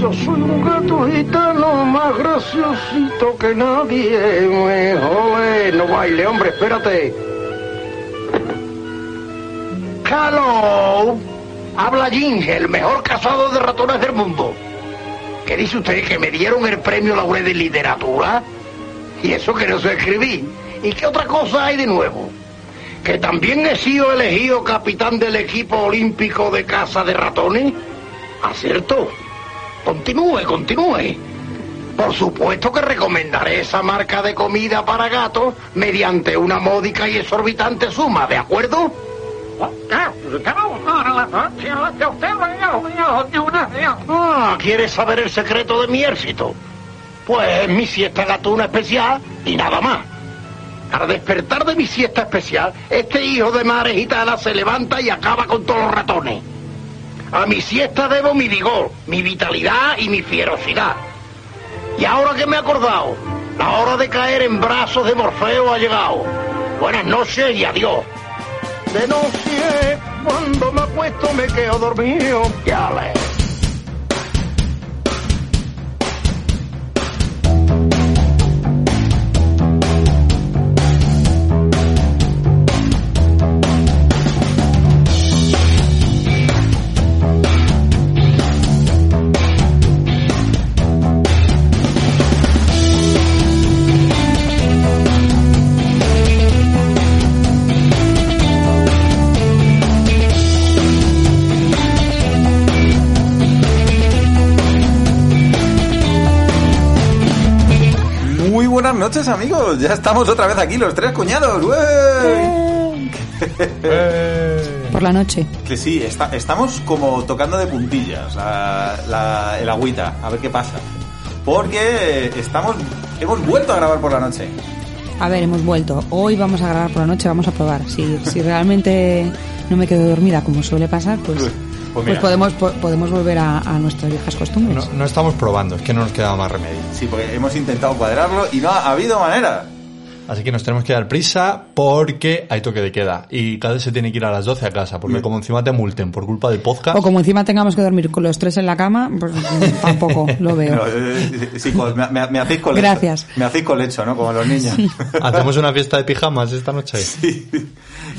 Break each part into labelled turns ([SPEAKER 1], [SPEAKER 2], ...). [SPEAKER 1] Yo soy un gato gitano más graciosito que nadie. Eh, Joder, no baile, hombre, espérate. ¡Hello! Habla Ginger, el mejor casado de ratones del mundo. ¿Qué dice usted? ¿Que me dieron el premio Laurel de Literatura? Y eso que no sé escribir. ¿Y qué otra cosa hay de nuevo? Que también he sido elegido capitán del equipo olímpico de caza de ratones. Acierto. Continúe, continúe. Por supuesto que recomendaré esa marca de comida para gatos mediante una módica y exorbitante suma, ¿de acuerdo? Ah, ¿quieres saber el secreto de mi éxito? Pues mi siesta gatuna especial y nada más. Al despertar de mi siesta especial, este hijo de madre gitana se levanta y acaba con todos los ratones. A mi siesta debo mi vigor, mi vitalidad y mi ferocidad. Y ahora que me he acordado, la hora de caer en brazos de Morfeo ha llegado. Buenas noches y adiós. De noche, cuando me apuesto me quedo dormido. Ya le.
[SPEAKER 2] Muy buenas noches, amigos. Ya estamos otra vez aquí, los tres cuñados. ¡Uey!
[SPEAKER 3] Por la noche.
[SPEAKER 2] Que sí, está- estamos como tocando de puntillas la- la- el agüita, a ver qué pasa. Porque estamos, hemos vuelto a grabar por la noche.
[SPEAKER 3] A ver, hemos vuelto. Hoy vamos a grabar por la noche, vamos a probar. Si, si realmente no me quedo dormida, como suele pasar, pues,
[SPEAKER 2] Pues
[SPEAKER 3] pues
[SPEAKER 4] mira.
[SPEAKER 3] podemos, po- podemos volver a, a nuestras viejas
[SPEAKER 4] No,
[SPEAKER 3] costumbres.
[SPEAKER 4] no estamos probando, es que no nos quedaba más remedio.
[SPEAKER 2] Sí, porque hemos intentado cuadrarlo y no ha habido manera.
[SPEAKER 4] Así que nos tenemos que dar prisa porque hay toque de queda. Y cada se tiene que ir a las 12 a casa, porque como encima te multen por culpa del podcast.
[SPEAKER 3] O como encima tengamos que dormir con los tres en la cama, pues tampoco lo
[SPEAKER 2] No,
[SPEAKER 3] veo.
[SPEAKER 2] eh, sí, co- me, me- me hacéis colecho.
[SPEAKER 3] Gracias.
[SPEAKER 2] Me hacéis colecho, ¿no? Como los niños.
[SPEAKER 4] Hacemos una fiesta de pijamas esta noche.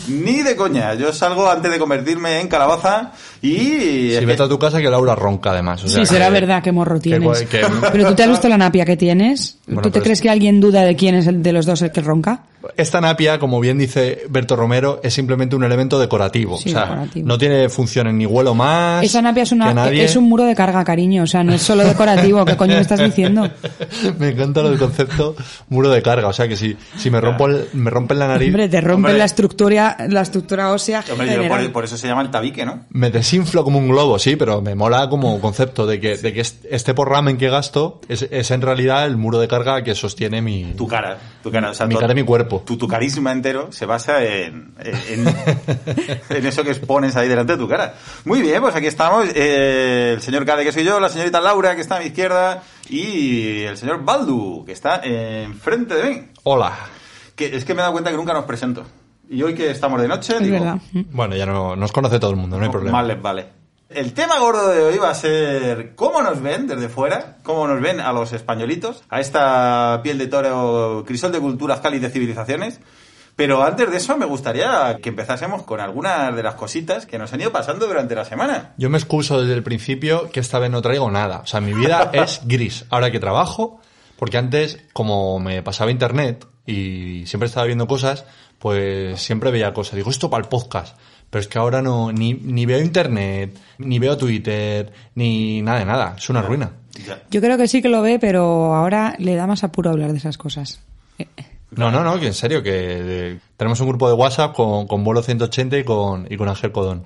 [SPEAKER 2] Ni de coña. Yo salgo antes de convertirme en calabaza y...
[SPEAKER 4] Si vete a tu casa que Laura ronca además. o sea
[SPEAKER 3] Sí,
[SPEAKER 4] que-
[SPEAKER 3] será verdad, qué morro tienes.
[SPEAKER 4] guay, que-
[SPEAKER 3] Pero tú te has visto la napia que tienes.
[SPEAKER 4] Bueno, pues
[SPEAKER 3] ¿Tú te
[SPEAKER 4] pero
[SPEAKER 3] crees
[SPEAKER 4] es-
[SPEAKER 3] que alguien duda de quién es el de los dos el que ronca?
[SPEAKER 4] Esta napia, como bien dice Berto Romero, es simplemente un elemento decorativo.
[SPEAKER 3] Sí,
[SPEAKER 4] o sea,
[SPEAKER 3] decorativo.
[SPEAKER 4] no tiene funciones ni huelo más.
[SPEAKER 3] Esa napia es, una,
[SPEAKER 4] Ah, que nadie.
[SPEAKER 3] es un muro de carga, cariño. O sea, no es solo decorativo. ¿Qué coño me estás diciendo?
[SPEAKER 4] me encanta lo del concepto muro de carga. O sea que si, si me rompo el- me rompen la nariz,
[SPEAKER 3] Hombre, te rompen
[SPEAKER 2] Hombre.
[SPEAKER 3] la estructura, la estructura ósea
[SPEAKER 2] Hombre, yo
[SPEAKER 3] general.
[SPEAKER 2] por, por eso se llama el tabique, ¿no?
[SPEAKER 4] me desinflo como un globo, sí, pero me mola como concepto de que, de que est- este por ramen que gasto es, es en realidad el muro de carga que sostiene mi.
[SPEAKER 2] Tu cara, tu cara, o sea,
[SPEAKER 4] Mi
[SPEAKER 2] to-
[SPEAKER 4] cara y mi cuerpo.
[SPEAKER 2] Tu, tu carisma entero se basa en, en, en eso que expones ahí delante de tu cara. Muy bien, pues aquí estamos, eh, el señor Cade, que soy yo, la señorita Laura, que está a mi izquierda, y el señor Baldu, que está enfrente de mí.
[SPEAKER 4] Hola.
[SPEAKER 2] Que es que me he dado cuenta que nunca nos presento. Y hoy que estamos de noche,
[SPEAKER 3] Es
[SPEAKER 2] digo,
[SPEAKER 3] verdad.
[SPEAKER 4] Bueno, ya no, nos conoce todo el mundo, no hay problema.
[SPEAKER 2] Más les vale. El tema gordo de hoy va a ser cómo nos ven desde fuera, cómo nos ven a los españolitos, a esta piel de toro, crisol de culturas, cáliz de civilizaciones. Pero antes de eso me gustaría que empezásemos con algunas de las cositas que nos han ido pasando durante la semana.
[SPEAKER 4] Yo me excuso desde el principio que esta vez no traigo nada. O sea, mi vida es gris. Ahora que trabajo, porque antes, como me pasaba internet y siempre estaba viendo cosas, pues siempre veía cosas. Digo, esto para el podcast. Pero es que ahora no, ni, ni veo internet, ni veo Twitter, ni nada de nada. Es una ruina.
[SPEAKER 2] Ya.
[SPEAKER 3] Yo creo que sí que lo ve, pero ahora le da más apuro hablar de esas cosas. Eh,
[SPEAKER 4] No, no, no, que en serio, que eh, tenemos un grupo de WhatsApp con, con Vuelo 180 y con, y con Ángel Codón.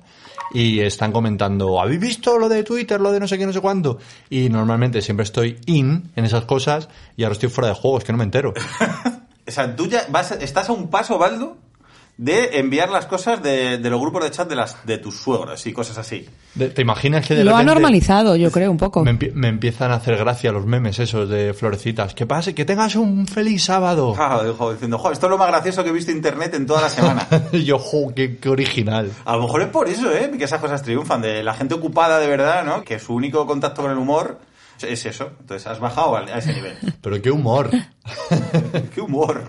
[SPEAKER 4] Y están comentando, ¿habéis visto lo de Twitter, lo de no sé qué, no sé cuándo? Y normalmente siempre estoy in en esas cosas y ahora estoy fuera de juego, es que no me entero.
[SPEAKER 2] O sea, tú ya vas, estás a un paso, Baldo, de enviar las cosas de, de los grupos de chat de, las, de tus suegros y cosas así.
[SPEAKER 4] De- ¿Te imaginas que de
[SPEAKER 3] Lo ha
[SPEAKER 4] repente
[SPEAKER 3] normalizado, yo creo, un poco.
[SPEAKER 4] Me, empie- me empiezan a hacer gracia los memes esos de florecitas. Que pase, que tengas un feliz sábado.
[SPEAKER 2] Ah, dijo, diciendo, "Jo, esto es lo más gracioso que he visto en internet en toda la semana.
[SPEAKER 4] Y yo, jo, qué, qué original.
[SPEAKER 2] A lo mejor es por eso, ¿eh? Que esas cosas triunfan, de la gente ocupada de verdad, ¿no? Que su único contacto con el humor es eso. Entonces has bajado al- a ese nivel.
[SPEAKER 4] Pero qué humor,
[SPEAKER 2] ¡Qué humor!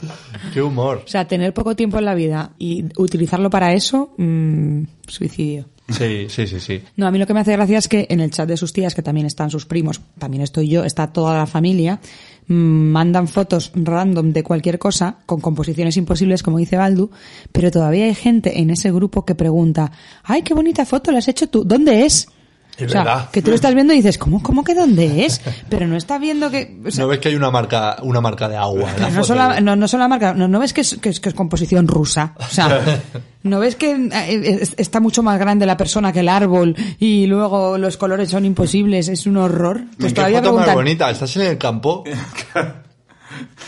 [SPEAKER 4] qué humor.
[SPEAKER 3] O sea, tener poco tiempo en la vida y utilizarlo para eso, mm, suicidio.
[SPEAKER 4] Sí, sí, sí, sí.
[SPEAKER 3] No, a mí lo que me hace gracia es que en el chat de sus tías, que también están sus primos, también estoy yo, está toda la familia, mm, mandan fotos random de cualquier cosa, con composiciones imposibles, como dice Baldu, pero todavía hay gente en ese grupo que pregunta, ay, qué bonita foto la has hecho tú, ¿dónde es?
[SPEAKER 4] Es
[SPEAKER 3] o sea,
[SPEAKER 4] verdad.
[SPEAKER 3] que tú lo estás viendo y dices, ¿cómo, cómo que dónde es? Pero no está viendo que... o sea,
[SPEAKER 4] ¿No ves que hay una marca, una marca de agua? en
[SPEAKER 3] pero
[SPEAKER 4] la
[SPEAKER 3] no,
[SPEAKER 4] foto?
[SPEAKER 3] solo, no, no solo la marca, no, no ves que es, que, es, que es composición rusa. O sea, no ves que eh, es- está mucho más grande la persona que el árbol y luego los colores son imposibles, es un horror.
[SPEAKER 4] ¿Qué
[SPEAKER 3] Pues todavía
[SPEAKER 4] foto más
[SPEAKER 3] preguntan,
[SPEAKER 4] bonita? ¿Estás en el campo?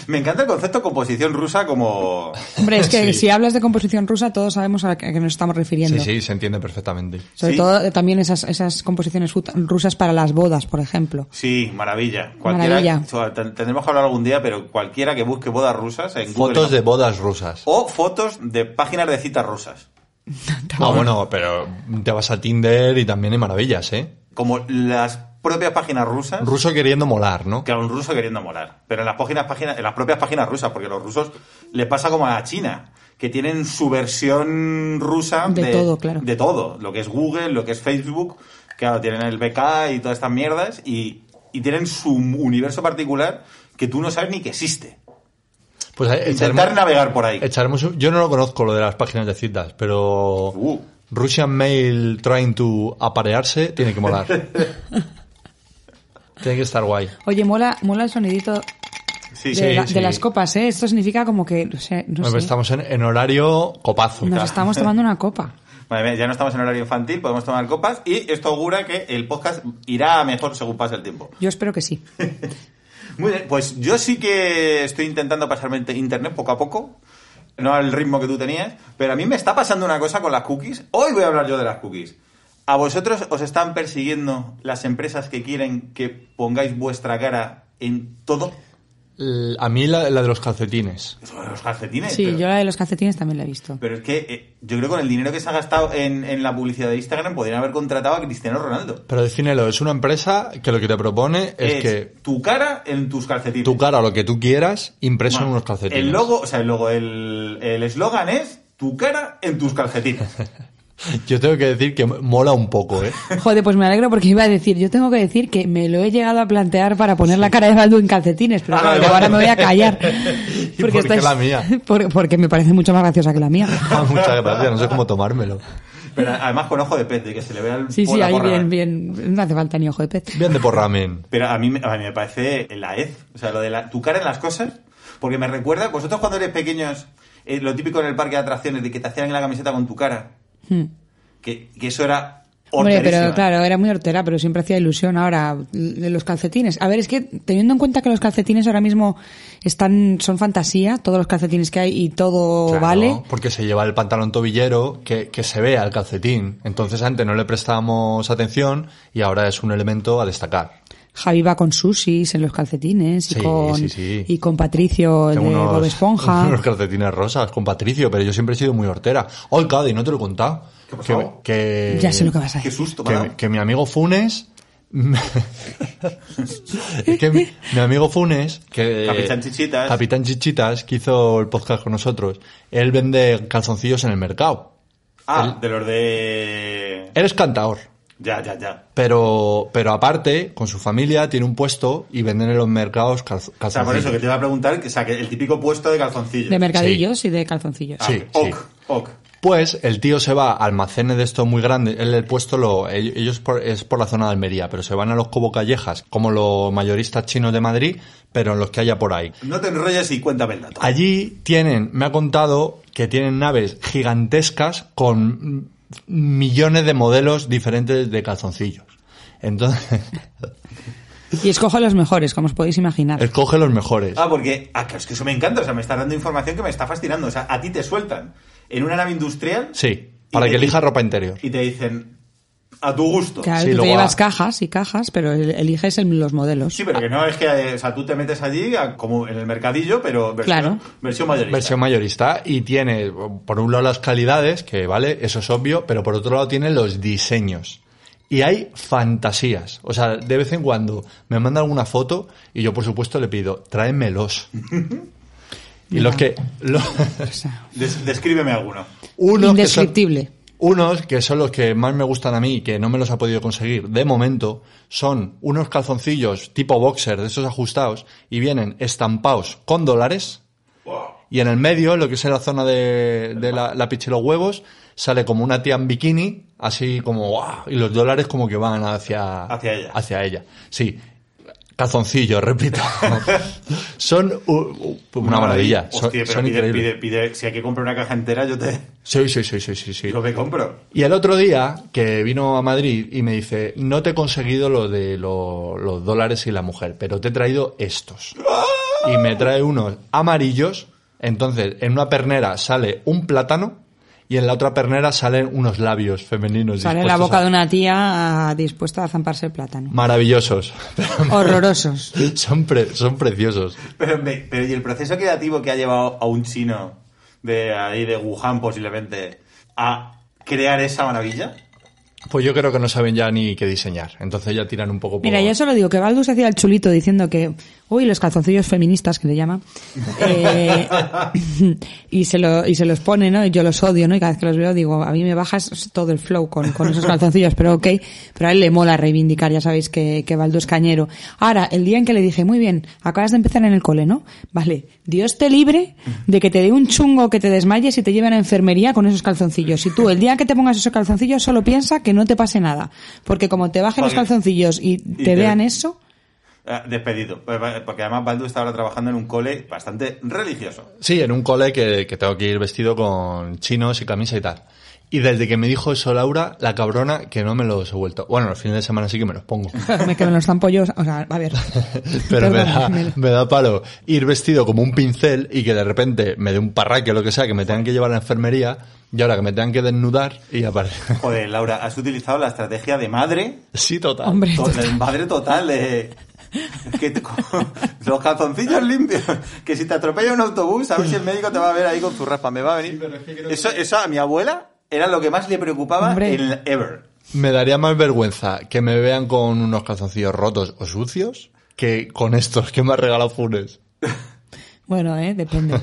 [SPEAKER 2] Me encanta el concepto composición rusa como...
[SPEAKER 3] hombre, es que
[SPEAKER 4] Sí.
[SPEAKER 3] si hablas de composición rusa todos sabemos a qué nos estamos
[SPEAKER 4] Sí,
[SPEAKER 3] refiriendo.
[SPEAKER 4] sí, se entiende perfectamente.
[SPEAKER 3] Sobre
[SPEAKER 2] Sí.
[SPEAKER 3] todo eh, también esas, esas composiciones fut- rusas para las bodas, por ejemplo.
[SPEAKER 2] Sí, maravilla. Cualquiera,
[SPEAKER 3] Maravilla.
[SPEAKER 2] o sea, ten- Tendremos que hablar algún día, pero cualquiera que busque bodas rusas en
[SPEAKER 4] Fotos
[SPEAKER 2] Google.
[SPEAKER 4] de bodas rusas.
[SPEAKER 2] O fotos de páginas de citas rusas.
[SPEAKER 4] Ah, bueno, pero te vas a Tinder y también hay maravillas, ¿eh?
[SPEAKER 2] Como las propias páginas rusas.
[SPEAKER 4] Ruso queriendo molar, ¿no?
[SPEAKER 2] que a un ruso queriendo molar. Pero en las páginas, páginas, en las propias páginas rusas, porque los rusos les pasa como a China, que tienen su versión rusa
[SPEAKER 3] De todo, claro.
[SPEAKER 2] De todo, lo que es Google, lo que es Facebook, claro, tienen el BK y todas estas mierdas y, y tienen su universo particular que tú no sabes ni que existe.
[SPEAKER 4] Pues eh,
[SPEAKER 2] Intentar
[SPEAKER 4] echaremos-
[SPEAKER 2] navegar por ahí.
[SPEAKER 4] echaremos un- Yo no lo conozco lo de las páginas de citas, pero
[SPEAKER 2] Uh.
[SPEAKER 4] Russian Mail trying to aparearse tiene que molar. tiene que estar guay.
[SPEAKER 3] Oye, mola, mola el sonidito
[SPEAKER 2] Sí,
[SPEAKER 3] de,
[SPEAKER 4] Sí,
[SPEAKER 3] la- de
[SPEAKER 4] sí.
[SPEAKER 3] las copas, ¿eh? Esto significa como que, no sé, no
[SPEAKER 4] Bueno,
[SPEAKER 3] sé,
[SPEAKER 4] pues Estamos en, en horario copazo.
[SPEAKER 3] nos estamos tomando una copa.
[SPEAKER 2] Madre mía, ya no estamos en horario infantil, podemos tomar copas y esto augura que el podcast irá a mejor según pase el tiempo.
[SPEAKER 3] Yo espero que sí.
[SPEAKER 2] Muy bien, pues yo sí que estoy intentando pasarme inter- internet poco a poco, no al ritmo que tú tenías, pero a mí me está pasando una cosa con las cookies. Hoy voy a hablar yo de las cookies. ¿A vosotros os están persiguiendo las empresas que quieren que pongáis vuestra cara en todo?
[SPEAKER 4] L- A mí la, la de los calcetines.
[SPEAKER 2] Eso de los calcetines.
[SPEAKER 3] Sí,
[SPEAKER 2] pero,
[SPEAKER 3] yo la de los calcetines también la he visto.
[SPEAKER 2] pero es que eh, yo creo que con el dinero que se ha gastado en, en la publicidad de Instagram podrían haber contratado a Cristiano Ronaldo.
[SPEAKER 4] Pero defínelo, es una empresa que lo que te propone es, que
[SPEAKER 2] tu cara en tus calcetines.
[SPEAKER 4] tu cara o lo que tú quieras impreso en
[SPEAKER 2] Bueno,
[SPEAKER 4] unos calcetines.
[SPEAKER 2] El logo, o sea, el logo, el el eslogan es tu cara en tus calcetines.
[SPEAKER 4] Yo tengo que decir que mola un poco, ¿eh?
[SPEAKER 3] Joder, pues me alegro porque iba a decir, yo tengo que decir que me lo he llegado a plantear para poner la cara de Baldu en calcetines, pero
[SPEAKER 2] Ah,
[SPEAKER 3] claro,
[SPEAKER 2] vale.
[SPEAKER 3] ahora me voy a callar.
[SPEAKER 4] ¿Y por qué la mía?
[SPEAKER 3] por- porque me parece mucho más graciosa que la mía.
[SPEAKER 4] Ah, Muchas gracias, no sé cómo tomármelo.
[SPEAKER 2] Pero además con ojo de pez, de que se le vea el
[SPEAKER 3] Sí, sí,
[SPEAKER 2] la
[SPEAKER 3] ahí
[SPEAKER 2] porra.
[SPEAKER 3] bien, bien. No hace falta ni ojo de pez.
[SPEAKER 4] Bien de por ramen.
[SPEAKER 2] Pero a mí, me- a mí me parece la hez, o sea, lo de la, tu cara en las cosas, porque me recuerda, vosotros cuando eres pequeños, eh, lo típico en el parque de atracciones, de que te hacían la camiseta con tu cara, que, que eso era...
[SPEAKER 3] Hmm. Hombre, pero
[SPEAKER 2] horterísima.
[SPEAKER 3] claro, era muy hortera, pero siempre hacía ilusión ahora de los calcetines. A ver, es que teniendo en cuenta que los calcetines ahora mismo están son fantasía, todos los calcetines que hay y todo
[SPEAKER 4] Claro,
[SPEAKER 3] vale.
[SPEAKER 4] Porque se lleva el pantalón tobillero que, que se vea el calcetín. Entonces antes no le prestábamos atención y ahora es un elemento a destacar.
[SPEAKER 3] Javi va con sushis en los calcetines y,
[SPEAKER 4] Sí,
[SPEAKER 3] con,
[SPEAKER 4] sí, sí.
[SPEAKER 3] y con Patricio el de
[SPEAKER 4] Tengo
[SPEAKER 3] Bob Esponja.
[SPEAKER 4] unos calcetines rosas con Patricio, pero yo siempre he sido muy hortera. Hoy, Cadi, no te lo he contado.
[SPEAKER 2] ¿Qué ha
[SPEAKER 4] que,
[SPEAKER 2] pasado?
[SPEAKER 4] que-
[SPEAKER 3] Ya sé lo que vas a
[SPEAKER 2] Qué
[SPEAKER 3] decir.
[SPEAKER 2] susto, me ha
[SPEAKER 4] que,
[SPEAKER 2] dado.
[SPEAKER 4] que mi amigo Funes. es que mi, mi amigo Funes, que.
[SPEAKER 2] Capitán Chichitas.
[SPEAKER 4] Capitán Chichitas, que hizo el podcast con nosotros, él vende calzoncillos en el mercado.
[SPEAKER 2] Ah, de los de...
[SPEAKER 4] Él es cantador.
[SPEAKER 2] Ya, ya, ya.
[SPEAKER 4] Pero, pero aparte, con su familia, tiene un puesto y venden en los mercados calz-
[SPEAKER 2] O sea,
[SPEAKER 4] calzoncillos.
[SPEAKER 2] por eso que te iba a preguntar, que, o sea, que el típico puesto de calzoncillos.
[SPEAKER 3] De mercadillos y de calzoncillos.
[SPEAKER 2] Ah,
[SPEAKER 4] Sí,
[SPEAKER 2] ok,
[SPEAKER 4] sí.
[SPEAKER 2] ok.
[SPEAKER 4] Pues el tío se va a almacenes de estos muy grandes. Él, el puesto lo, ell- ellos por- es por la zona de Almería, pero se van a los Cobo Callejas, como los mayoristas chinos de Madrid, pero en los que haya por ahí.
[SPEAKER 2] No te enrolles y cuéntame el dato.
[SPEAKER 4] Allí tienen, me ha contado que tienen naves gigantescas con mm, millones de modelos diferentes de calzoncillos. Entonces,
[SPEAKER 3] Y escojo los mejores, como os podéis imaginar.
[SPEAKER 4] Escoge los mejores.
[SPEAKER 2] Ah, porque ah, es que eso me encanta, o sea, me está dando información que me está fascinando. O sea, a ti te sueltan en una nave industrial.
[SPEAKER 4] Sí,
[SPEAKER 2] y
[SPEAKER 4] para
[SPEAKER 2] te
[SPEAKER 4] que
[SPEAKER 2] di-
[SPEAKER 4] elija ropa interior.
[SPEAKER 2] Y te dicen, a tu gusto.
[SPEAKER 3] Claro,
[SPEAKER 4] Sí,
[SPEAKER 3] tú te
[SPEAKER 4] luego
[SPEAKER 3] llevas
[SPEAKER 4] a-
[SPEAKER 3] cajas y cajas, pero el- eliges el- los modelos.
[SPEAKER 2] Sí, pero que no es que, eh, o sea, tú te metes allí a- como en el mercadillo, pero versión,
[SPEAKER 3] Claro.
[SPEAKER 2] versión mayorista.
[SPEAKER 4] Versión mayorista y tiene, por un lado, las calidades, que vale, eso es obvio, pero por otro lado tiene los diseños. Y hay fantasías. O sea, de vez en cuando me manda alguna foto y yo, por supuesto, le pido, tráemelos. y los que... lo-
[SPEAKER 3] O sea,
[SPEAKER 2] Des- descríbeme alguno.
[SPEAKER 4] unos que son-
[SPEAKER 3] indescriptible.
[SPEAKER 4] Unos que son los que más me gustan a mí y que no me los ha podido conseguir de momento son unos calzoncillos tipo boxer de esos ajustados y vienen estampados con dólares y en el medio, en lo que es la zona de, de la, la picha y los huevos, sale como una tía en bikini, así como ¡guau! y los dólares como que van hacia,
[SPEAKER 2] Hacia ella.
[SPEAKER 4] Hacia ella, sí. Calzoncillos, repito. son u- u- una maravilla. Son,
[SPEAKER 2] Hostia, pero
[SPEAKER 4] son
[SPEAKER 2] pide,
[SPEAKER 4] increíbles.
[SPEAKER 2] pide, pide- si hay que comprar una caja entera, yo te
[SPEAKER 4] Sí, sí, sí, sí, sí, sí.
[SPEAKER 2] yo me compro.
[SPEAKER 4] Y el otro día que vino a Madrid y me dice, no te he conseguido lo de lo- los dólares y la mujer, pero te he traído estos. Y me trae unos amarillos, entonces en una pernera sale un plátano y en la otra pernera salen unos labios femeninos.
[SPEAKER 3] Sale la
[SPEAKER 4] dispuestos
[SPEAKER 3] boca
[SPEAKER 4] a-
[SPEAKER 3] de una tía ah, dispuesta a zamparse el plátano.
[SPEAKER 4] Maravillosos.
[SPEAKER 3] Horrorosos.
[SPEAKER 4] son, pre- son preciosos.
[SPEAKER 2] Pero, me- pero y el proceso creativo que ha llevado a un chino de ahí de Wuhan posiblemente a crear esa maravilla.
[SPEAKER 4] Pues yo creo que no saben ya ni qué diseñar, entonces ya tiran un poco por...
[SPEAKER 3] Mira, yo solo digo que Baldu se hacía el chulito diciendo que, uy, los calzoncillos feministas que le llama, eh, y, se lo, y se los pone, ¿no? Y yo los odio, ¿no? Y cada vez que los veo digo, a mí me bajas todo el flow con, con esos calzoncillos, pero ok, pero a él le mola reivindicar, ya sabéis que, que Baldu es cañero. Ahora, el día en que le dije, muy bien, acabas de empezar en el cole, ¿no? Vale, Dios te libre de que te dé un chungo, que te desmayes y te lleven a enfermería con esos calzoncillos. Y tú, el día que te pongas esos calzoncillos, solo piensa que no te pase nada, porque como te bajen los
[SPEAKER 2] Joder.
[SPEAKER 3] calzoncillos y
[SPEAKER 2] Y
[SPEAKER 3] te
[SPEAKER 2] te-
[SPEAKER 3] vean eso,
[SPEAKER 2] Ah, Despedido. Pues va- Porque además Baldu está ahora trabajando en un cole bastante religioso.
[SPEAKER 4] Sí, en un cole que, que tengo que ir vestido con chinos y camisa y tal. Y desde que me dijo eso Laura, la cabrona, que no me los he vuelto. Bueno, los fines de semana sí que me los pongo.
[SPEAKER 3] me que me los zampo yo, o sea, a ver.
[SPEAKER 4] Pero me
[SPEAKER 3] Perdón,
[SPEAKER 4] da,
[SPEAKER 3] me lo-
[SPEAKER 4] me da palo ir vestido como un pincel y que de repente me dé un parraque o lo que sea, que me tengan que llevar a la enfermería y ahora que me tengan que desnudar y aparece.
[SPEAKER 2] Joder, Laura, has utilizado la estrategia de madre
[SPEAKER 4] Sí, total.
[SPEAKER 3] Hombre,
[SPEAKER 2] To- de madre total. eh. Que te- los calzoncillos limpios. Que si te atropella un autobús, a ver si el médico te va a ver ahí con tu raspa. Me va a venir. eso, eso a mi abuela era lo que más le preocupaba
[SPEAKER 3] Hombre.
[SPEAKER 2] en la- ever.
[SPEAKER 4] Me daría más vergüenza que me vean con unos calzoncillos rotos o sucios que con estos que me ha regalado Funes.
[SPEAKER 3] Bueno, eh, depende.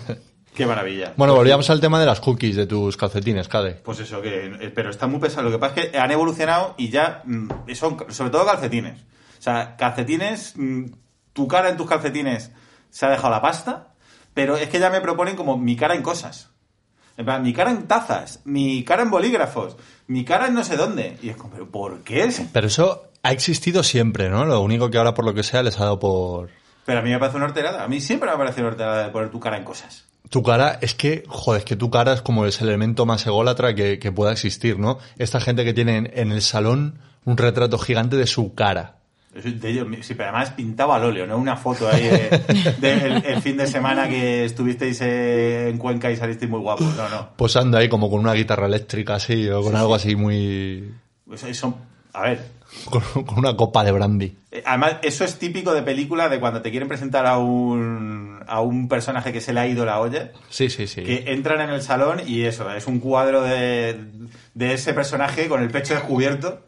[SPEAKER 2] Qué maravilla.
[SPEAKER 4] Bueno, volvíamos al tema de las cookies de tus calcetines, Cade.
[SPEAKER 2] Pues eso, que, eh, pero está muy pesado. Lo que pasa es que han evolucionado y ya mm, son, sobre todo calcetines. O sea, calcetines, mm, tu cara en tus calcetines se ha dejado la pasta, pero es que ya me proponen como mi cara en cosas. En plan, mi cara en tazas, mi cara en bolígrafos, mi cara en no sé dónde. Y es como, ¿pero por qué?
[SPEAKER 4] Pero eso ha existido siempre, ¿no? Lo único que ahora, por lo que sea, les ha dado por...
[SPEAKER 2] Pero a mí me parece una horterada. A mí siempre me parece una horterada de poner tu cara en cosas.
[SPEAKER 4] Tu cara, es que, joder, es que tu cara es como ese elemento más ególatra que, que pueda existir, ¿no? Esta gente que tiene en, en el salón un retrato gigante de su cara.
[SPEAKER 2] Eso es de ellos, sí, pero además pintaba al óleo, ¿no? Una foto ahí del de, el- el fin de semana que estuvisteis eh, en Cuenca y salisteis muy guapos. No, no.
[SPEAKER 4] Posando ahí como con una guitarra eléctrica así, o con algo así muy...
[SPEAKER 2] Eso, Pues eso- a ver,
[SPEAKER 4] Con, con una copa de brandy.
[SPEAKER 2] eh, además eso es típico de película de cuando te quieren presentar a un, a un personaje que se le ha ido la olla,
[SPEAKER 4] Sí, sí, sí.
[SPEAKER 2] que entran en el salón y eso, es un cuadro de, de ese personaje con el pecho descubierto,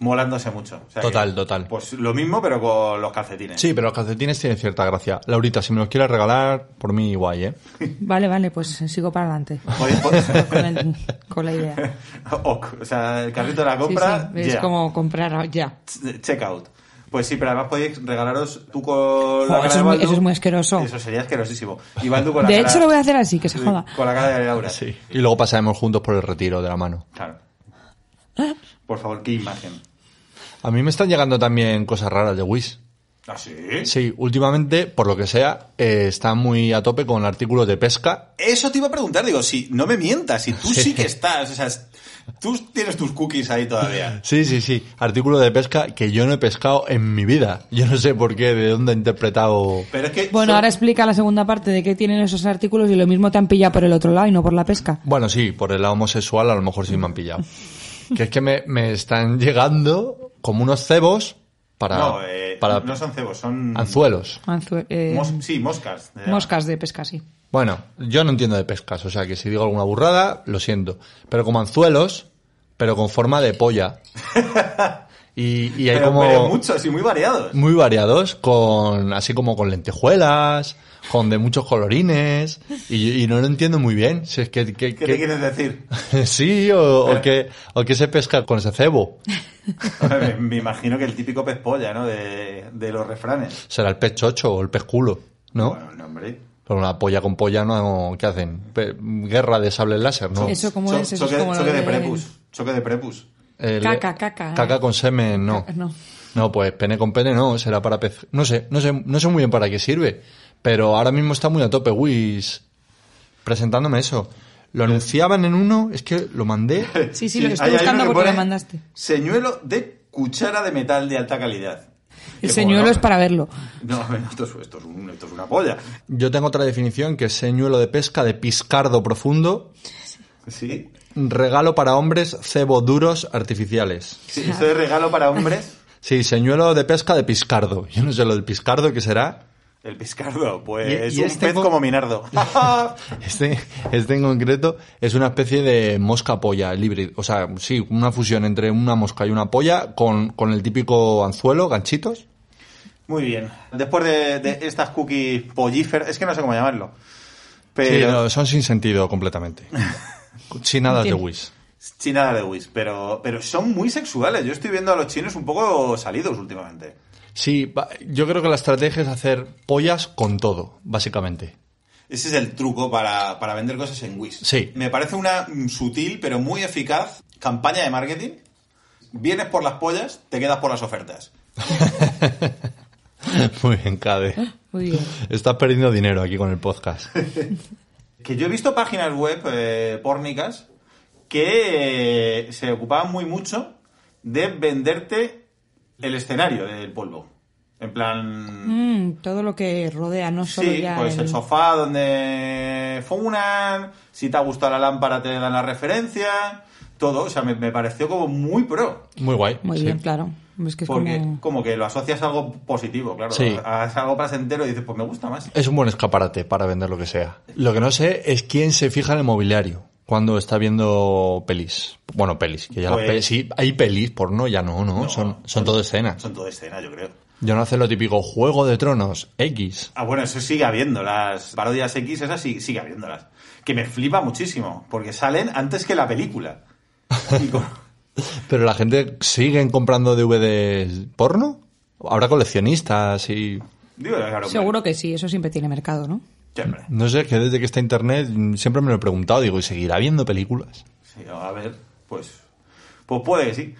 [SPEAKER 2] molándose mucho. O sea que,
[SPEAKER 4] Total, total.
[SPEAKER 2] Pues lo mismo pero con los calcetines.
[SPEAKER 4] Sí, pero los calcetines tienen cierta gracia. Laurita, si me los quieres regalar, por mí guay, ¿eh?
[SPEAKER 3] Vale, vale, pues sigo para adelante.
[SPEAKER 2] Oye, pues-
[SPEAKER 3] Con, el- con la idea.
[SPEAKER 2] Ok, o sea, el carrito de la
[SPEAKER 3] Sí,
[SPEAKER 2] compra,
[SPEAKER 3] sí, es
[SPEAKER 2] yeah.
[SPEAKER 3] como comprar ya.
[SPEAKER 2] checkout. Pues sí, pero además podéis regalaros tú con la
[SPEAKER 3] Jo,
[SPEAKER 2] cara de
[SPEAKER 3] eso es muy-
[SPEAKER 2] Baldu.
[SPEAKER 3] eso es muy asqueroso.
[SPEAKER 2] Eso sería asquerosísimo. Y Baldu con la
[SPEAKER 3] De
[SPEAKER 2] cara-
[SPEAKER 3] hecho, lo voy a hacer así, que se joda.
[SPEAKER 2] Con la cara de Laura.
[SPEAKER 4] Sí. Y luego pasaremos juntos por el retiro de la mano.
[SPEAKER 2] Claro. Por favor, qué imagen.
[SPEAKER 4] A mí me están llegando también cosas raras de Wish.
[SPEAKER 2] ¿Ah, sí?
[SPEAKER 4] Sí, últimamente, por lo que sea, eh, está muy a tope con artículos de pesca.
[SPEAKER 2] Eso te iba a preguntar, digo, si no me mientas, si tú sí, que estás, o sea, tú tienes tus cookies ahí todavía.
[SPEAKER 4] Sí, sí, sí. Artículos de pesca que yo no he pescado en mi vida. Yo no sé por qué, de dónde he interpretado.
[SPEAKER 2] Pero es que
[SPEAKER 3] Bueno, ahora explica la segunda parte de qué tienen esos artículos y lo mismo te han pillado por el otro lado y no por la pesca.
[SPEAKER 4] Bueno, sí, por el lado homosexual a lo mejor sí me han pillado. que es que me, me están llegando como unos cebos para,
[SPEAKER 2] no, eh,
[SPEAKER 4] para
[SPEAKER 2] no son cebos, son
[SPEAKER 4] anzuelos.
[SPEAKER 3] Anzue- eh,
[SPEAKER 2] mos- sí, moscas. eh,
[SPEAKER 3] moscas de pesca, sí.
[SPEAKER 4] Bueno, yo no entiendo de pescas, o sea que si digo alguna burrada, lo siento. Pero como anzuelos, pero con forma de polla. Y, y hay
[SPEAKER 2] Pero,
[SPEAKER 4] como Mm,
[SPEAKER 2] pero muchos y muy variados.
[SPEAKER 4] muy variados, con así como con lentejuelas, con de muchos colorines, y, y no lo entiendo muy bien. Si es que, que-
[SPEAKER 2] ¿Qué
[SPEAKER 4] que-
[SPEAKER 2] te quieres decir?
[SPEAKER 4] sí, o, o que, o que se pesca con ese cebo.
[SPEAKER 2] Me- Me imagino que el típico pez polla, ¿no? De, de los refranes.
[SPEAKER 4] Será el pez chocho o el pez culo, ¿no?
[SPEAKER 2] Bueno, no, hombre.
[SPEAKER 4] Pero una polla con polla no, ¿qué hacen? Pe- Guerra de sable láser, ¿no?
[SPEAKER 3] Eso como
[SPEAKER 2] Cho-
[SPEAKER 3] es, eso
[SPEAKER 2] choque
[SPEAKER 3] es como lo
[SPEAKER 2] choque de
[SPEAKER 3] del-
[SPEAKER 2] prepus. Choque de prepus.
[SPEAKER 4] El-
[SPEAKER 3] Caca, caca, ¿eh?
[SPEAKER 4] Caca con semen, no.
[SPEAKER 3] No.
[SPEAKER 4] No, pues pene con pene no, será para pez. No sé, no sé, no sé muy bien para qué sirve. Pero ahora mismo está muy a tope Wis presentándome eso. Lo anunciaban en uno, es que lo mandé.
[SPEAKER 3] Sí, sí, lo estoy
[SPEAKER 2] hay- hay
[SPEAKER 3] buscando
[SPEAKER 2] uno que
[SPEAKER 3] porque lo
[SPEAKER 2] pone
[SPEAKER 3] mandaste.
[SPEAKER 2] Señuelo de cuchara de metal de alta calidad. Que
[SPEAKER 3] El
[SPEAKER 2] como,
[SPEAKER 3] señuelo
[SPEAKER 2] no,
[SPEAKER 3] es para verlo.
[SPEAKER 2] No, no, esto es, esto, es un- esto es una polla.
[SPEAKER 4] Yo tengo otra definición que es señuelo de pesca de piscardo profundo,
[SPEAKER 2] Sí.
[SPEAKER 4] regalo para hombres, cebo duros artificiales.
[SPEAKER 2] sí esto es regalo para hombres.
[SPEAKER 4] Sí, señuelo de pesca de piscardo. Yo no sé lo del piscardo que será.
[SPEAKER 2] El pescardo, pues
[SPEAKER 4] Y-
[SPEAKER 2] es
[SPEAKER 4] y
[SPEAKER 2] un
[SPEAKER 4] este
[SPEAKER 2] pez
[SPEAKER 4] co-
[SPEAKER 2] como Minardo.
[SPEAKER 4] Este, este en concreto es una especie de mosca polla libre. O sea, sí, una fusión entre una mosca y una polla con, con el típico anzuelo, ganchitos.
[SPEAKER 2] Muy bien. Después de, de estas cookies pollíferas, es que no sé cómo llamarlo.
[SPEAKER 4] Sí,
[SPEAKER 2] Pero
[SPEAKER 4] no, son sin sentido completamente. sin nada de
[SPEAKER 3] Entiendo.
[SPEAKER 4] Wish.
[SPEAKER 2] China de Lewis, pero, pero son muy sexuales. Yo estoy viendo a los chinos un poco salidos últimamente.
[SPEAKER 4] Sí, va- yo creo que la estrategia es hacer pollas con todo, básicamente.
[SPEAKER 2] Ese es el truco para, para vender cosas en Wish.
[SPEAKER 4] Sí.
[SPEAKER 2] Me parece una mm, sutil pero muy eficaz campaña de marketing. Vienes por las pollas, te quedas por las ofertas.
[SPEAKER 4] Muy bien, Cade.
[SPEAKER 3] Muy bien.
[SPEAKER 4] Estás perdiendo dinero aquí con el podcast.
[SPEAKER 2] Que yo he visto páginas web eh, pórnicas que eh, se ocupaban muy mucho de venderte el escenario del polvo. En plan.
[SPEAKER 3] Mm, todo lo que rodea, no solo
[SPEAKER 2] Sí,
[SPEAKER 3] ya
[SPEAKER 2] pues el
[SPEAKER 3] el-
[SPEAKER 2] sofá donde funan, si te ha gustado la lámpara te dan la referencia, todo, o sea, me, me pareció como muy pro,
[SPEAKER 4] Muy guay.
[SPEAKER 3] Muy
[SPEAKER 4] sí.
[SPEAKER 3] bien, claro. Es que es
[SPEAKER 2] porque
[SPEAKER 3] como-
[SPEAKER 2] como... que lo asocias a algo positivo, claro,
[SPEAKER 4] Sí.
[SPEAKER 2] a, a algo placentero y dices, pues me gusta más.
[SPEAKER 4] Es un buen escaparate para vender lo que sea. Lo que no sé es quién se fija en el mobiliario cuando está viendo pelis. Bueno, pelis, que ya las
[SPEAKER 2] Pues-
[SPEAKER 4] pelis- sí, hay pelis, porno ya no, no,
[SPEAKER 2] No.
[SPEAKER 4] son, son todo escenas.
[SPEAKER 2] Son todo escena, yo creo.
[SPEAKER 4] Yo no hace lo típico Juego de Tronos, X.
[SPEAKER 2] Ah, bueno, eso sigue habiendo, las parodias X, esas sí, sigue habiéndolas, que me flipa muchísimo, porque salen antes que la película. Y con-
[SPEAKER 4] Pero la gente siguen comprando DVDs porno. Habrá coleccionistas y...
[SPEAKER 2] Digo, claro,
[SPEAKER 3] Seguro que sí, eso siempre tiene mercado, ¿no?
[SPEAKER 2] siempre.
[SPEAKER 4] No sé, que desde que está internet mm, siempre me lo he preguntado. Digo, ¿y seguirá viendo películas?
[SPEAKER 2] Sí, a ver, pues. Pues puede que sí.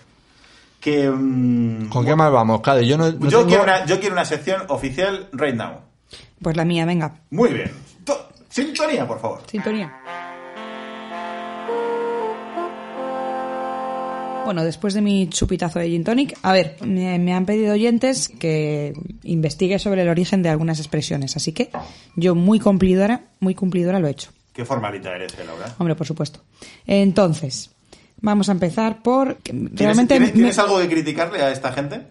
[SPEAKER 2] Que. mm,
[SPEAKER 4] ¿Con qué más vamos, Cade? Yo no... no
[SPEAKER 2] yo,
[SPEAKER 4] tengo-
[SPEAKER 2] quiero una, yo quiero una sección oficial right now.
[SPEAKER 3] Pues la mía, venga.
[SPEAKER 2] Muy bien. To- Sintonía, por favor.
[SPEAKER 3] Sintonía. Bueno, después de mi chupitazo de gin tonic, a ver, me, me han pedido oyentes que investigue sobre el origen de algunas expresiones, así que yo muy cumplidora, muy cumplidora lo he hecho.
[SPEAKER 2] Qué formalita eres, eh, Laura.
[SPEAKER 3] Hombre, por supuesto. Entonces, vamos a empezar por... que
[SPEAKER 2] ¿Tienes,
[SPEAKER 3] Realmente
[SPEAKER 2] tienes-
[SPEAKER 3] me-
[SPEAKER 2] tienes algo que criticarle a esta gente?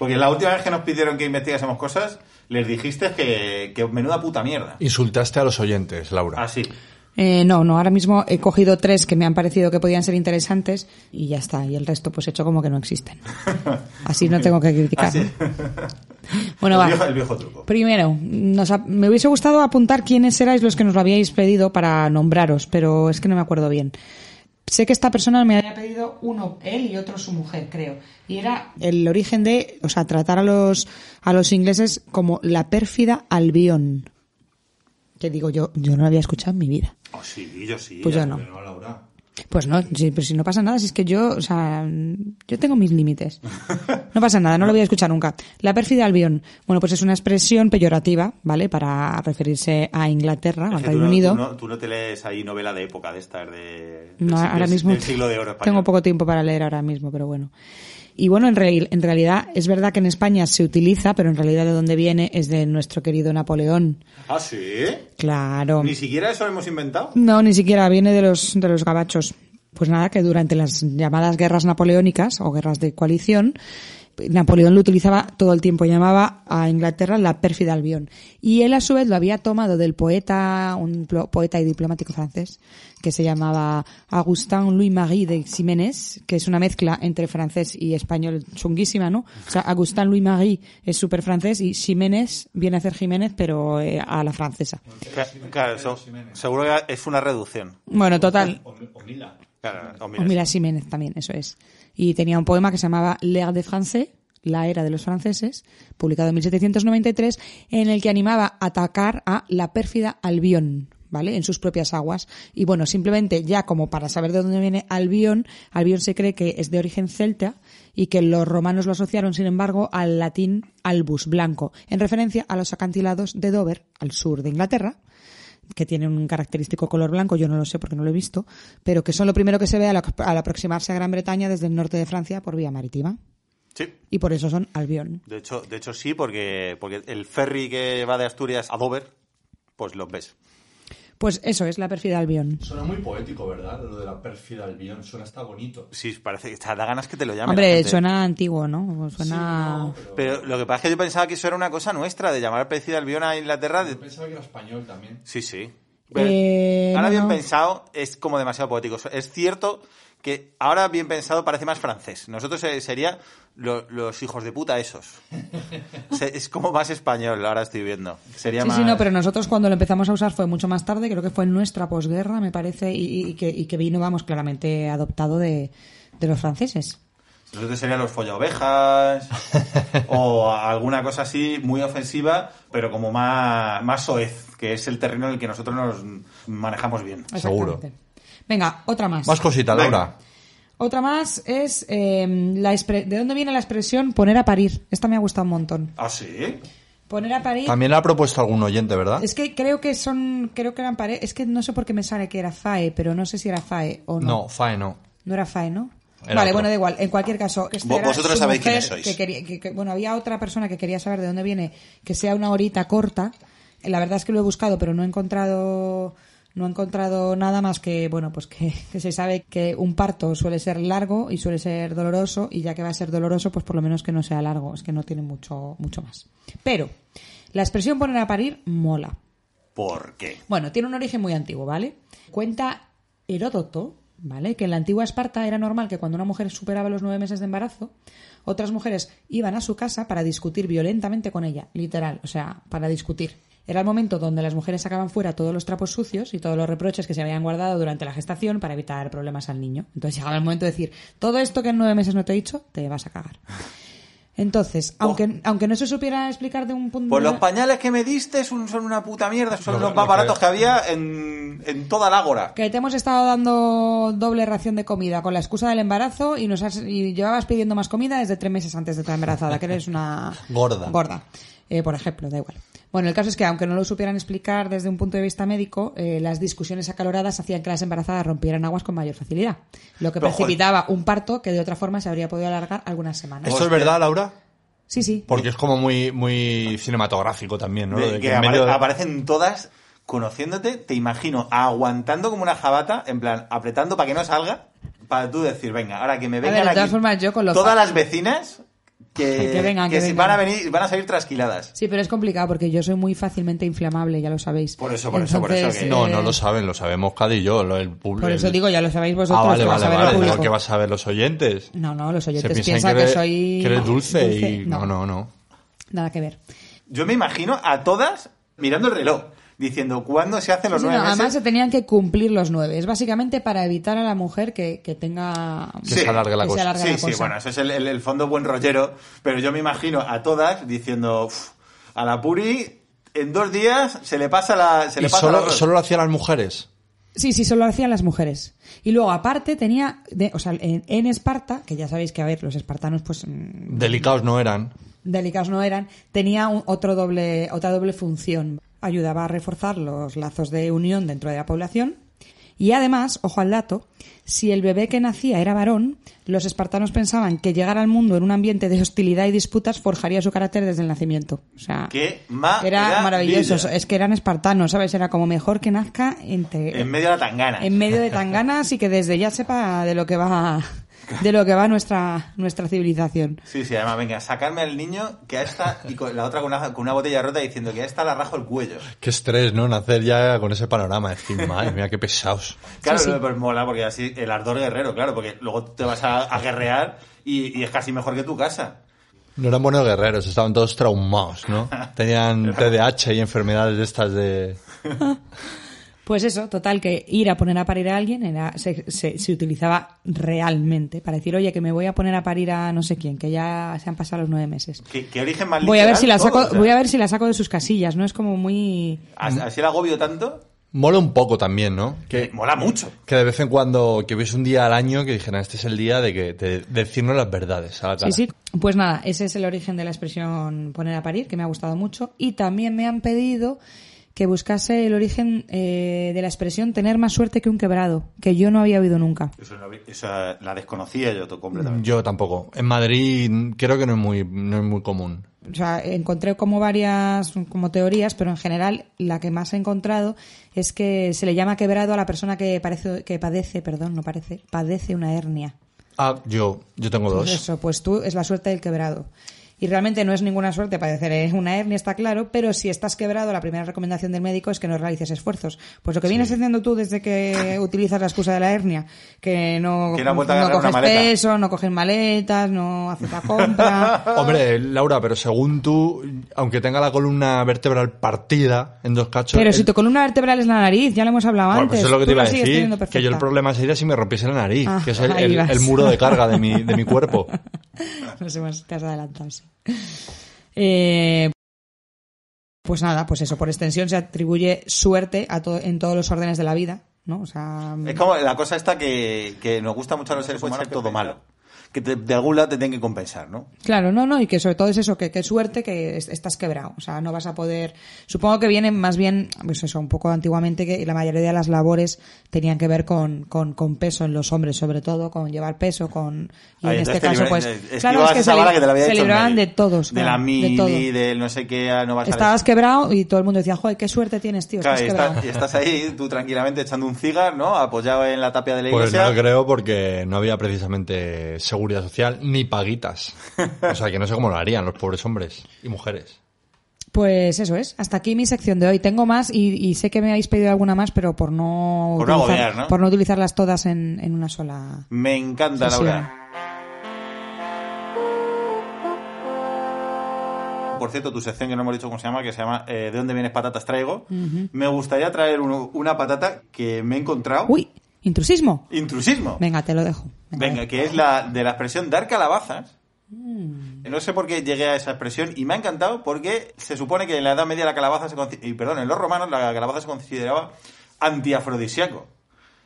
[SPEAKER 2] Porque la última vez que nos pidieron que investigásemos cosas, les dijiste que, que menuda puta mierda. Ah,
[SPEAKER 4] Insultaste a los oyentes, Laura.
[SPEAKER 2] Así.
[SPEAKER 3] Eh, no, no, ahora mismo he cogido tres que me han parecido que podían ser interesantes y ya está. Y el resto pues he hecho como que no existen. Así no tengo que criticar.
[SPEAKER 2] Así.
[SPEAKER 3] Bueno, va.
[SPEAKER 2] Ah, el, viejo, el viejo truco.
[SPEAKER 3] Primero, nos ap- me hubiese gustado apuntar quiénes erais los que nos lo habíais pedido para nombraros, pero es que no me acuerdo bien. Sé que esta persona me había pedido uno él y otro su mujer, creo. Y era el origen de, o sea, tratar a los, a los ingleses como la pérfida Albión. Que digo yo, yo no lo había escuchado en mi vida.
[SPEAKER 2] Oh, sí, yo sí.
[SPEAKER 3] Pues yo
[SPEAKER 2] ya,
[SPEAKER 3] no.
[SPEAKER 2] pero Laura.
[SPEAKER 3] Pues no, sí, pero si no pasa nada, si es que yo, o sea, yo tengo mis límites. No pasa nada, no lo voy a escuchar nunca. La pérfida Albión. Bueno, pues es una expresión peyorativa, ¿vale? Para referirse a Inglaterra,
[SPEAKER 2] Es
[SPEAKER 3] al
[SPEAKER 2] que tú
[SPEAKER 3] Reino
[SPEAKER 2] no-
[SPEAKER 3] Unido.
[SPEAKER 2] Tú no, tú no te lees ahí novela de época de estas de. del
[SPEAKER 3] No,
[SPEAKER 2] si-
[SPEAKER 3] ahora
[SPEAKER 2] del-
[SPEAKER 3] mismo
[SPEAKER 2] Del siglo de oro español.
[SPEAKER 3] tengo poco tiempo para leer ahora mismo, pero bueno. Y bueno, en, real- en realidad es verdad que en España se utiliza, pero en realidad de dónde viene es de nuestro querido Napoleón.
[SPEAKER 2] Ah, sí.
[SPEAKER 3] Claro.
[SPEAKER 2] Ni siquiera eso lo hemos inventado.
[SPEAKER 3] No, ni siquiera, viene de los, de los gabachos. Pues nada, que durante las llamadas guerras napoleónicas o guerras de coalición, Napoleón lo utilizaba todo el tiempo, llamaba a Inglaterra la pérfida Albión. Y él a su vez lo había tomado del poeta, un plo- poeta y diplomático francés, que se llamaba Augustin Louis-Marie de Ximénez, que es una mezcla entre francés y español chunguísima, ¿no? O sea, Augustin Louis-Marie es súper francés y Ximénez viene a ser Jiménez, pero eh, a la francesa.
[SPEAKER 2] Ca- Claro, eso- seguro que es una reducción.
[SPEAKER 3] Bueno, total.
[SPEAKER 2] Claro, o mira,
[SPEAKER 3] Mira, Jiménez también, eso es. Y tenía un poema que se llamaba L'ère des Français, la era de los franceses, publicado en 1793, en el que animaba a atacar a la pérfida Albión, ¿vale? En sus propias aguas. Y bueno, simplemente ya como para saber de dónde viene Albión, Albión se cree que es de origen celta y que los romanos lo asociaron, sin embargo, al latín albus, blanco, en referencia a los acantilados de Dover, al sur de Inglaterra, que tienen un característico color blanco, yo no lo sé porque no lo he visto, pero que son lo primero que se ve al, ac- al aproximarse a Gran Bretaña desde el norte de Francia por vía marítima.
[SPEAKER 2] Sí.
[SPEAKER 3] Y por eso son Albión.
[SPEAKER 2] De hecho, de hecho sí, porque, porque el ferry que va de Asturias a Dover, pues los ves.
[SPEAKER 3] Pues eso es la perfida Albión.
[SPEAKER 4] Suena muy poético, ¿verdad? Lo de la pérfida Albión. Suena hasta bonito.
[SPEAKER 2] Sí, parece que está- da ganas que te lo llamen. la
[SPEAKER 3] Hombre,
[SPEAKER 2] gente.
[SPEAKER 3] suena antiguo, ¿no? Suena...
[SPEAKER 2] Pero lo que pasa es que yo pensaba que eso era una cosa nuestra, de llamar Pérfida Albión a Inglaterra. de-
[SPEAKER 4] Pensaba que era español también.
[SPEAKER 2] Sí, sí.
[SPEAKER 3] Eh,
[SPEAKER 2] ahora
[SPEAKER 3] no,
[SPEAKER 2] bien
[SPEAKER 3] no.
[SPEAKER 2] pensado es como demasiado poético. Es cierto que ahora bien pensado parece más francés. Nosotros eh, sería lo- los hijos de puta esos. Se- es como más español, ahora estoy viendo. Sería
[SPEAKER 3] Sí,
[SPEAKER 2] más...
[SPEAKER 3] sí, no, pero nosotros cuando lo empezamos a usar fue mucho más tarde, creo que fue en nuestra posguerra, me parece, y, y- y que, y que vino, vamos, claramente adoptado de, de los franceses.
[SPEAKER 2] Nosotros serían los follaovejas o alguna cosa así muy ofensiva, pero como más, más soez, que es el terreno en el que nosotros nos manejamos bien.
[SPEAKER 4] Seguro.
[SPEAKER 3] Exactamente. Venga, otra más.
[SPEAKER 4] Más cosita,
[SPEAKER 2] Venga.
[SPEAKER 4] Laura.
[SPEAKER 3] Otra más es eh, la expre- de dónde viene la expresión poner a parir. Esta me ha gustado un montón.
[SPEAKER 2] ¿Ah, sí?
[SPEAKER 3] Poner a parir.
[SPEAKER 4] También la ha propuesto algún oyente, ¿verdad?
[SPEAKER 3] Es que creo que son, creo que eran pares. Es que no sé por qué me sale que era fae, pero no sé si era fae o no.
[SPEAKER 4] No, fae no.
[SPEAKER 3] No era fae, ¿no?
[SPEAKER 4] Era
[SPEAKER 3] vale,
[SPEAKER 4] otro.
[SPEAKER 3] bueno, da igual. En cualquier caso, esta
[SPEAKER 2] Vos-
[SPEAKER 3] era
[SPEAKER 2] vosotros
[SPEAKER 3] su
[SPEAKER 2] sabéis
[SPEAKER 3] mujer
[SPEAKER 2] quiénes sois.
[SPEAKER 3] que quería- que- que- bueno, había otra persona que quería saber de dónde viene, que sea una horita corta. Eh, La verdad es que lo he buscado, pero no he encontrado no he encontrado nada más que bueno pues que, que se sabe que un parto suele ser largo y suele ser doloroso y ya que va a ser doloroso pues por lo menos que no sea largo es que no tiene mucho mucho más pero la expresión poner a parir mola
[SPEAKER 2] ¿Por qué?
[SPEAKER 3] bueno, tiene un origen muy antiguo, ¿vale? Cuenta Heródoto, ¿vale? Que en la antigua Esparta era normal que cuando una mujer superaba los nueve meses de embarazo, otras mujeres iban a su casa para discutir violentamente con ella, literal, o sea, para discutir. Era el momento donde las mujeres sacaban fuera todos los trapos sucios y todos los reproches que se habían guardado durante la gestación para evitar problemas al niño. Entonces llegaba el momento de decir, todo esto que en nueve meses no te he dicho, te vas a cagar. Entonces, aunque, aunque no se supiera explicar de un punto
[SPEAKER 2] Oh. Pues los pañales que me diste son, son una puta mierda, son
[SPEAKER 4] Lo-
[SPEAKER 2] los más
[SPEAKER 4] lo
[SPEAKER 2] baratos
[SPEAKER 4] que-
[SPEAKER 2] que había en, en toda la ágora.
[SPEAKER 3] Que te hemos estado dando doble ración de comida con la excusa del embarazo y nos has- y llevabas pidiendo más comida desde tres meses antes de estar embarazada, que eres una
[SPEAKER 4] Gorda.
[SPEAKER 3] Gorda, eh, por ejemplo, da igual. Bueno, el caso es que aunque no lo supieran explicar desde un punto de vista médico, eh, las discusiones acaloradas hacían que las embarazadas rompieran aguas con mayor facilidad, lo que
[SPEAKER 2] Pero, joder.
[SPEAKER 3] precipitaba un parto que de otra forma se habría podido alargar algunas semanas.
[SPEAKER 4] ¿Esto es verdad, Laura?
[SPEAKER 3] Sí, sí.
[SPEAKER 4] Porque es como muy, muy cinematográfico también, ¿no? Lo
[SPEAKER 2] De-
[SPEAKER 4] de
[SPEAKER 2] que
[SPEAKER 4] que en
[SPEAKER 2] apare-
[SPEAKER 4] medio de-
[SPEAKER 2] aparecen todas conociéndote, te imagino, aguantando como una jabata, en plan, apretando para que no salga, para tú decir, venga, ahora que me vengan
[SPEAKER 3] ver, de
[SPEAKER 2] aquí
[SPEAKER 3] todas formas, yo con los-
[SPEAKER 2] todas las vecinas que,
[SPEAKER 3] Que vengan, que
[SPEAKER 2] si
[SPEAKER 3] vengan.
[SPEAKER 2] Van, a venir, van a salir trasquiladas.
[SPEAKER 3] Sí, pero es complicado porque yo soy muy fácilmente inflamable, ya lo sabéis.
[SPEAKER 2] Por eso, por eso, por eso que-
[SPEAKER 4] No,
[SPEAKER 3] eh,
[SPEAKER 4] no lo saben, lo sabemos Cadi y yo, lo- el público.
[SPEAKER 3] Por eso digo, ya lo sabéis vosotros,
[SPEAKER 4] Ah, vale,
[SPEAKER 3] que va a
[SPEAKER 4] vale,
[SPEAKER 3] saber el
[SPEAKER 4] vale.
[SPEAKER 3] público.
[SPEAKER 4] Digo que vas a ver los oyentes.
[SPEAKER 3] No, no, los
[SPEAKER 4] Se
[SPEAKER 3] oyentes piensan
[SPEAKER 4] piensan
[SPEAKER 3] que,
[SPEAKER 4] eres,
[SPEAKER 3] soy...
[SPEAKER 4] que eres dulce, y...
[SPEAKER 3] No,
[SPEAKER 4] No, no, no.
[SPEAKER 3] Nada que ver.
[SPEAKER 2] Yo me imagino a todas mirando el reloj, diciendo, ¿cuándo se hacen los
[SPEAKER 3] Sí, no,
[SPEAKER 2] nueve meses?
[SPEAKER 3] además se tenían que cumplir los nueve. Es básicamente para evitar a la mujer que, que tenga...
[SPEAKER 4] Que
[SPEAKER 2] Sí,
[SPEAKER 4] se alargue la
[SPEAKER 3] que se
[SPEAKER 4] cosa.
[SPEAKER 3] alargue.
[SPEAKER 2] Sí,
[SPEAKER 3] la
[SPEAKER 2] sí,
[SPEAKER 3] cosa.
[SPEAKER 2] bueno, eso es el, el- el fondo buen rollero, pero yo me imagino a todas diciendo, "Uf, a la Puri en dos días se le pasa la... Se le
[SPEAKER 4] ¿Y
[SPEAKER 2] pasa la
[SPEAKER 4] solo,
[SPEAKER 2] ro-".
[SPEAKER 4] solo lo hacían las mujeres?
[SPEAKER 3] Sí, sí, solo hacían las mujeres. Y luego, aparte, tenía, de- o sea, en, en Esparta, que ya sabéis que, a ver, los espartanos, pues, mm,
[SPEAKER 4] Delicados no eran.
[SPEAKER 3] delicados no eran, tenía un- otro doble, otra doble función. Ayudaba a reforzar los lazos de unión dentro de la población. Y además, ojo al dato, si el bebé que nacía era varón, los espartanos pensaban que llegar al mundo en un ambiente de hostilidad y disputas forjaría su carácter desde el nacimiento. O sea,
[SPEAKER 2] ¡Qué maravilla!
[SPEAKER 3] era maravilloso. Es que eran espartanos, ¿sabes? Era como mejor que nazca entre,
[SPEAKER 2] En medio de la tangana.
[SPEAKER 3] en medio de tanganas y que desde ya sepa de lo que va, de lo que va nuestra, nuestra civilización.
[SPEAKER 2] Sí, sí, además, venga, sacarme al niño que a esta y con la otra con una, con una botella rota diciendo que a esta la rajo el cuello.
[SPEAKER 4] Qué estrés, ¿no? Nacer ya con ese panorama. Es que, madre mía, qué pesados.
[SPEAKER 2] Claro,
[SPEAKER 3] Sí, sí.
[SPEAKER 2] no, pero mola porque así el ardor guerrero, claro, porque luego te vas a, a guerrear y, y es casi mejor que tu casa.
[SPEAKER 4] No eran buenos guerreros, estaban todos traumados, ¿no? Tenían TDAH y enfermedades de estas de...
[SPEAKER 3] Pues eso, total, que ir a poner a parir a alguien era, se, se- se utilizaba realmente para decir, oye, que me voy a poner a parir a no sé quién, que ya se han pasado los nueve meses.
[SPEAKER 2] ¿Qué, qué origen más
[SPEAKER 3] Voy a ver
[SPEAKER 2] literal
[SPEAKER 3] si la
[SPEAKER 2] todo,
[SPEAKER 3] saco,
[SPEAKER 2] o sea,
[SPEAKER 3] voy a ver si la saco de sus casillas, ¿no? Es como muy...
[SPEAKER 2] as- Así el agobio tanto
[SPEAKER 4] Mola un poco también, ¿no?
[SPEAKER 2] que mola mucho.
[SPEAKER 4] Que de vez en cuando, que hubiese un día al año que dijeran, este es el día de que de decirnos las verdades a la cara.
[SPEAKER 3] Sí, sí. Pues nada, ese es el origen de la expresión poner a parir, que me ha gustado mucho. Y también me han pedido que buscase el origen eh, de la expresión tener más suerte que un quebrado, que yo no había oído nunca.
[SPEAKER 2] Eso, no vi- eso, eh, la desconocía yo to- completamente.
[SPEAKER 4] Yo tampoco. En Madrid creo que no es muy, no es muy común.
[SPEAKER 3] O sea, encontré como varias como teorías, pero en general la que más he encontrado es que se le llama quebrado a la persona que parece que padece, perdón, no parece, padece una hernia.
[SPEAKER 4] Ah, yo, yo tengo
[SPEAKER 3] Pues
[SPEAKER 4] dos.
[SPEAKER 3] Eso, pues tú es la suerte del quebrado. Y realmente no es ninguna suerte padecer eh, una hernia, está claro, pero si estás quebrado, la primera recomendación del médico es que no realices esfuerzos. Pues lo que vienes haciendo tú desde que utilizas la excusa de la hernia, que no,
[SPEAKER 2] Que no has vuelto a
[SPEAKER 3] no
[SPEAKER 2] agarrar una
[SPEAKER 3] coges
[SPEAKER 2] maleta.
[SPEAKER 3] peso, no coges maletas, no haces la compra.
[SPEAKER 4] Hombre, Laura, pero según tú, aunque tenga la columna vertebral partida en dos cachos...
[SPEAKER 3] Pero
[SPEAKER 4] el-
[SPEAKER 3] si tu columna vertebral es la nariz, ya lo hemos hablado
[SPEAKER 4] Bueno,
[SPEAKER 3] antes.
[SPEAKER 4] pues eso es lo que
[SPEAKER 3] Tú
[SPEAKER 4] te iba
[SPEAKER 3] la
[SPEAKER 4] a
[SPEAKER 3] sigues teniendo
[SPEAKER 4] decir, que yo el
[SPEAKER 3] perfecta.
[SPEAKER 4] problema sería si me rompiese la nariz,
[SPEAKER 3] Ah,
[SPEAKER 4] que es el,
[SPEAKER 3] ahí
[SPEAKER 4] el-
[SPEAKER 3] vas.
[SPEAKER 4] el muro de carga de mi, de mi cuerpo.
[SPEAKER 3] Nos hemos- te has adelantado, sí. Eh, pues nada, pues eso, por extensión se atribuye suerte a to- en todos los órdenes de la vida, ¿no? O sea,
[SPEAKER 2] Es como la cosa esta que, que nos gusta mucho a los seres humanos, que todo malo. Que te- de algún lado te tienen que compensar, ¿no?
[SPEAKER 3] claro, no, no, y que sobre todo es eso, que, que suerte que es- estás quebrado, o sea, no vas a poder... Supongo que viene más bien, pues eso, un poco antiguamente que la mayoría de las labores tenían que ver con, con, con peso en los hombres, sobre todo, con llevar peso, con... Y
[SPEAKER 2] Ahí,
[SPEAKER 3] en
[SPEAKER 2] entonces
[SPEAKER 3] este
[SPEAKER 2] te
[SPEAKER 3] caso,
[SPEAKER 2] libra-
[SPEAKER 3] pues...
[SPEAKER 2] esquivabas
[SPEAKER 3] Claro, es que
[SPEAKER 2] esa
[SPEAKER 3] se,
[SPEAKER 2] bala
[SPEAKER 3] li-
[SPEAKER 2] que te la había
[SPEAKER 3] se
[SPEAKER 2] hecho en
[SPEAKER 3] libraban de
[SPEAKER 2] medio.
[SPEAKER 3] todos.
[SPEAKER 2] De
[SPEAKER 3] claro,
[SPEAKER 2] la mili,
[SPEAKER 3] todo.
[SPEAKER 2] del no sé qué, ah, no vas
[SPEAKER 3] Estabas
[SPEAKER 2] a
[SPEAKER 3] quebrado y todo el mundo decía, joder, qué suerte tienes, tío,
[SPEAKER 2] Claro,
[SPEAKER 3] estás
[SPEAKER 2] y está-
[SPEAKER 3] quebrado.
[SPEAKER 2] y estás ahí tú tranquilamente echando un cigar, ¿no? Apoyado en la tapia de la
[SPEAKER 4] Pues
[SPEAKER 2] iglesia.
[SPEAKER 4] no lo creo porque no había precisamente seguridad social ni paguitas. O sea, que no sé cómo lo harían los pobres hombres y mujeres.
[SPEAKER 3] Pues eso es, hasta aquí mi sección de hoy. Tengo más y, y sé que me habéis pedido alguna más, pero por no,
[SPEAKER 2] Por no
[SPEAKER 3] utilizar-
[SPEAKER 2] agobiar, ¿no?
[SPEAKER 3] por no utilizarlas todas en, en una sola.
[SPEAKER 2] Me encanta,
[SPEAKER 3] Sí, sí.
[SPEAKER 2] Laura. Por cierto, tu sección que no hemos dicho cómo se llama, que se llama eh, ¿De dónde vienes patatas traigo? Me gustaría traer uno- una patata que me he encontrado.
[SPEAKER 3] Uy, intrusismo.
[SPEAKER 2] Intrusismo.
[SPEAKER 3] Venga, te lo dejo.
[SPEAKER 2] Venga, que es la de la expresión dar calabazas. No sé por qué llegué a esa expresión y me ha encantado porque se supone que en la Edad Media la calabaza se consi- y perdón, en los romanos la calabaza se consideraba antiafrodisíaco.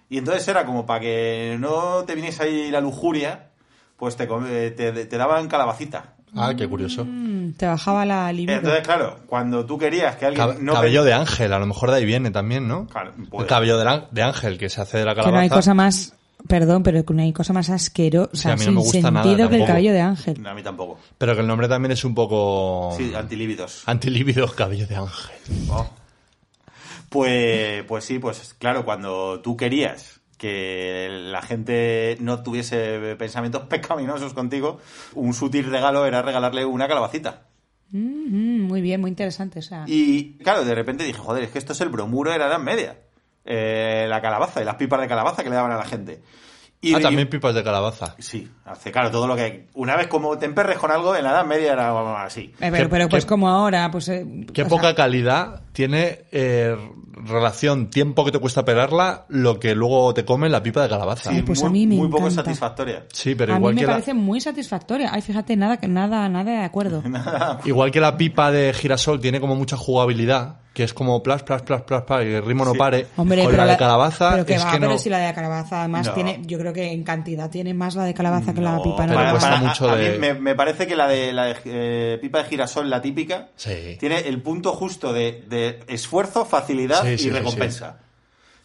[SPEAKER 2] Y entonces era como para que no te viniese ahí la lujuria, pues te, com- eh, te, te daban calabacita.
[SPEAKER 4] Ah, qué curioso.
[SPEAKER 3] Mm, Te bajaba la libido.
[SPEAKER 2] Entonces, claro, cuando tú querías que alguien
[SPEAKER 4] Cab-
[SPEAKER 2] no
[SPEAKER 4] cabello de ángel, a lo mejor de ahí viene también, ¿no?
[SPEAKER 2] Claro, puede.
[SPEAKER 4] el cabello de, la- de ángel que se hace de la
[SPEAKER 3] Que
[SPEAKER 4] calabaza.
[SPEAKER 3] no hay cosa más, perdón, pero que no hay cosa más asquerosa,
[SPEAKER 4] Sí, a mí no
[SPEAKER 3] sin
[SPEAKER 4] me gusta
[SPEAKER 3] sentido
[SPEAKER 4] nada
[SPEAKER 3] que el
[SPEAKER 4] tampoco.
[SPEAKER 3] cabello de ángel.
[SPEAKER 2] No, a mí tampoco.
[SPEAKER 4] Pero que el nombre también es un poco
[SPEAKER 2] Sí, antilíbidos.
[SPEAKER 4] antilíbido, cabello de ángel.
[SPEAKER 2] Oh. Pues, pues sí, pues claro, cuando tú querías que la gente no tuviese pensamientos pecaminosos contigo, un sutil regalo era regalarle una calabacita.
[SPEAKER 3] Mm, mm, muy bien, muy interesante. O sea, eh,
[SPEAKER 2] Y claro, de repente dije, joder, es que esto es el bromuro de la Edad Media. Eh, la calabaza y las pipas de calabaza que le daban a la gente. Y,
[SPEAKER 4] Ah, también pipas de calabaza.
[SPEAKER 2] y- sí, hace claro, todo lo que... Una vez como te emperres con algo, en la Edad Media era así.
[SPEAKER 3] Eh, pero,
[SPEAKER 4] qué-
[SPEAKER 3] pero pues
[SPEAKER 4] qué-
[SPEAKER 3] como ahora, pues. eh,
[SPEAKER 4] Qué
[SPEAKER 3] o sea,
[SPEAKER 4] poca calidad tiene eh, relación tiempo que te cuesta pelarla, lo que luego te come la pipa de calabaza.
[SPEAKER 2] Sí,
[SPEAKER 3] Ay, pues
[SPEAKER 2] muy,
[SPEAKER 3] a mí me
[SPEAKER 2] muy poco
[SPEAKER 3] encanta.
[SPEAKER 2] satisfactoria.
[SPEAKER 4] Sí, pero
[SPEAKER 3] a
[SPEAKER 4] igual
[SPEAKER 3] mí
[SPEAKER 4] que
[SPEAKER 3] me
[SPEAKER 4] la-
[SPEAKER 3] parece muy satisfactoria. Ay, fíjate, nada, nada, nada de acuerdo.
[SPEAKER 4] Igual que la pipa de girasol tiene como mucha jugabilidad, que es como plas, plas, plas, plas, plas, y el ritmo no
[SPEAKER 2] Sí.
[SPEAKER 4] pare.
[SPEAKER 3] Hombre,
[SPEAKER 4] con
[SPEAKER 3] pero
[SPEAKER 4] la de calabaza
[SPEAKER 3] pero que
[SPEAKER 4] es
[SPEAKER 3] va,
[SPEAKER 4] que no.
[SPEAKER 3] pero si la de calabaza además
[SPEAKER 2] No.
[SPEAKER 3] tiene, yo creo que en cantidad tiene más la de calabaza que la
[SPEAKER 2] No,
[SPEAKER 3] pipa.
[SPEAKER 4] pero
[SPEAKER 3] normal.
[SPEAKER 4] cuesta mucho
[SPEAKER 2] a- a
[SPEAKER 4] de-
[SPEAKER 2] mí me, me parece que la de, la de, eh, pipa de girasol, la típica,
[SPEAKER 4] Sí.
[SPEAKER 2] tiene el punto justo de, de esfuerzo, facilidad
[SPEAKER 4] Sí,
[SPEAKER 2] y
[SPEAKER 4] sí, sí,
[SPEAKER 2] recompensa.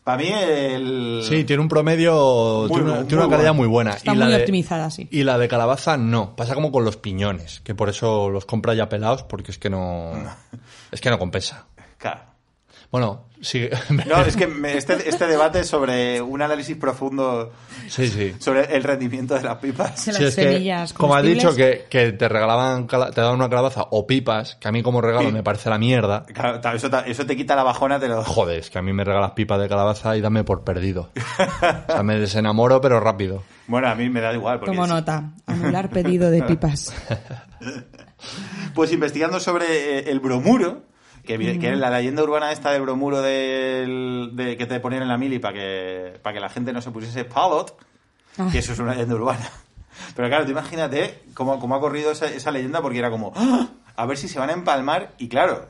[SPEAKER 2] Para mí el...
[SPEAKER 4] Sí, tiene un
[SPEAKER 2] Muy
[SPEAKER 4] promedio, tiene
[SPEAKER 2] bu-
[SPEAKER 4] una, tiene una
[SPEAKER 2] muy
[SPEAKER 4] calidad
[SPEAKER 2] bueno.
[SPEAKER 4] muy buena.
[SPEAKER 3] Está
[SPEAKER 4] y la
[SPEAKER 3] muy
[SPEAKER 4] de-
[SPEAKER 3] optimizada, sí.
[SPEAKER 4] Y la de calabaza no. Pasa como con los piñones, que por eso los compra ya pelados, porque es que no. es que no compensa.
[SPEAKER 2] Claro.
[SPEAKER 4] Bueno, sí.
[SPEAKER 2] No, es que me- este, este debate sobre un análisis profundo
[SPEAKER 4] sí, sí.
[SPEAKER 2] sobre el rendimiento de las pipas.
[SPEAKER 3] Se las
[SPEAKER 4] Sí, es que,
[SPEAKER 3] semillas
[SPEAKER 4] como has dicho,
[SPEAKER 3] comestibles.
[SPEAKER 4] que, que te regalaban, cala- te daban una calabaza o pipas, que a mí como regalo
[SPEAKER 2] Sí.
[SPEAKER 4] me parece la mierda.
[SPEAKER 2] Claro, ta- eso, ta- eso te quita la bajona, te lo...
[SPEAKER 4] Joder, es que a mí me regalas pipas de calabaza y dame por perdido. O sea, me desenamoro, pero rápido.
[SPEAKER 2] Bueno, a mí me da igual. Porque
[SPEAKER 3] Tomo
[SPEAKER 2] es-
[SPEAKER 3] nota. Anular pedido de pipas.
[SPEAKER 2] Pues investigando sobre eh, el bromuro, que, vi- que es la leyenda urbana esta del bromuro del, de, que te ponían en la mili para que, para que la gente no se pusiese palot,
[SPEAKER 3] Ah.
[SPEAKER 2] que eso es una leyenda urbana. Pero claro, tú imagínate cómo, cómo ha corrido esa, esa leyenda, porque era como, ¡Ah! a ver si se van a empalmar, y claro,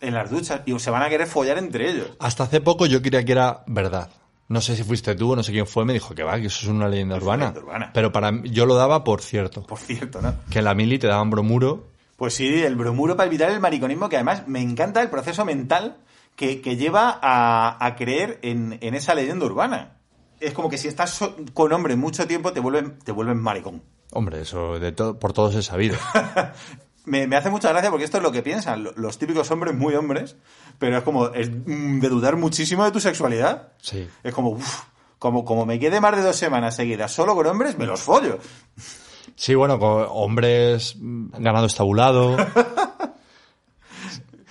[SPEAKER 2] en las duchas, y se van a querer follar entre ellos.
[SPEAKER 4] Hasta hace poco yo creía que era verdad. No sé si fuiste tú o no sé quién fue, me dijo que va, que eso es una leyenda
[SPEAKER 2] Es una
[SPEAKER 4] urbana.
[SPEAKER 2] leyenda urbana.
[SPEAKER 4] Pero para mí- yo lo daba por cierto.
[SPEAKER 2] Por cierto, ¿no?
[SPEAKER 4] Que en la mili te daban bromuro.
[SPEAKER 2] Pues sí, el bromuro para evitar el mariconismo, que además me encanta el proceso mental que, que lleva a, a creer en, en esa leyenda urbana. Es como que si estás so- con hombres mucho tiempo te vuelven, te vuelven maricón.
[SPEAKER 4] Hombre, eso de todo, por todos he sabido.
[SPEAKER 2] Me, me hace mucha gracia porque esto es lo que piensan lo- los típicos hombres muy hombres, pero es como es mm, de dudar muchísimo de tu sexualidad.
[SPEAKER 4] Sí.
[SPEAKER 2] Es como, uff, como, como me quede más de dos semanas seguidas solo con hombres, me los follo.
[SPEAKER 4] Sí, bueno, con hombres mm, ganado estabulado.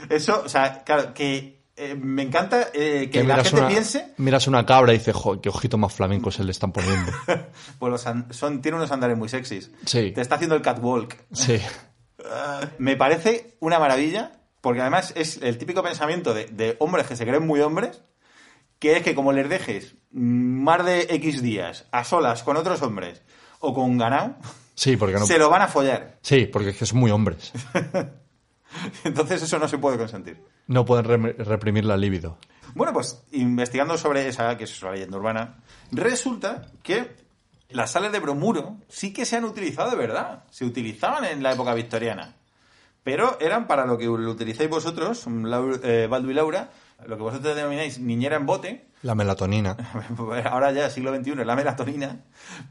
[SPEAKER 2] Eso, o sea, claro, que eh, me encanta eh, que, la
[SPEAKER 4] miras
[SPEAKER 2] gente
[SPEAKER 4] una-
[SPEAKER 2] piense
[SPEAKER 4] Miras una cabra y dices, jo, qué ojitos más flamencos se le están poniendo.
[SPEAKER 2] Pues los an- son, tiene unos andares muy sexys.
[SPEAKER 4] Sí.
[SPEAKER 2] Te está haciendo el catwalk.
[SPEAKER 4] Sí.
[SPEAKER 2] Me parece una maravilla, porque además es el típico pensamiento de, de hombres que se creen muy hombres, que es que como les dejes mm, más de X días a solas con otros hombres o con ganado,
[SPEAKER 4] Sí, porque no.
[SPEAKER 2] se lo van a follar.
[SPEAKER 4] Sí, porque es que son muy hombres.
[SPEAKER 2] Entonces eso no se puede consentir.
[SPEAKER 4] No pueden re- reprimir la libido.
[SPEAKER 2] Bueno, pues investigando sobre esa, que es una leyenda urbana, resulta que las sales de bromuro sí que se han utilizado de verdad. Se utilizaban en la época victoriana. Pero eran para lo que lo utilizáis vosotros, Lau- eh, Baldu y Laura, lo que vosotros denomináis niñera en bote.
[SPEAKER 4] La melatonina.
[SPEAKER 2] Ahora ya, siglo XXI, es la melatonina.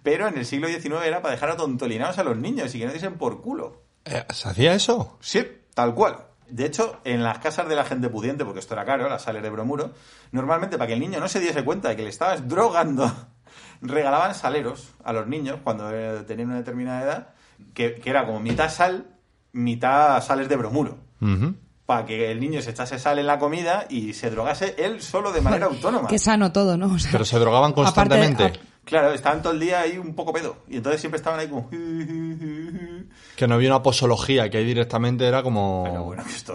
[SPEAKER 2] Pero en el siglo XIX era para dejar atontolinados a los niños y que no dicen por culo.
[SPEAKER 4] Eh, ¿Se hacía eso?
[SPEAKER 2] Sí, tal cual. De hecho, en las casas de la gente pudiente, porque esto era caro, las sales de bromuro, normalmente para que el niño no se diese cuenta de que le estabas drogando, regalaban saleros a los niños cuando eh, tenían una determinada edad, que, que era como mitad sal, mitad sales de bromuro,
[SPEAKER 4] Ujú.
[SPEAKER 2] para que el niño se echase sal en la comida y se drogase él solo de manera autónoma.
[SPEAKER 3] Qué sano todo, ¿no? O sea,
[SPEAKER 4] Pero se drogaban
[SPEAKER 3] aparte ah, de-
[SPEAKER 4] constantemente.
[SPEAKER 2] Claro, estaban todo el día ahí un poco pedo, y entonces siempre estaban ahí como...
[SPEAKER 4] Que no había una posología, que ahí directamente era como.
[SPEAKER 2] Pero bueno, esto...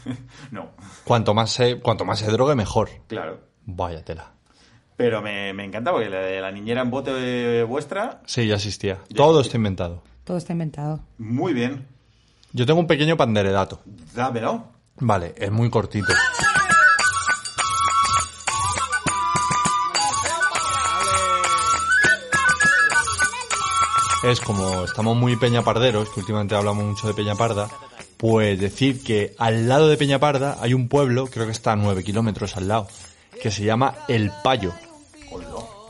[SPEAKER 2] No,
[SPEAKER 4] Cuanto más se, cuanto más se drogue, mejor.
[SPEAKER 2] claro.
[SPEAKER 4] Vaya tela.
[SPEAKER 2] Pero me, me encanta porque la, de la niñera en bote eh, vuestra,
[SPEAKER 4] Sí, ya existía. Todo está inventado.
[SPEAKER 3] todo está inventado.
[SPEAKER 2] muy bien.
[SPEAKER 4] Yo tengo un pequeño panderedato.
[SPEAKER 2] Dámelo.
[SPEAKER 4] Vale, es muy cortito. Es como estamos muy peñaparderos, que últimamente hablamos mucho de Peñaparda, pues decir que al lado de Peñaparda hay un pueblo, creo que está a 9 kilómetros al lado, que se llama El Payo.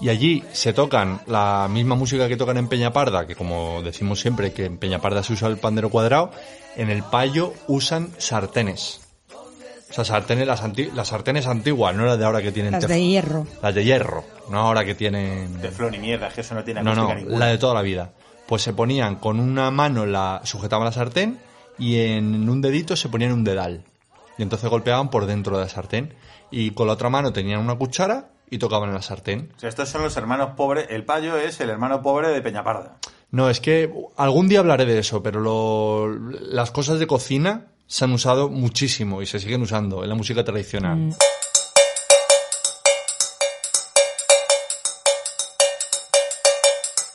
[SPEAKER 4] Y allí se tocan la misma música que tocan en Peñaparda, que como decimos siempre que en Peñaparda se usa el pandero cuadrado, en el payo usan sartenes. O sea, sartenes, las, anti- las sartenes antiguas, no las de ahora que tienen
[SPEAKER 3] Las
[SPEAKER 4] tef-
[SPEAKER 3] de hierro.
[SPEAKER 4] Las de hierro, no ahora que tienen...
[SPEAKER 2] Teflón y mierda, que eso no tiene
[SPEAKER 4] No, no,
[SPEAKER 2] acústica ninguna.
[SPEAKER 4] la de toda la vida. Pues se ponían con una mano, la sujetaban la sartén y en un dedito se ponían un dedal. Y entonces golpeaban por dentro de la sartén. Y con la otra mano tenían una cuchara y tocaban en la sartén.
[SPEAKER 2] O sea, estos son los hermanos pobres. El payo es el hermano pobre de Peñaparda.
[SPEAKER 4] No, es que algún día hablaré de eso, pero lo- las cosas de cocina se han usado muchísimo y se siguen usando en la música tradicional.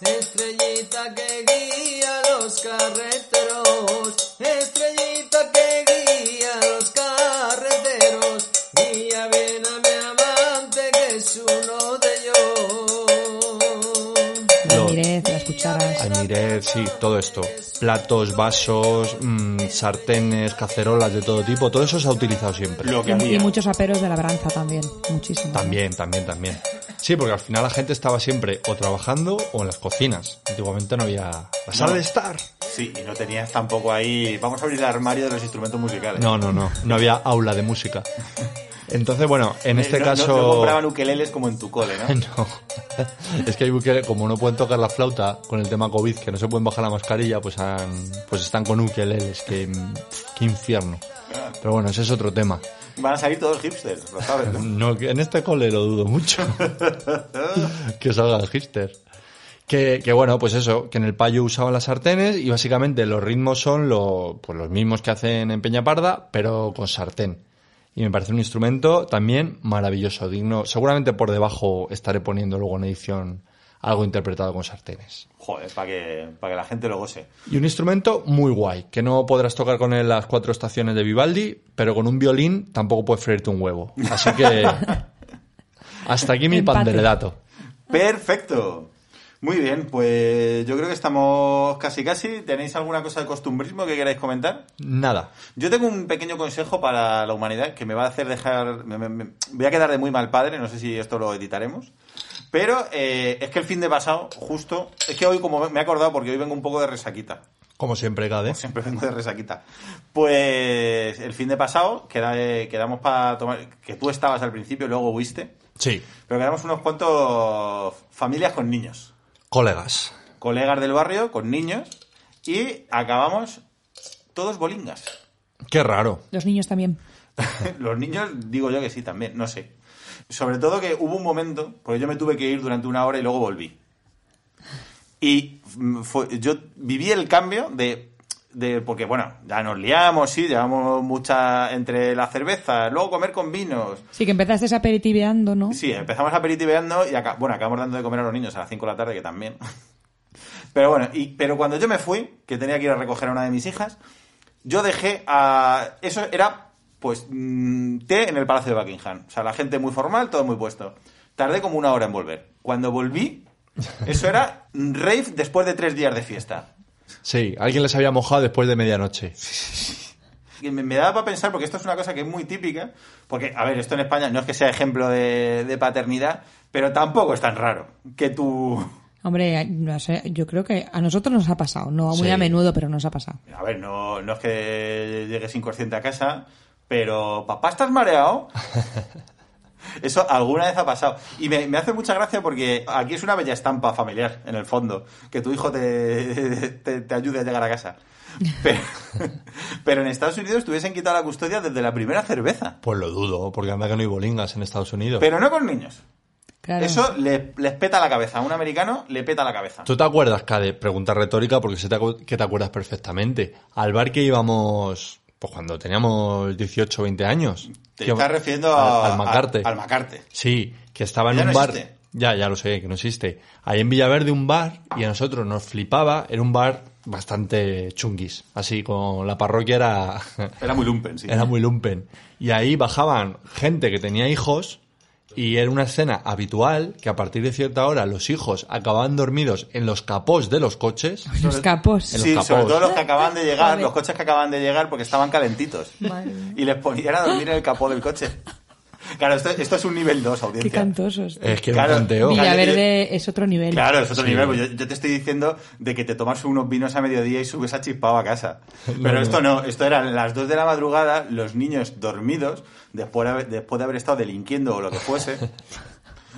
[SPEAKER 5] Estrellita que guía a los carreteros, estrellita que guía a los carreteros,
[SPEAKER 4] Miret, sí, todo esto. Platos, vasos, mm, sartenes, cacerolas de todo tipo, todo eso se ha utilizado siempre.
[SPEAKER 2] Lo que
[SPEAKER 3] Y, y
[SPEAKER 2] había.
[SPEAKER 3] muchos aperos de labranza también, muchísimo.
[SPEAKER 4] También, también, también. Sí, porque al final la gente estaba siempre o trabajando o en las cocinas. Antiguamente no había la sala
[SPEAKER 2] No.
[SPEAKER 4] de estar.
[SPEAKER 2] Sí, y no tenías tampoco ahí. Vamos a abrir el armario de los instrumentos musicales.
[SPEAKER 4] No, no, no. No había aula de música. Entonces, bueno, en
[SPEAKER 2] Eh,
[SPEAKER 4] este
[SPEAKER 2] no- no-
[SPEAKER 4] caso...
[SPEAKER 2] No, compraban ukeleles como en tu cole, ¿no?
[SPEAKER 4] No. Es que hay ukele- como no pueden tocar la flauta con el tema COVID, que no se pueden bajar la mascarilla, pues han, pues están con ukeleles, que, mm, qué infierno. Pero bueno, ese es otro tema.
[SPEAKER 2] Van a salir todos hipsters, lo sabes, ¿no?
[SPEAKER 4] No, que en este cole lo dudo mucho. que salga el hipster. Que, que bueno, pues eso, que en el payo usaban las sartenes y básicamente los ritmos son lo- pues los mismos que hacen en Peña Parda, pero con sartén. Y me parece un instrumento también maravilloso, digno. Seguramente por debajo estaré poniendo luego en edición algo interpretado con sartenes.
[SPEAKER 2] Joder, para que, pa' que la gente lo goce.
[SPEAKER 4] Y un instrumento muy guay, que no podrás tocar con él las cuatro estaciones de Vivaldi, pero con un violín tampoco puedes freírte un huevo. Así que hasta aquí mi
[SPEAKER 3] Empate.
[SPEAKER 4] panderedato.
[SPEAKER 2] Perfecto. Muy bien, pues yo creo que estamos casi casi. ¿Tenéis alguna cosa de costumbrismo que queráis comentar?
[SPEAKER 4] Nada.
[SPEAKER 2] Yo tengo un pequeño consejo para la humanidad que me va a hacer dejar... me- me- me- voy a quedar de muy mal padre, no sé si esto lo editaremos. Pero eh, es que el fin de pasado, justo... Es que hoy como me he acordado porque hoy vengo un poco de resaquita.
[SPEAKER 4] Como siempre, Gade.
[SPEAKER 2] Siempre vengo de resaquita. Pues el fin de pasado queda- eh, quedamos para tomar... Que tú estabas al principio, luego huiste.
[SPEAKER 4] Sí.
[SPEAKER 2] Pero quedamos unos cuantos familias con niños.
[SPEAKER 4] Colegas.
[SPEAKER 2] Colegas del barrio con niños. Y acabamos todos bolingas.
[SPEAKER 4] Qué raro.
[SPEAKER 3] Los niños también.
[SPEAKER 2] Los niños, digo yo que sí también, no sé. Sobre todo que hubo un momento, porque yo me tuve que ir durante una hora y luego volví. Y mm, fue- yo viví el cambio de, de- Porque, bueno, ya nos liamos, sí, llevamos mucha. entre la cerveza, luego comer con vinos.
[SPEAKER 3] Sí, que empezaste aperitiveando, ¿no?
[SPEAKER 2] Sí, empezamos aperitiveando y acá, bueno, acabamos dando de comer a los niños a las 5 de la tarde, que también. Pero bueno, y, pero cuando yo me fui, que tenía que ir a recoger a una de mis hijas, yo dejé a... Eso era, pues, mm, té en el Palacio de Buckingham. O sea, la gente muy formal, todo muy puesto. Tardé como una hora en volver. Cuando volví, eso era rave después de tres días de fiesta.
[SPEAKER 4] Sí, alguien les había mojado después de medianoche.
[SPEAKER 2] Y me, me daba para pensar, porque esto es una cosa que es muy típica, porque, a ver, esto en España no es que sea ejemplo de, de paternidad, pero tampoco es tan raro que tú...
[SPEAKER 3] Hombre, no sé, yo creo que a nosotros nos ha pasado, no muy
[SPEAKER 4] Sí.
[SPEAKER 3] a menudo, pero nos ha pasado.
[SPEAKER 2] A ver, no, no es que llegues inconsciente a casa, pero papá, ¿estás mareado? Eso alguna vez ha pasado. Y me, me hace mucha gracia porque aquí es una bella estampa familiar, en el fondo, que tu hijo te, te, te ayude a llegar a casa. Pero, pero en Estados Unidos te hubiesen quitado la custodia desde la primera cerveza.
[SPEAKER 4] Pues lo dudo, porque anda que no hay bolingas en Estados Unidos.
[SPEAKER 2] Pero no con niños.
[SPEAKER 3] Claro.
[SPEAKER 2] Eso le- les peta la cabeza. A un americano le peta la cabeza.
[SPEAKER 4] ¿Tú te acuerdas, Cade? Pregunta retórica porque sé te acu- que te acuerdas perfectamente. Al bar que íbamos, pues cuando teníamos 18 o 20 años.
[SPEAKER 2] Te
[SPEAKER 4] Que-
[SPEAKER 2] estás refiriendo
[SPEAKER 4] al,
[SPEAKER 2] a-
[SPEAKER 4] al Macarte.
[SPEAKER 2] Al, Macarte.
[SPEAKER 4] Sí, que estaba en
[SPEAKER 2] Ya
[SPEAKER 4] un
[SPEAKER 2] no
[SPEAKER 4] bar.
[SPEAKER 2] existe.
[SPEAKER 4] Ya, ya lo sé, que no existe. Ahí en Villaverde un bar y a nosotros nos flipaba. Era un bar bastante chunguis. Así, con la parroquia era,
[SPEAKER 2] Era muy lumpen, sí.
[SPEAKER 4] era muy lumpen. Y ahí bajaban gente que tenía hijos y era una escena habitual que a partir de cierta hora los hijos acababan dormidos en los capós de los coches.
[SPEAKER 3] Los capos.
[SPEAKER 4] en los
[SPEAKER 2] sí, sobre
[SPEAKER 4] capós.
[SPEAKER 2] todo los que acaban de llegar,
[SPEAKER 3] Vale.
[SPEAKER 2] los coches que acaban de llegar porque estaban calentitos.
[SPEAKER 3] Madre mía.
[SPEAKER 2] Y les ponían a dormir en el capó del coche. Claro, esto, esto es un nivel 2,
[SPEAKER 3] Qué
[SPEAKER 2] audiencia.
[SPEAKER 3] cantosos.
[SPEAKER 4] Es que era un
[SPEAKER 2] Claro.
[SPEAKER 4] canteo.
[SPEAKER 2] Mira.
[SPEAKER 3] Villaverde es otro nivel.
[SPEAKER 2] Claro, es otro
[SPEAKER 4] Sí.
[SPEAKER 2] nivel. pues Yo, yo te estoy diciendo de que te tomas unos vinos a mediodía y subes a chispado a casa. Pero esto no, esto eran las 2 de la madrugada, los niños dormidos, después de haber, después de haber estado delinquiendo o lo que fuese.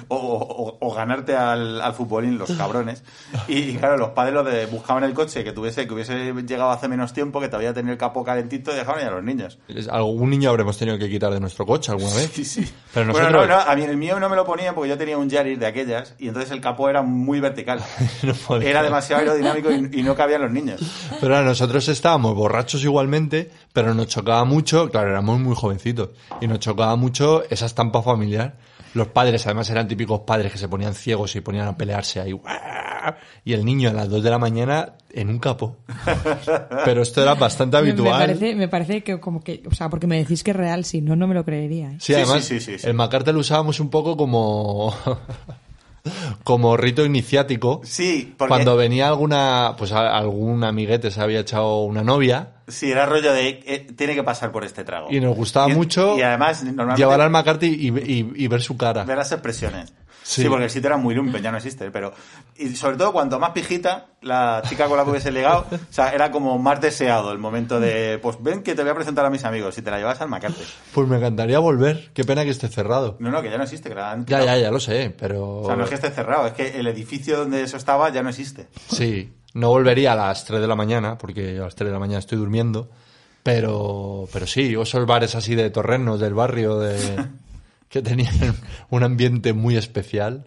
[SPEAKER 2] O, o- o ganarte al, al futbolín los cabrones y, y claro los padres lo de- buscaban el coche que tuviese que hubiese llegado hace menos tiempo que todavía tenía el capó calentito y dejaban ya a los niños
[SPEAKER 4] Algún niño habremos tenido que quitar de nuestro coche alguna vez.
[SPEAKER 2] Sí, sí.
[SPEAKER 4] Pero
[SPEAKER 2] Bueno,
[SPEAKER 4] nosotros
[SPEAKER 2] no, no, a mí el mío no me lo ponían porque yo tenía un Yaris de aquellas y entonces el capó era muy vertical.
[SPEAKER 4] No podía.
[SPEAKER 2] era demasiado aerodinámico y, y no cabían los niños.
[SPEAKER 4] Pero a nosotros estábamos borrachos igualmente, pero nos chocaba mucho, claro, éramos muy jovencitos, y nos chocaba mucho esa estampa familiar. Los padres, además, eran típicos padres que se ponían ciegos y ponían a pelearse ahí. ¡guau! Y el niño a las 2 de la mañana en un capó. Pero esto era bastante
[SPEAKER 3] Me-
[SPEAKER 4] habitual.
[SPEAKER 3] Me parece, me parece que como que, o sea, porque me decís que es real, si no, no me lo creería. ¿eh?
[SPEAKER 4] Sí,
[SPEAKER 2] Sí,
[SPEAKER 4] además,
[SPEAKER 2] sí, sí, sí, sí.
[SPEAKER 4] el MacArthur lo usábamos un poco como... como rito iniciático.
[SPEAKER 2] Sí, porque
[SPEAKER 4] Cuando venía alguna, pues a- algún amiguete se había echado una novia
[SPEAKER 2] sí, era rollo de eh, tiene que pasar por este trago.
[SPEAKER 4] y nos gustaba
[SPEAKER 2] Y-
[SPEAKER 4] mucho
[SPEAKER 2] Y además, normalmente
[SPEAKER 4] llevar al McCarthy y, y- y ver su cara.
[SPEAKER 2] de las expresiones.
[SPEAKER 4] Sí.
[SPEAKER 2] Sí. porque el sitio era muy limpio, ya no existe, pero... Y sobre todo, cuanto más pijita, la chica con la que hubiese legado, o sea, era como más deseado el momento de, pues ven que te voy a presentar a mis amigos y te la llevas al Macarte.
[SPEAKER 4] Pues me encantaría volver. Qué pena que esté cerrado.
[SPEAKER 2] No, no, que ya no existe, que la han
[SPEAKER 4] Ya,
[SPEAKER 2] quitado.
[SPEAKER 4] ya, ya lo sé, pero...
[SPEAKER 2] O sea, no es que esté cerrado, es que el edificio donde eso estaba ya no existe.
[SPEAKER 4] Sí, no volvería a las 3 de la mañana, porque a las 3 de la mañana estoy durmiendo, pero, pero sí, o esos bares así de torrenos del barrio de, que tenían un ambiente muy especial.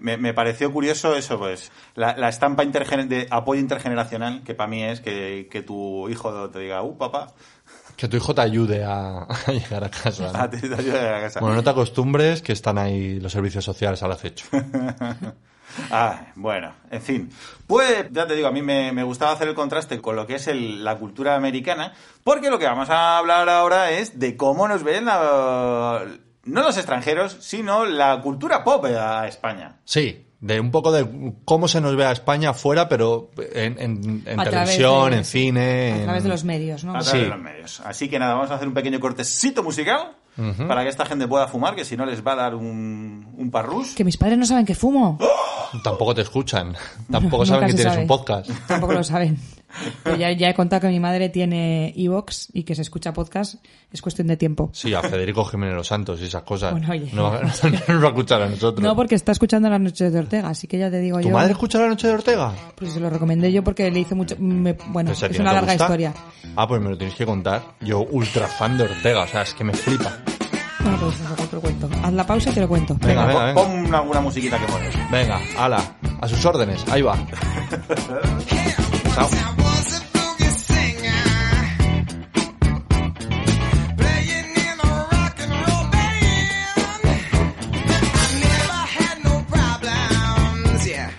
[SPEAKER 2] Me, me pareció curioso eso, pues, la, la estampa intergener- de apoyo intergeneracional, que para mí es que, que tu hijo te diga, uh, papá,
[SPEAKER 4] Que tu hijo te ayude a, a llegar a casa.
[SPEAKER 2] a
[SPEAKER 4] ¿no?
[SPEAKER 2] ti te ayuda a la casa.
[SPEAKER 4] Bueno, no te acostumbres que están ahí los servicios sociales al acecho.
[SPEAKER 2] Ah, bueno, en fin. Pues ya te digo, a mí me, me gustaba hacer el contraste con lo que es el- la cultura americana, porque lo que vamos a hablar ahora es de cómo nos ven la- no los extranjeros, sino la cultura pop a España.
[SPEAKER 4] Sí, de un poco de cómo se nos ve a España fuera, pero en, en- en
[SPEAKER 3] A través
[SPEAKER 4] televisión,
[SPEAKER 3] de-
[SPEAKER 4] en cine.
[SPEAKER 3] A través
[SPEAKER 4] en-
[SPEAKER 3] de los medios, ¿no?
[SPEAKER 2] A través
[SPEAKER 4] Sí.
[SPEAKER 2] de los medios. Así que nada, vamos a hacer un pequeño cortecito musical para que esta gente pueda fumar, que si no les va a dar un, un parrús.
[SPEAKER 3] Que mis padres no saben que fumo.
[SPEAKER 4] Tampoco te escuchan, tampoco
[SPEAKER 3] Nunca
[SPEAKER 4] saben que
[SPEAKER 3] se
[SPEAKER 4] tienes
[SPEAKER 3] sabe.
[SPEAKER 4] un podcast.
[SPEAKER 3] Tampoco lo saben. Pero ya, ya he contado que mi madre tiene Evox y que se escucha podcast. Es cuestión de tiempo.
[SPEAKER 4] Sí, a Federico Jiménez los Santos y esas cosas.
[SPEAKER 3] Bueno, oye.
[SPEAKER 4] no, va- no nos va a escuchar a nosotros.
[SPEAKER 3] No, porque está escuchando Las Noches de Ortega, así que ya te digo
[SPEAKER 4] ¿Tu
[SPEAKER 3] yo.
[SPEAKER 4] madre escucha la noche de Ortega?
[SPEAKER 3] Pues se lo recomendé yo porque le hice mucho. me- bueno,
[SPEAKER 4] ¿En serio?
[SPEAKER 3] es
[SPEAKER 4] ¿No
[SPEAKER 3] una
[SPEAKER 4] te
[SPEAKER 3] larga
[SPEAKER 4] gusta?
[SPEAKER 3] historia.
[SPEAKER 4] Ah, pues me lo tienes que contar. Yo, ultra fan de Ortega, o sea, es que me flipa.
[SPEAKER 3] Bueno, pues luego te lo cuento. Haz la pausa y te lo cuento.
[SPEAKER 4] Venga,
[SPEAKER 2] pon,
[SPEAKER 4] venga, venga.
[SPEAKER 2] pon alguna musiquita que mola.
[SPEAKER 4] Venga, ala, a sus órdenes, ahí va. Chao.
[SPEAKER 5] I was a boogie singer, playing in a rock and roll band. I never had no problems, yeah.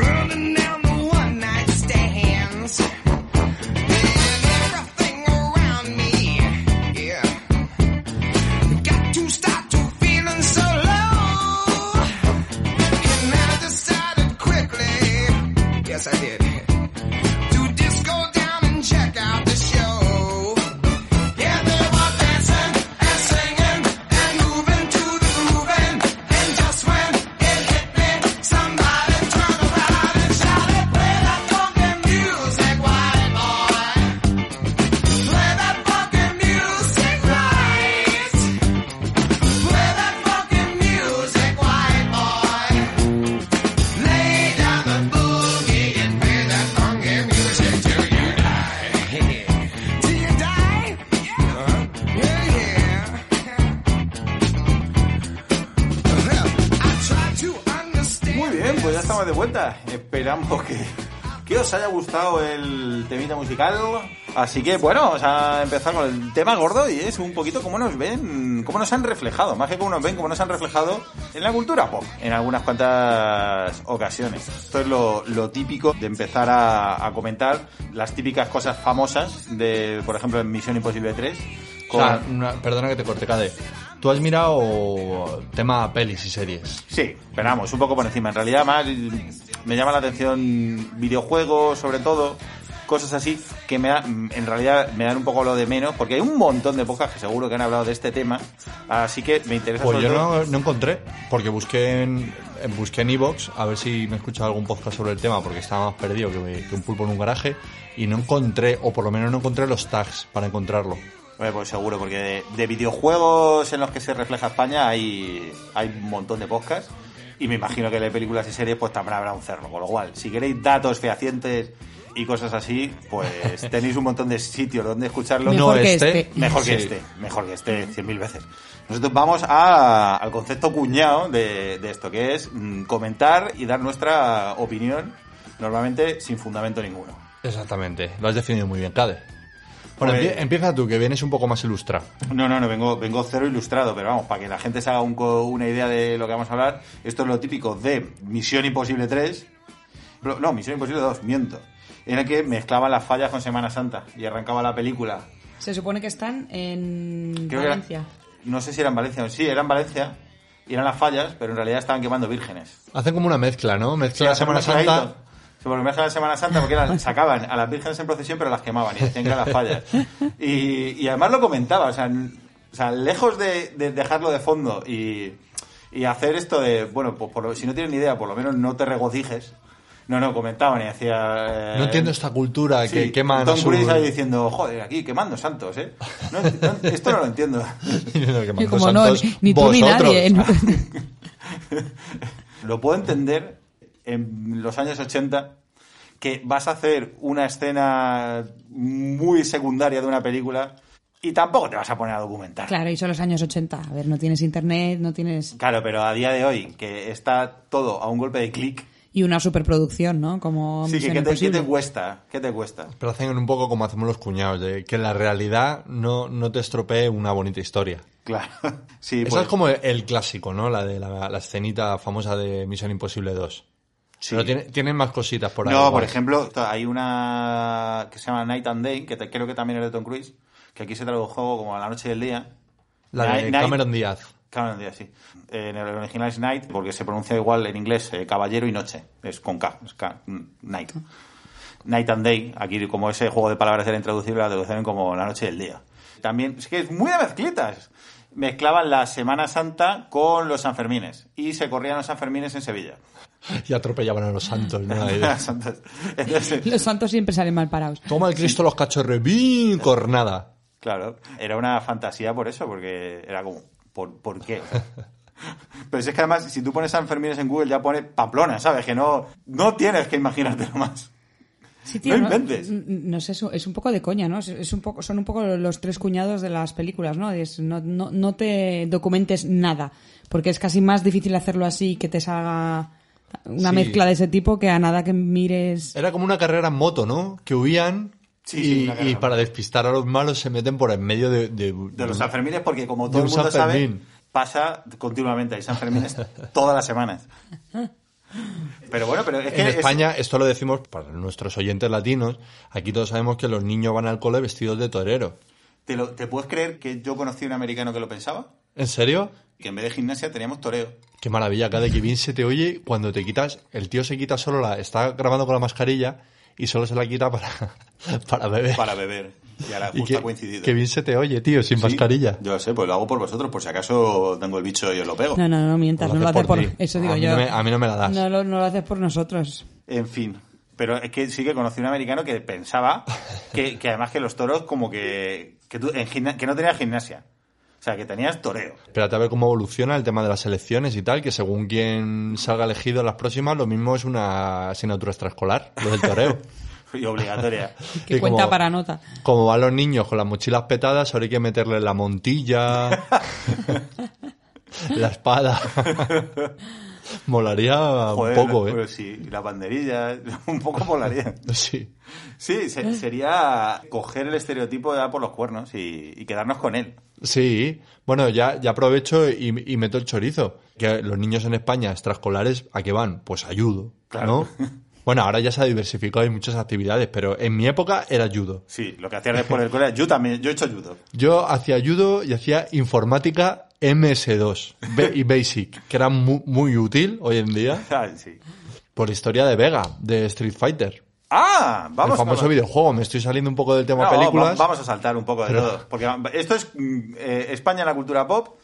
[SPEAKER 5] Burning down the one night stands and everything around me, yeah. Got to start to feeling so low. And I decided quickly, yes I did, to just go down and check out the show. Yeah, they were dancing and singing and moving to the grooving. And just when it hit me, somebody turned around and shouted, play that fucking music, white boy. Play that fucking music right. Play that fucking music, white boy. Lay down the boogie and play that funky music till you die. Till you die? Yeah. Yeah, yeah. I try to understand.
[SPEAKER 2] Muy bien, pues ya estamos de vuelta. Esperamos que, que os haya gustado el temita musical. Así que bueno, vamos a empezar con el tema gordo y es un poquito cómo nos ven, cómo nos han reflejado, más que cómo nos ven, cómo nos han reflejado en la cultura pop en algunas cuantas ocasiones. Esto es lo, lo típico de empezar a, a comentar las típicas cosas famosas de, por ejemplo, en Misión Imposible 3.
[SPEAKER 4] O
[SPEAKER 2] con-
[SPEAKER 4] sea, una- perdona que te corte, Cade. ¿Tú has mirado tema pelis y series?
[SPEAKER 2] Sí, pero vamos, un poco por encima. En realidad más eh, me llama la atención videojuegos, sobre todo, cosas así que me da- en realidad me dan un poco lo de menos, porque hay un montón de podcasts que seguro que han hablado de este tema, así que me interesa
[SPEAKER 4] Pues
[SPEAKER 2] sobre
[SPEAKER 4] yo
[SPEAKER 2] todo-
[SPEAKER 4] no, no encontré, porque busqué en, en- busqué en Evox a ver si me he escuchado algún podcast sobre el tema, porque estaba más perdido que, que un pulpo en un garaje, y no encontré, o por lo menos no encontré los tags para encontrarlo.
[SPEAKER 2] Bueno, pues seguro, porque de, de videojuegos en los que se refleja España hay, hay un montón de podcasts. Y me imagino que de películas y series pues también habrá un cerro. Con lo cual, si queréis datos fehacientes y cosas así, pues tenéis un montón de sitios donde escucharlo.
[SPEAKER 3] Mejor
[SPEAKER 4] no
[SPEAKER 3] que
[SPEAKER 4] este,
[SPEAKER 3] este.
[SPEAKER 2] Mejor que
[SPEAKER 4] Sí.
[SPEAKER 2] este, mejor que este 100.000 veces. Nosotros vamos a- al concepto cuñado de, de esto, que es mm, comentar y dar nuestra opinión, normalmente sin fundamento ninguno.
[SPEAKER 4] Exactamente, lo has definido muy bien, Cade. Bueno,
[SPEAKER 2] Pues-
[SPEAKER 4] empie- empieza tú, que vienes un poco más ilustrado.
[SPEAKER 2] No, no, no, vengo, vengo cero ilustrado, pero vamos, para que la gente se haga un co- una idea de lo que vamos a hablar, esto es lo típico de Misión Imposible 3, Pero, no, Misión Imposible 2, miento, en el que mezclaban las fallas con Semana Santa y arrancaba la película.
[SPEAKER 3] Se supone que están en
[SPEAKER 2] Creo que era-
[SPEAKER 3] Valencia.
[SPEAKER 2] no sé si era en Valencia, o sí, era en Valencia, Y eran las fallas, pero en realidad estaban quemando vírgenes.
[SPEAKER 4] Hacen como una mezcla, ¿no? Mezcla la Semana Santa.
[SPEAKER 2] Sí, porque me hace la Semana Santa porque eran- sacaban a las vírgenes en procesión, pero las quemaban y decían que eran las fallas. Y, y además lo comentaba, o sea, n- o sea, lejos de, de dejarlo de fondo y, y hacer esto de, bueno, pues por lo- si no tienes ni idea, por lo menos no te regocijes. No, no, comentaban y decía... eh,
[SPEAKER 4] No entiendo esta cultura que
[SPEAKER 2] sí,
[SPEAKER 4] queman a
[SPEAKER 2] Tom
[SPEAKER 4] su-
[SPEAKER 2] Cruise ahí diciendo, joder, aquí quemando santos, ¿eh? No ent- no- esto no lo entiendo.
[SPEAKER 4] Quemando
[SPEAKER 3] Y como no,
[SPEAKER 4] santos,
[SPEAKER 3] ni, ni tú ni
[SPEAKER 4] vosotros.
[SPEAKER 3] nadie. ¿no?
[SPEAKER 2] Lo puedo entender en los años 80 que vas a hacer una escena muy secundaria de una película y tampoco te vas a poner a documentar.
[SPEAKER 3] claro, y son los años 80. A ver, no tienes internet, no tienes...
[SPEAKER 2] Claro, pero a día de hoy, que está todo a un golpe de clic,
[SPEAKER 3] Y una superproducción, ¿no? Como
[SPEAKER 2] sí, que
[SPEAKER 3] Misión
[SPEAKER 2] ¿qué te, qué
[SPEAKER 3] Imposible.
[SPEAKER 2] te cuesta? ¿Qué te cuesta?
[SPEAKER 4] Pero hacen un poco como hacemos los cuñados, de que la realidad no, no te estropee una bonita historia.
[SPEAKER 2] Claro. Sí,
[SPEAKER 4] Esa
[SPEAKER 2] pues,
[SPEAKER 4] es como el clásico, ¿no? La de la, la escenita famosa de Misión Imposible 2.
[SPEAKER 2] sí.
[SPEAKER 4] Pero tiene- tienen más cositas por ahí.
[SPEAKER 2] No, por
[SPEAKER 4] guays.
[SPEAKER 2] ejemplo, to- hay una que se llama Night and Day, que te- creo que también es de Tom Cruise, que aquí se tradujo como a la noche y el día.
[SPEAKER 4] La de
[SPEAKER 2] Night- Night-
[SPEAKER 4] Cameron Díaz.
[SPEAKER 2] Cameron Díaz, sí. Eh, En el original es Night, porque se pronuncia igual en inglés eh, caballero y noche. Es con K, es K, mm, Night. Night and Day, aquí como ese juego de palabras era intraducible, la traducen como la noche y el día. También, es que es muy de mezclitas. Mezclaban la Semana Santa con los Sanfermines. Y se corrían los Sanfermines en Sevilla.
[SPEAKER 4] Y atropellaban a los santos, ¿no? Ahí.
[SPEAKER 2] Santos. Entonces,
[SPEAKER 3] Los santos siempre salen mal parados.
[SPEAKER 4] Toma el Cristo los cachorros, ¡Bim! Cornada.
[SPEAKER 2] Claro, era una fantasía por eso, porque era como, ¿por, por qué? Pero si es que además, si tú pones San Fermines en Google, ya pone Pamplona, ¿sabes? Que no, no tienes que imaginártelo más.
[SPEAKER 3] Sí,
[SPEAKER 2] No inventes.
[SPEAKER 3] n- No sé, es un- es un poco de coña, ¿no? Es- Es un poco, son un poco los tres cuñados de las películas, ¿no? Es, no, no, no te documentes nada, porque es casi más difícil hacerlo así que te salga una
[SPEAKER 4] Sí.
[SPEAKER 3] mezcla de ese tipo que a nada que mires.
[SPEAKER 4] Era como una carrera en moto, ¿no? Que huían
[SPEAKER 2] Sí,
[SPEAKER 4] y,
[SPEAKER 2] sí, una carrera.
[SPEAKER 4] y para despistar a los malos se meten por en medio de... de-
[SPEAKER 2] De los Sanfermines, porque como todo
[SPEAKER 4] Mm. De
[SPEAKER 2] el
[SPEAKER 4] un
[SPEAKER 2] mundo
[SPEAKER 4] San
[SPEAKER 2] sabe,
[SPEAKER 4] Fermín.
[SPEAKER 2] pasa continuamente. Hay San Fermines todas las semanas. Pero bueno, pero es que
[SPEAKER 4] En
[SPEAKER 2] es-
[SPEAKER 4] España, esto lo decimos para nuestros oyentes latinos, aquí todos sabemos que los niños van al cole vestidos de torero.
[SPEAKER 2] ¿te, lo- ¿te puedes creer que yo conocí a un americano que lo pensaba?
[SPEAKER 4] ¿En serio?
[SPEAKER 2] Que en vez de gimnasia teníamos toreo.
[SPEAKER 4] Qué maravilla, cada que bien se te oye cuando te quitas, el tío se quita solo la, está grabando con la mascarilla y solo se la quita para, para beber.
[SPEAKER 2] Para beber. Y ahora
[SPEAKER 4] Y
[SPEAKER 2] justo
[SPEAKER 4] que,
[SPEAKER 2] ha coincidido.
[SPEAKER 4] que bien se te oye, tío, sin
[SPEAKER 2] Sí,
[SPEAKER 4] mascarilla.
[SPEAKER 2] Yo lo sé, pues lo hago por vosotros, por si acaso tengo el bicho y os lo pego.
[SPEAKER 3] No, no, no mientas,
[SPEAKER 4] Pues
[SPEAKER 3] no
[SPEAKER 4] lo
[SPEAKER 3] lo
[SPEAKER 4] haces
[SPEAKER 3] haces por.
[SPEAKER 4] por ti.
[SPEAKER 3] Eso
[SPEAKER 4] A
[SPEAKER 3] digo
[SPEAKER 4] mí
[SPEAKER 3] yo.
[SPEAKER 4] no me- a mí no me la das.
[SPEAKER 3] No lo, no lo haces por nosotros.
[SPEAKER 2] En fin. Pero es que sí que conocí un americano que pensaba que, que además que los toros como que... Que, tú- en gimna- que no tenías gimnasia. O sea, que tenías toreo.
[SPEAKER 4] Espérate a ver cómo evoluciona el tema de las elecciones y tal, que según quien salga elegido en las próximas, lo mismo es una asignatura extraescolar, lo del toreo.
[SPEAKER 2] Y obligatoria.
[SPEAKER 3] Que
[SPEAKER 4] Y
[SPEAKER 3] cuenta
[SPEAKER 4] como-
[SPEAKER 3] para nota.
[SPEAKER 4] Como van los niños con las mochilas petadas, ahora hay que meterle la montilla, la espada. Molaría
[SPEAKER 2] Joder, pues.
[SPEAKER 4] un poco, ¿eh?
[SPEAKER 2] Pero sí, y la banderilla, un poco molaría.
[SPEAKER 4] Sí.
[SPEAKER 2] Sí, se- sería coger el estereotipo ya por los cuernos y, y quedarnos con él.
[SPEAKER 4] Sí, bueno, ya, ya aprovecho y, y meto el chorizo. Que los niños en España extraescolares, ¿a qué van? Pues ayudo,
[SPEAKER 2] Claro.
[SPEAKER 4] ¿no? Bueno, ahora ya se ha diversificado, hay muchas actividades, pero en mi época era judo.
[SPEAKER 2] Sí, lo que hacías después del cole, yo también, yo he hecho judo.
[SPEAKER 4] Yo hacía judo y hacía informática MS2 B- y Basic, que era mu- muy útil hoy en día,
[SPEAKER 2] Ah, sí.
[SPEAKER 4] por historia de Vega, de Street Fighter.
[SPEAKER 2] ¡Ah! Vamos
[SPEAKER 4] el famoso
[SPEAKER 2] a-
[SPEAKER 4] videojuego, me estoy saliendo un poco del tema
[SPEAKER 2] No,
[SPEAKER 4] películas.
[SPEAKER 2] va- Vamos a saltar un poco de
[SPEAKER 4] Pero-
[SPEAKER 2] todo. Porque esto es mm, eh, España en la cultura pop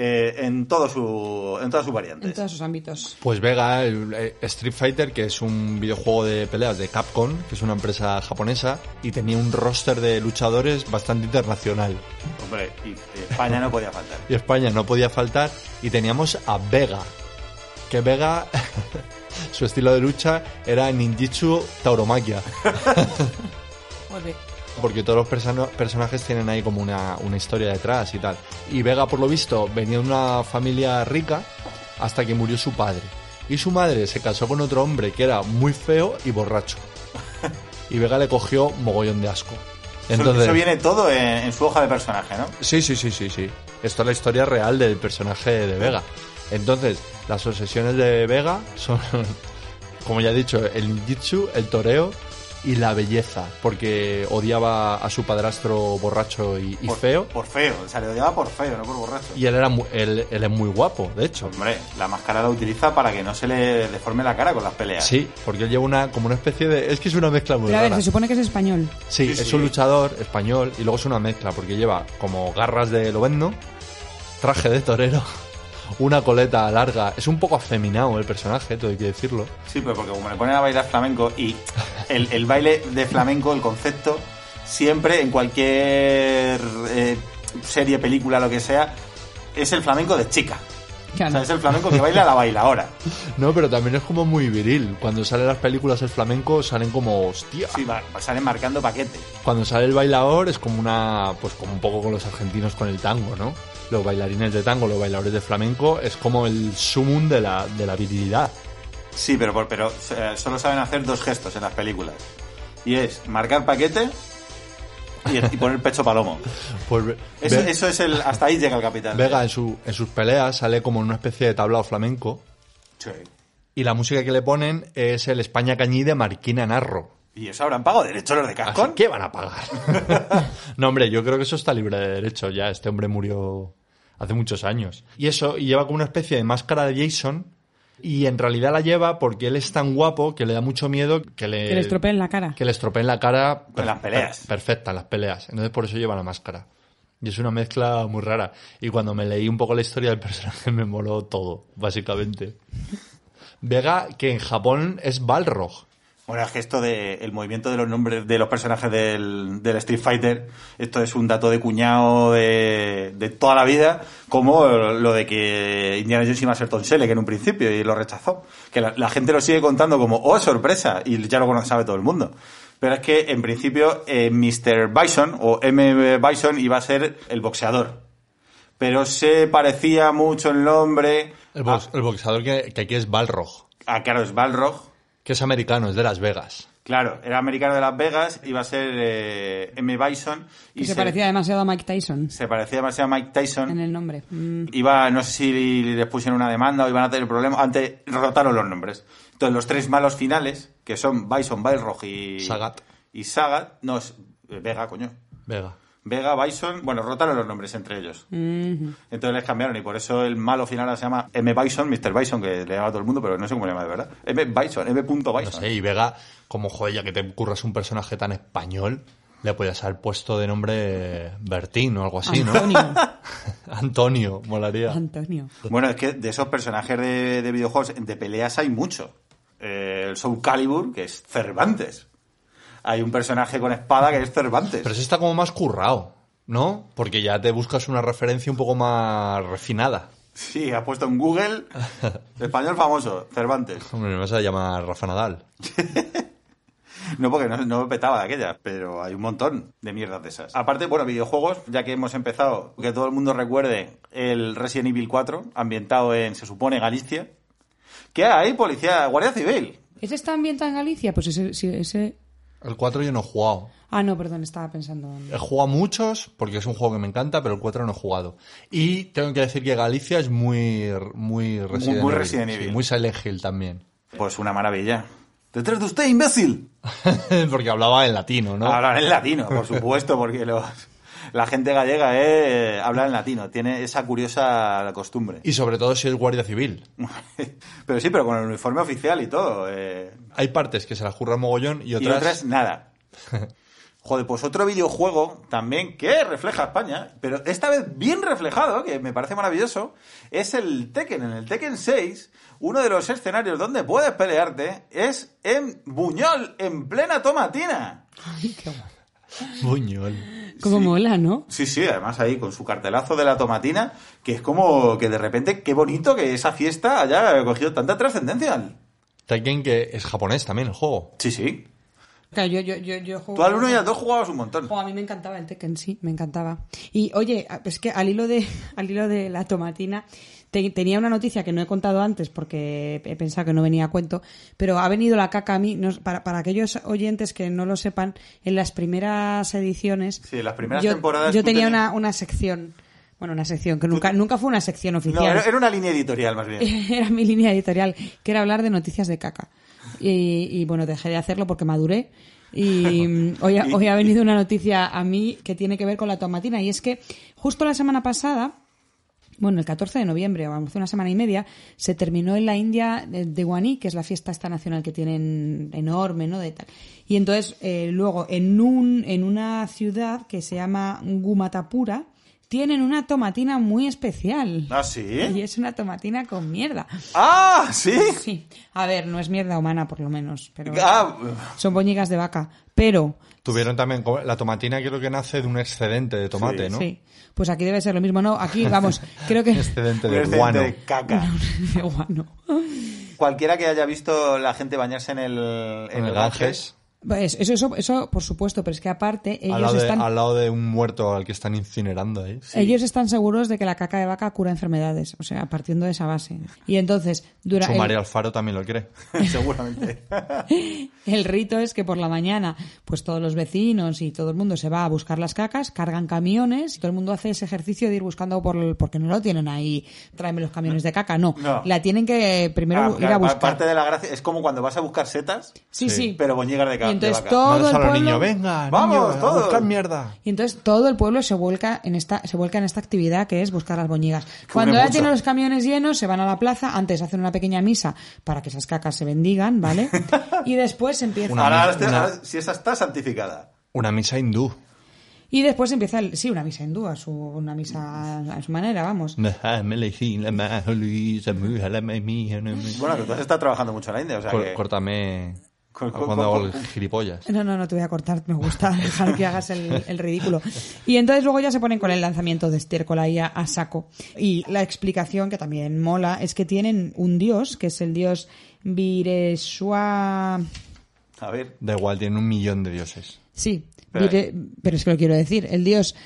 [SPEAKER 2] eh, en, todo su, en todas sus variantes.
[SPEAKER 3] En todos sus ámbitos.
[SPEAKER 4] Pues Vega, el, eh, Street Fighter, que es un videojuego de peleas de Capcom, que es una empresa japonesa, y tenía un roster de luchadores bastante internacional.
[SPEAKER 2] Hombre, y eh, España no podía faltar.
[SPEAKER 4] Y España no podía faltar, y teníamos a Vega, que Vega, su estilo de lucha era ninjitsu tauromaquia,
[SPEAKER 3] Joder.
[SPEAKER 4] porque todos los persano- personajes tienen ahí como una, una historia detrás y tal. Y Vega, por lo visto, venía de una familia rica hasta que murió su padre. Y su madre se casó con otro hombre que era muy feo y borracho. Y Vega le cogió mogollón de asco.
[SPEAKER 2] Eso-
[SPEAKER 4] Entonces,
[SPEAKER 2] Eso viene todo en, en su hoja de personaje, ¿no?
[SPEAKER 4] Sí, sí, sí, sí, sí. Esto es la historia real del personaje de Vega. Entonces, las obsesiones de Vega son, como ya he dicho, el ninjitsu, el toreo y la belleza, porque odiaba a su padrastro borracho y, y
[SPEAKER 2] Por-
[SPEAKER 4] feo.
[SPEAKER 2] Por feo, o sea, le odiaba por feo, no por borracho.
[SPEAKER 4] Y él, era mu- él, él es muy guapo, de hecho.
[SPEAKER 2] Hombre, la máscara la utiliza para que no se le deforme la cara con las peleas.
[SPEAKER 4] Sí, porque él lleva una, como una especie de... Es que es una mezcla muy
[SPEAKER 3] Pero a ver,
[SPEAKER 4] rara.
[SPEAKER 3] se supone que es español.
[SPEAKER 4] Sí,
[SPEAKER 2] Sí,
[SPEAKER 4] es
[SPEAKER 2] sí.
[SPEAKER 4] un luchador español y luego es una mezcla porque lleva como garras de lobendo, traje de torero, una coleta larga. Es un poco afeminado el personaje, todo hay que decirlo.
[SPEAKER 2] Sí, pero porque como le ponen a bailar flamenco y el, el baile de flamenco, el concepto, siempre en cualquier eh, serie, película, lo que sea, es el flamenco de chica. O sea, es el flamenco que baila la bailadora.
[SPEAKER 4] No, pero también es como muy viril. Cuando salen las películas el flamenco salen como hostia.
[SPEAKER 2] Sí, va- salen marcando paquete.
[SPEAKER 4] Cuando sale el bailador es como una, pues como un poco con los argentinos con el tango, ¿no? Los bailarines de tango, los bailadores de flamenco es como el sumum de la, de la virilidad.
[SPEAKER 2] Sí, pero, por- pero eh, solo saben hacer dos gestos en las películas. Y es marcar paquete y, y poner pecho palomo.
[SPEAKER 4] Pues ve-
[SPEAKER 2] Eso,
[SPEAKER 4] ve-
[SPEAKER 2] eso es el... Hasta ahí llega el capitán.
[SPEAKER 4] Vega en, su, en sus peleas sale como en una especie de tablao flamenco
[SPEAKER 2] Sí.
[SPEAKER 4] Y la música que le ponen es el España Cañí de Marquina Narro.
[SPEAKER 2] ¿Y eso habrán pagado derechos los de
[SPEAKER 4] Así,
[SPEAKER 2] cascón?
[SPEAKER 4] ¿Qué van a pagar? no, hombre, yo creo que eso está libre de derecho ya. Este hombre murió hace muchos años. Y eso, y lleva como una especie de máscara de Jason. Y en realidad la lleva porque él es tan guapo que le da mucho miedo que le...
[SPEAKER 3] Que le estropeen la cara.
[SPEAKER 4] eh, Que le estropeen la cara...
[SPEAKER 2] En las peleas.
[SPEAKER 4] perfecta, en las peleas. Entonces por eso lleva la máscara. Y es una mezcla muy rara. Y cuando me leí un poco la historia del personaje me moló todo, básicamente. Vega, que en Japón es Balrog.
[SPEAKER 2] Bueno, es que esto de el movimiento de los nombres de los personajes del, del Street Fighter, esto es un dato de cuñado de, de toda la vida, como lo de que Indiana Jones iba a ser Tom Selleck en un principio y lo rechazó. Que la, la gente lo sigue contando como, oh, sorpresa, y ya lo sabe todo el mundo. Pero es que, en principio, eh, Mr. Bison o M. Bison iba a ser el boxeador. Pero se parecía mucho el nombre
[SPEAKER 4] El, box- el boxeador que, que aquí es Balrog,
[SPEAKER 2] a, a Carlos Balrog,
[SPEAKER 4] que es americano, es de Las Vegas.
[SPEAKER 2] Claro, era americano de Las Vegas, iba a ser eh, M. Bison y
[SPEAKER 3] Que se parecía demasiado a Mike Tyson
[SPEAKER 2] se parecía demasiado a Mike Tyson.
[SPEAKER 3] en el nombre. Mm.
[SPEAKER 2] Iba, no sé si les pusieron una demanda o iban a tener problemas. Antes rotaron los nombres. Entonces, los tres malos finales, que son Bison, Balrog y.
[SPEAKER 4] Sagat.
[SPEAKER 2] Y Sagat, no, es eh, Vega, coño.
[SPEAKER 4] Vega.
[SPEAKER 2] Vega, Bison, bueno, rotaron los nombres entre ellos. Entonces les cambiaron y por eso el malo final ahora se llama M. Bison, Mr. Bison, que le llama a todo el mundo, pero no sé cómo le llama de verdad. M. Bison, M. Bison.
[SPEAKER 4] No sé, y Vega, como joder, ya que te curras un personaje tan español, le podías haber puesto de nombre Bertín o algo así, ¿no?
[SPEAKER 3] Antonio.
[SPEAKER 4] Antonio, molaría.
[SPEAKER 3] Antonio.
[SPEAKER 2] Bueno, es que de esos personajes de, de videojuegos, de peleas hay mucho. Eh, el Soul Calibur, que es Cervantes. Hay un personaje con espada que es Cervantes.
[SPEAKER 4] Pero ese está como más currado, ¿no? Porque ya te buscas una referencia un poco más refinada.
[SPEAKER 2] Sí, ha puesto en Google español famoso, Cervantes.
[SPEAKER 4] Hombre, me vas a llamar Rafa Nadal.
[SPEAKER 2] No porque no, no petaba de aquella, pero hay un montón de mierdas de esas. Aparte, bueno, videojuegos, ya que hemos empezado, que todo el mundo recuerde el Resident Evil 4, ambientado en, se supone, Galicia. ¿Qué hay, policía? Guardia Civil.
[SPEAKER 3] ¿Ese está ambientado en Galicia? Pues ese, sí, ese...
[SPEAKER 4] El 4 yo no he jugado.
[SPEAKER 3] Ah, no, perdón, estaba pensando en...
[SPEAKER 4] He jugado muchos, porque es un juego que me encanta, pero el 4 no he jugado. Y tengo que decir que Galicia es muy, muy Resident
[SPEAKER 2] muy
[SPEAKER 4] Evil.
[SPEAKER 2] Resident
[SPEAKER 4] Sí,
[SPEAKER 2] Evil.
[SPEAKER 4] muy Silent Hill también.
[SPEAKER 2] Pues una maravilla. ¡Detrás de usted, imbécil!
[SPEAKER 4] porque hablaba en latino, ¿no?
[SPEAKER 2] Hablar en latino, por supuesto, porque los, la gente gallega eh, habla en latino, tiene esa curiosa costumbre.
[SPEAKER 4] Y sobre todo si es guardia civil.
[SPEAKER 2] pero sí, pero con el uniforme oficial y todo. eh.
[SPEAKER 4] Hay partes que se las curra mogollón y otras...
[SPEAKER 2] Y otras, nada. Joder, pues otro videojuego también que refleja a España, pero esta vez bien reflejado, que me parece maravilloso, es el Tekken. En el Tekken 6, uno de los escenarios donde puedes pelearte es en Buñol, en plena tomatina.
[SPEAKER 3] Ay, qué guay.
[SPEAKER 4] Buñol.
[SPEAKER 3] Como mola, ¿no?
[SPEAKER 2] Sí, sí, además ahí con su cartelazo de la tomatina, que es como que de repente qué bonito que esa fiesta haya cogido tanta trascendencia.
[SPEAKER 4] Tekken que es japonés también el juego.
[SPEAKER 2] Sí, sí.
[SPEAKER 3] Claro, yo, yo, yo, yo juego...
[SPEAKER 2] Tú al uno y al dos jugabas un montón.
[SPEAKER 3] Jo, Oh, a mí me encantaba el Tekken, sí, me encantaba. Y oye, a- es que al hilo de, al hilo de la tomatina, te- tenía una noticia que no he contado antes porque he pensado que no venía a cuento, pero ha venido la caca a mí, no es- para, para aquellos oyentes que no lo sepan, en las primeras ediciones...
[SPEAKER 2] Sí, en las primeras
[SPEAKER 3] yo,
[SPEAKER 2] temporadas
[SPEAKER 3] Yo
[SPEAKER 2] tú
[SPEAKER 3] tenía
[SPEAKER 2] tenías-
[SPEAKER 3] una, una sección, bueno, una sección que nunca, nunca fue una sección
[SPEAKER 2] No,
[SPEAKER 3] oficial
[SPEAKER 2] era, era una línea editorial más bien.
[SPEAKER 3] era mi línea editorial, que era hablar de noticias de caca. Y, y, bueno, dejé de hacerlo porque maduré Y mm, hoy ha, hoy ha venido una noticia a mí que tiene que ver con la tomatina. Y es que justo la semana pasada, bueno, el 14 de noviembre, vamos, hace una semana y media, se terminó en la India de de Guaní, que es la fiesta esta nacional que tienen enorme, ¿no? De tal. Y entonces, eh, luego, en, un, en una ciudad que se llama Gumatapura, tienen una tomatina muy especial.
[SPEAKER 2] ¿Ah, sí?
[SPEAKER 3] Y es una tomatina con mierda.
[SPEAKER 2] ¡Ah, sí!
[SPEAKER 3] Sí. A ver, no es mierda humana, por lo menos. Pero
[SPEAKER 2] Ah,
[SPEAKER 3] Son boñigas de vaca. Pero
[SPEAKER 4] Tuvieron también co- la tomatina, creo que nace de un excedente de tomate, ¿no?
[SPEAKER 3] Sí, pues aquí debe ser lo mismo, ¿no? Aquí, vamos, creo que...
[SPEAKER 4] Un excedente
[SPEAKER 2] un
[SPEAKER 4] de
[SPEAKER 2] excedente
[SPEAKER 4] guano.
[SPEAKER 2] pues, de caca.
[SPEAKER 3] De guano.
[SPEAKER 2] Cualquiera que haya visto la gente bañarse en el,
[SPEAKER 4] En el Ganges,
[SPEAKER 3] Pues eso, eso, eso, por supuesto, pero es que aparte
[SPEAKER 4] al
[SPEAKER 3] ellos
[SPEAKER 4] lado, de,
[SPEAKER 3] están,
[SPEAKER 4] al lado de un muerto al que están incinerando ahí.
[SPEAKER 3] ellos están seguros de que la caca de vaca cura enfermedades, o sea, partiendo de esa base. Y entonces, dura
[SPEAKER 4] Su
[SPEAKER 3] el-
[SPEAKER 4] María Alfaro también lo cree.
[SPEAKER 2] seguramente.
[SPEAKER 3] El rito es que por la mañana, pues todos los vecinos y todo el mundo se va a buscar las cacas, cargan camiones y todo el mundo hace ese ejercicio de ir buscando por el- porque no lo tienen ahí, tráeme los camiones de caca, no.
[SPEAKER 2] No.
[SPEAKER 3] La tienen que primero
[SPEAKER 2] Ah,
[SPEAKER 3] ir
[SPEAKER 2] claro,
[SPEAKER 3] a buscar.
[SPEAKER 2] Parte de la gracia es como cuando vas a buscar setas,
[SPEAKER 3] Sí,
[SPEAKER 4] Sí,
[SPEAKER 3] sí.
[SPEAKER 2] pero boñigas de, ca-
[SPEAKER 3] Y entonces
[SPEAKER 2] de vaca.
[SPEAKER 3] todo el
[SPEAKER 4] Mandas a los
[SPEAKER 3] pueblo-
[SPEAKER 4] niños, venga,
[SPEAKER 2] Vamos,
[SPEAKER 4] niños,
[SPEAKER 2] todos".
[SPEAKER 4] a buscar mierda.
[SPEAKER 3] Y entonces todo el pueblo se vuelca en esta, se vuelca en esta actividad que es buscar las boñigas. Cuando ya
[SPEAKER 2] mucho.
[SPEAKER 3] tienen los camiones llenos, se van a la plaza, antes hacen una pequeña misa para que esas cacas se bendigan, ¿vale? Y después empieza.
[SPEAKER 4] Una
[SPEAKER 2] Ahora,
[SPEAKER 4] misa,
[SPEAKER 2] este-
[SPEAKER 4] una-
[SPEAKER 2] ahora, si esa está santificada.
[SPEAKER 4] Una misa hindú.
[SPEAKER 3] Y después empieza el- sí, una misa hindú, a su, una misa a su manera, vamos.
[SPEAKER 2] Bueno, que tú has estado trabajando mucho en la India, o sea
[SPEAKER 4] Cor-
[SPEAKER 2] que...
[SPEAKER 4] Córtame
[SPEAKER 2] Cor- cor-
[SPEAKER 4] cuando hago
[SPEAKER 2] cor-
[SPEAKER 4] el gilipollas.
[SPEAKER 3] No, no, no te voy a cortar, me gusta dejar que hagas el, el ridículo. Y entonces luego ya se ponen con el lanzamiento de estiércol ahí a, a saco. Y la explicación, que también mola, es que tienen un dios, que es el dios Vireshwa...
[SPEAKER 2] A ver,
[SPEAKER 4] Da igual, tiene un millón de dioses.
[SPEAKER 3] Sí,
[SPEAKER 2] Pero
[SPEAKER 3] Vire- pero es que lo quiero decir. El dios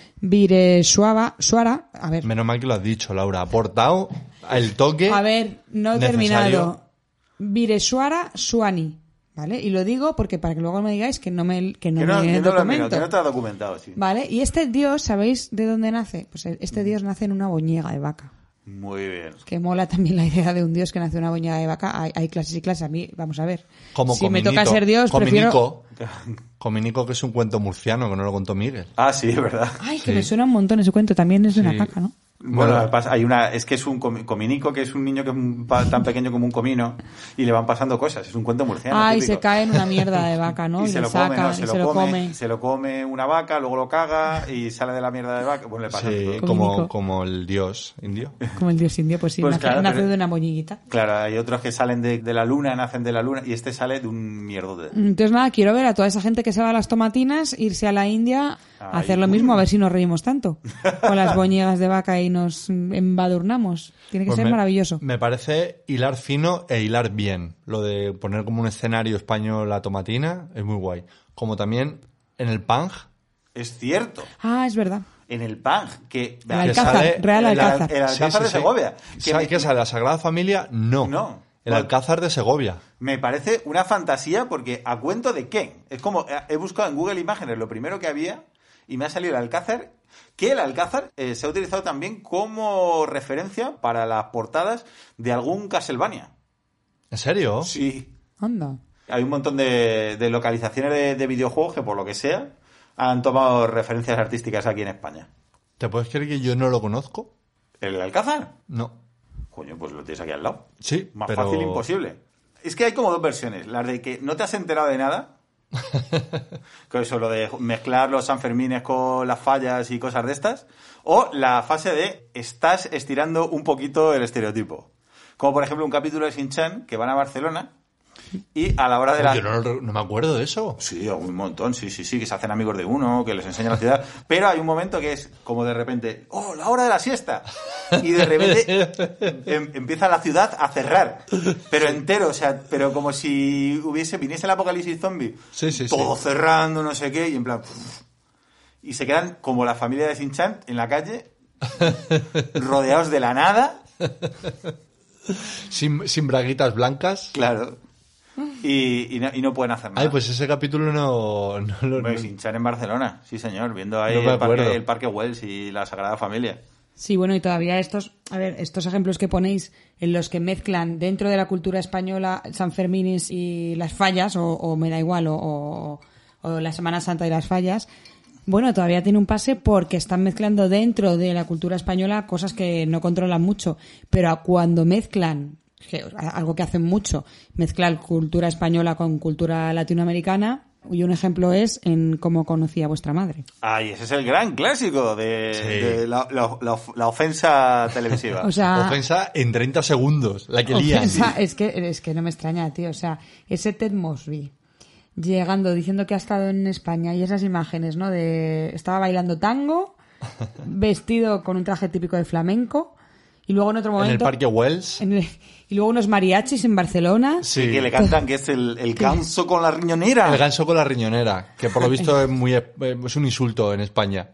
[SPEAKER 3] Vireshwara, Suara, a ver,
[SPEAKER 4] Menos mal que lo has dicho, Laura. Ha aportado el toque.
[SPEAKER 3] a ver, no he
[SPEAKER 4] necesario.
[SPEAKER 3] terminado. Vireshwara Suani, ¿vale? Y lo digo porque para que luego me digáis que no me que no
[SPEAKER 2] que no,
[SPEAKER 3] me
[SPEAKER 2] que no lo has mirado,
[SPEAKER 3] documento.
[SPEAKER 2] que no te lo has documentado, sí.
[SPEAKER 3] Vale, y este dios, ¿sabéis de dónde nace? Pues el- este dios nace en una boñiga de vaca.
[SPEAKER 2] Muy bien.
[SPEAKER 3] Que mola también la idea de un dios que nace en una boñiga de vaca. Hay, hay clases y clases. A mí, vamos a ver.
[SPEAKER 4] Como
[SPEAKER 3] si
[SPEAKER 4] Cominico.
[SPEAKER 3] me toca ser dios, prefiero.
[SPEAKER 4] Cominico. Cominico, que es un cuento murciano que no lo contó Miguel.
[SPEAKER 2] Ah, sí, es verdad.
[SPEAKER 3] Ay, que
[SPEAKER 4] Sí.
[SPEAKER 3] me suena un montón ese cuento. También es de una
[SPEAKER 4] Sí.
[SPEAKER 3] caca, ¿no?
[SPEAKER 2] Bueno,
[SPEAKER 4] Bueno.
[SPEAKER 2] pasa- hay una, es que es un comi- cominico, que es un niño que es un pa- tan pequeño como un comino, y le van pasando cosas. Es un cuento murciano.
[SPEAKER 3] Ay,
[SPEAKER 2] típico.
[SPEAKER 3] se cae en una mierda de vaca, ¿no?
[SPEAKER 2] Y se
[SPEAKER 3] le
[SPEAKER 2] lo come,
[SPEAKER 3] saca,
[SPEAKER 2] ¿no? Se
[SPEAKER 3] y
[SPEAKER 2] lo
[SPEAKER 3] se lo
[SPEAKER 2] come,
[SPEAKER 3] come.
[SPEAKER 2] se lo come una vaca, luego lo caga y sale de la mierda de vaca. Bueno, le pasa
[SPEAKER 4] Sí,
[SPEAKER 2] todo.
[SPEAKER 4] como,
[SPEAKER 3] Cominico.
[SPEAKER 4] como el dios indio.
[SPEAKER 3] Como el dios indio, pues sí,
[SPEAKER 2] Pues
[SPEAKER 3] nace,
[SPEAKER 2] claro,
[SPEAKER 3] nace
[SPEAKER 2] pero-
[SPEAKER 3] de una boñiguita.
[SPEAKER 2] Claro, hay otros que salen de, de la luna, nacen de la luna, y este sale de un mierdo de...
[SPEAKER 3] Entonces, nada, quiero ver a toda esa gente que se va a las tomatinas, irse a la India, a
[SPEAKER 2] Ay.
[SPEAKER 3] hacer lo mismo, a ver si nos reímos tanto con las boñigas de vaca y nos embadurnamos. Tiene que
[SPEAKER 4] Pues
[SPEAKER 3] ser
[SPEAKER 4] me-
[SPEAKER 3] maravilloso.
[SPEAKER 4] Me parece hilar fino e hilar bien. Lo de poner como un escenario español la tomatina es muy guay. Como también en el Pang,
[SPEAKER 2] Es cierto.
[SPEAKER 3] Ah, es verdad.
[SPEAKER 2] En el PANG, que...
[SPEAKER 3] El Alcázar,
[SPEAKER 4] sale-
[SPEAKER 3] Real
[SPEAKER 2] el-
[SPEAKER 3] Alcázar.
[SPEAKER 2] el- Alcázar de Segovia.
[SPEAKER 4] Que
[SPEAKER 2] Que me-
[SPEAKER 4] ¿Qué sale? ¿La Sagrada Familia? No.
[SPEAKER 2] No.
[SPEAKER 4] El Alcázar de Segovia.
[SPEAKER 2] Me parece una fantasía porque a cuento de qué. Es como eh, he buscado en Google Imágenes lo primero que había y me ha salido el Alcázar. Que el Alcázar eh, se ha utilizado también como referencia para las portadas de algún Castlevania.
[SPEAKER 4] ¿En serio?
[SPEAKER 2] Sí.
[SPEAKER 3] Anda.
[SPEAKER 2] Hay un montón de, de localizaciones de, de videojuegos que, por lo que sea, han tomado referencias artísticas aquí en España.
[SPEAKER 4] ¿Te puedes creer que yo no lo conozco?
[SPEAKER 2] ¿El Alcázar?
[SPEAKER 4] No.
[SPEAKER 2] Coño, pues lo tienes aquí al lado.
[SPEAKER 4] Sí,
[SPEAKER 2] Más
[SPEAKER 4] pero-
[SPEAKER 2] fácil imposible. Es que hay como dos versiones. La de que no te has enterado de nada. que eso, lo de mezclar los Sanfermines con las fallas y cosas de estas. O la fase de estás estirando un poquito el estereotipo. Como por ejemplo un capítulo de Shin-Chan que van a Barcelona y a la hora de la...
[SPEAKER 4] Yo no, lo- no me acuerdo de eso.
[SPEAKER 2] Sí, un montón, sí, sí, sí, que se hacen amigos de uno, que les enseña la ciudad. Pero hay un momento que es como de repente, ¡oh, la hora de la siesta! Y de repente em- empieza la ciudad a cerrar, pero entero, o sea, pero como si hubiese, viniese el apocalipsis zombie.
[SPEAKER 4] Sí, sí, sí.
[SPEAKER 2] Todo cerrando, no sé qué, y en plan. pff. Y se quedan como la familia de Sinchan en la calle, rodeados de la nada,
[SPEAKER 4] Sin, sin braguitas blancas.
[SPEAKER 2] claro. Y, y no, y no pueden hacer nada.
[SPEAKER 4] Ay, pues ese capítulo no, no lo...
[SPEAKER 2] Hombre,
[SPEAKER 4] no-
[SPEAKER 2] Pues hinchar en Barcelona, sí señor, viendo ahí
[SPEAKER 4] No me
[SPEAKER 2] el,
[SPEAKER 4] acuerdo.
[SPEAKER 2] parque, el Parque Wells y la Sagrada Familia.
[SPEAKER 3] Sí, bueno, y todavía estos, a ver, estos ejemplos que ponéis en los que mezclan dentro de la cultura española Sanfermines y las fallas, o, o me da igual, o, o- o la Semana Santa y las fallas, bueno, todavía tiene un pase porque están mezclando dentro de la cultura española cosas que no controlan mucho, pero a cuando mezclan que- algo que hacen mucho, mezclar cultura española con cultura latinoamericana, y un ejemplo es en cómo conocí a vuestra madre.
[SPEAKER 2] Ay, Ah, ese es el gran clásico de,
[SPEAKER 4] Sí.
[SPEAKER 2] de la, la- la of- la ofensa televisiva.
[SPEAKER 3] O sea,
[SPEAKER 4] Ofensa en 30 segundos, la que lían.
[SPEAKER 3] Ofensa, es que es que no me extraña, tío. O sea, ese Ted Mosby llegando diciendo que ha estado en España y esas imágenes, ¿no? De estaba bailando tango, vestido con un traje típico de flamenco y luego en otro
[SPEAKER 4] En
[SPEAKER 3] momento
[SPEAKER 4] el Parque Wells.
[SPEAKER 3] en el- y luego unos mariachis en Barcelona.
[SPEAKER 4] Sí.
[SPEAKER 2] Y que le cantan que es el, el ganso con la riñonera.
[SPEAKER 4] El ganso con la riñonera, que por lo visto es muy eh, es un insulto en España.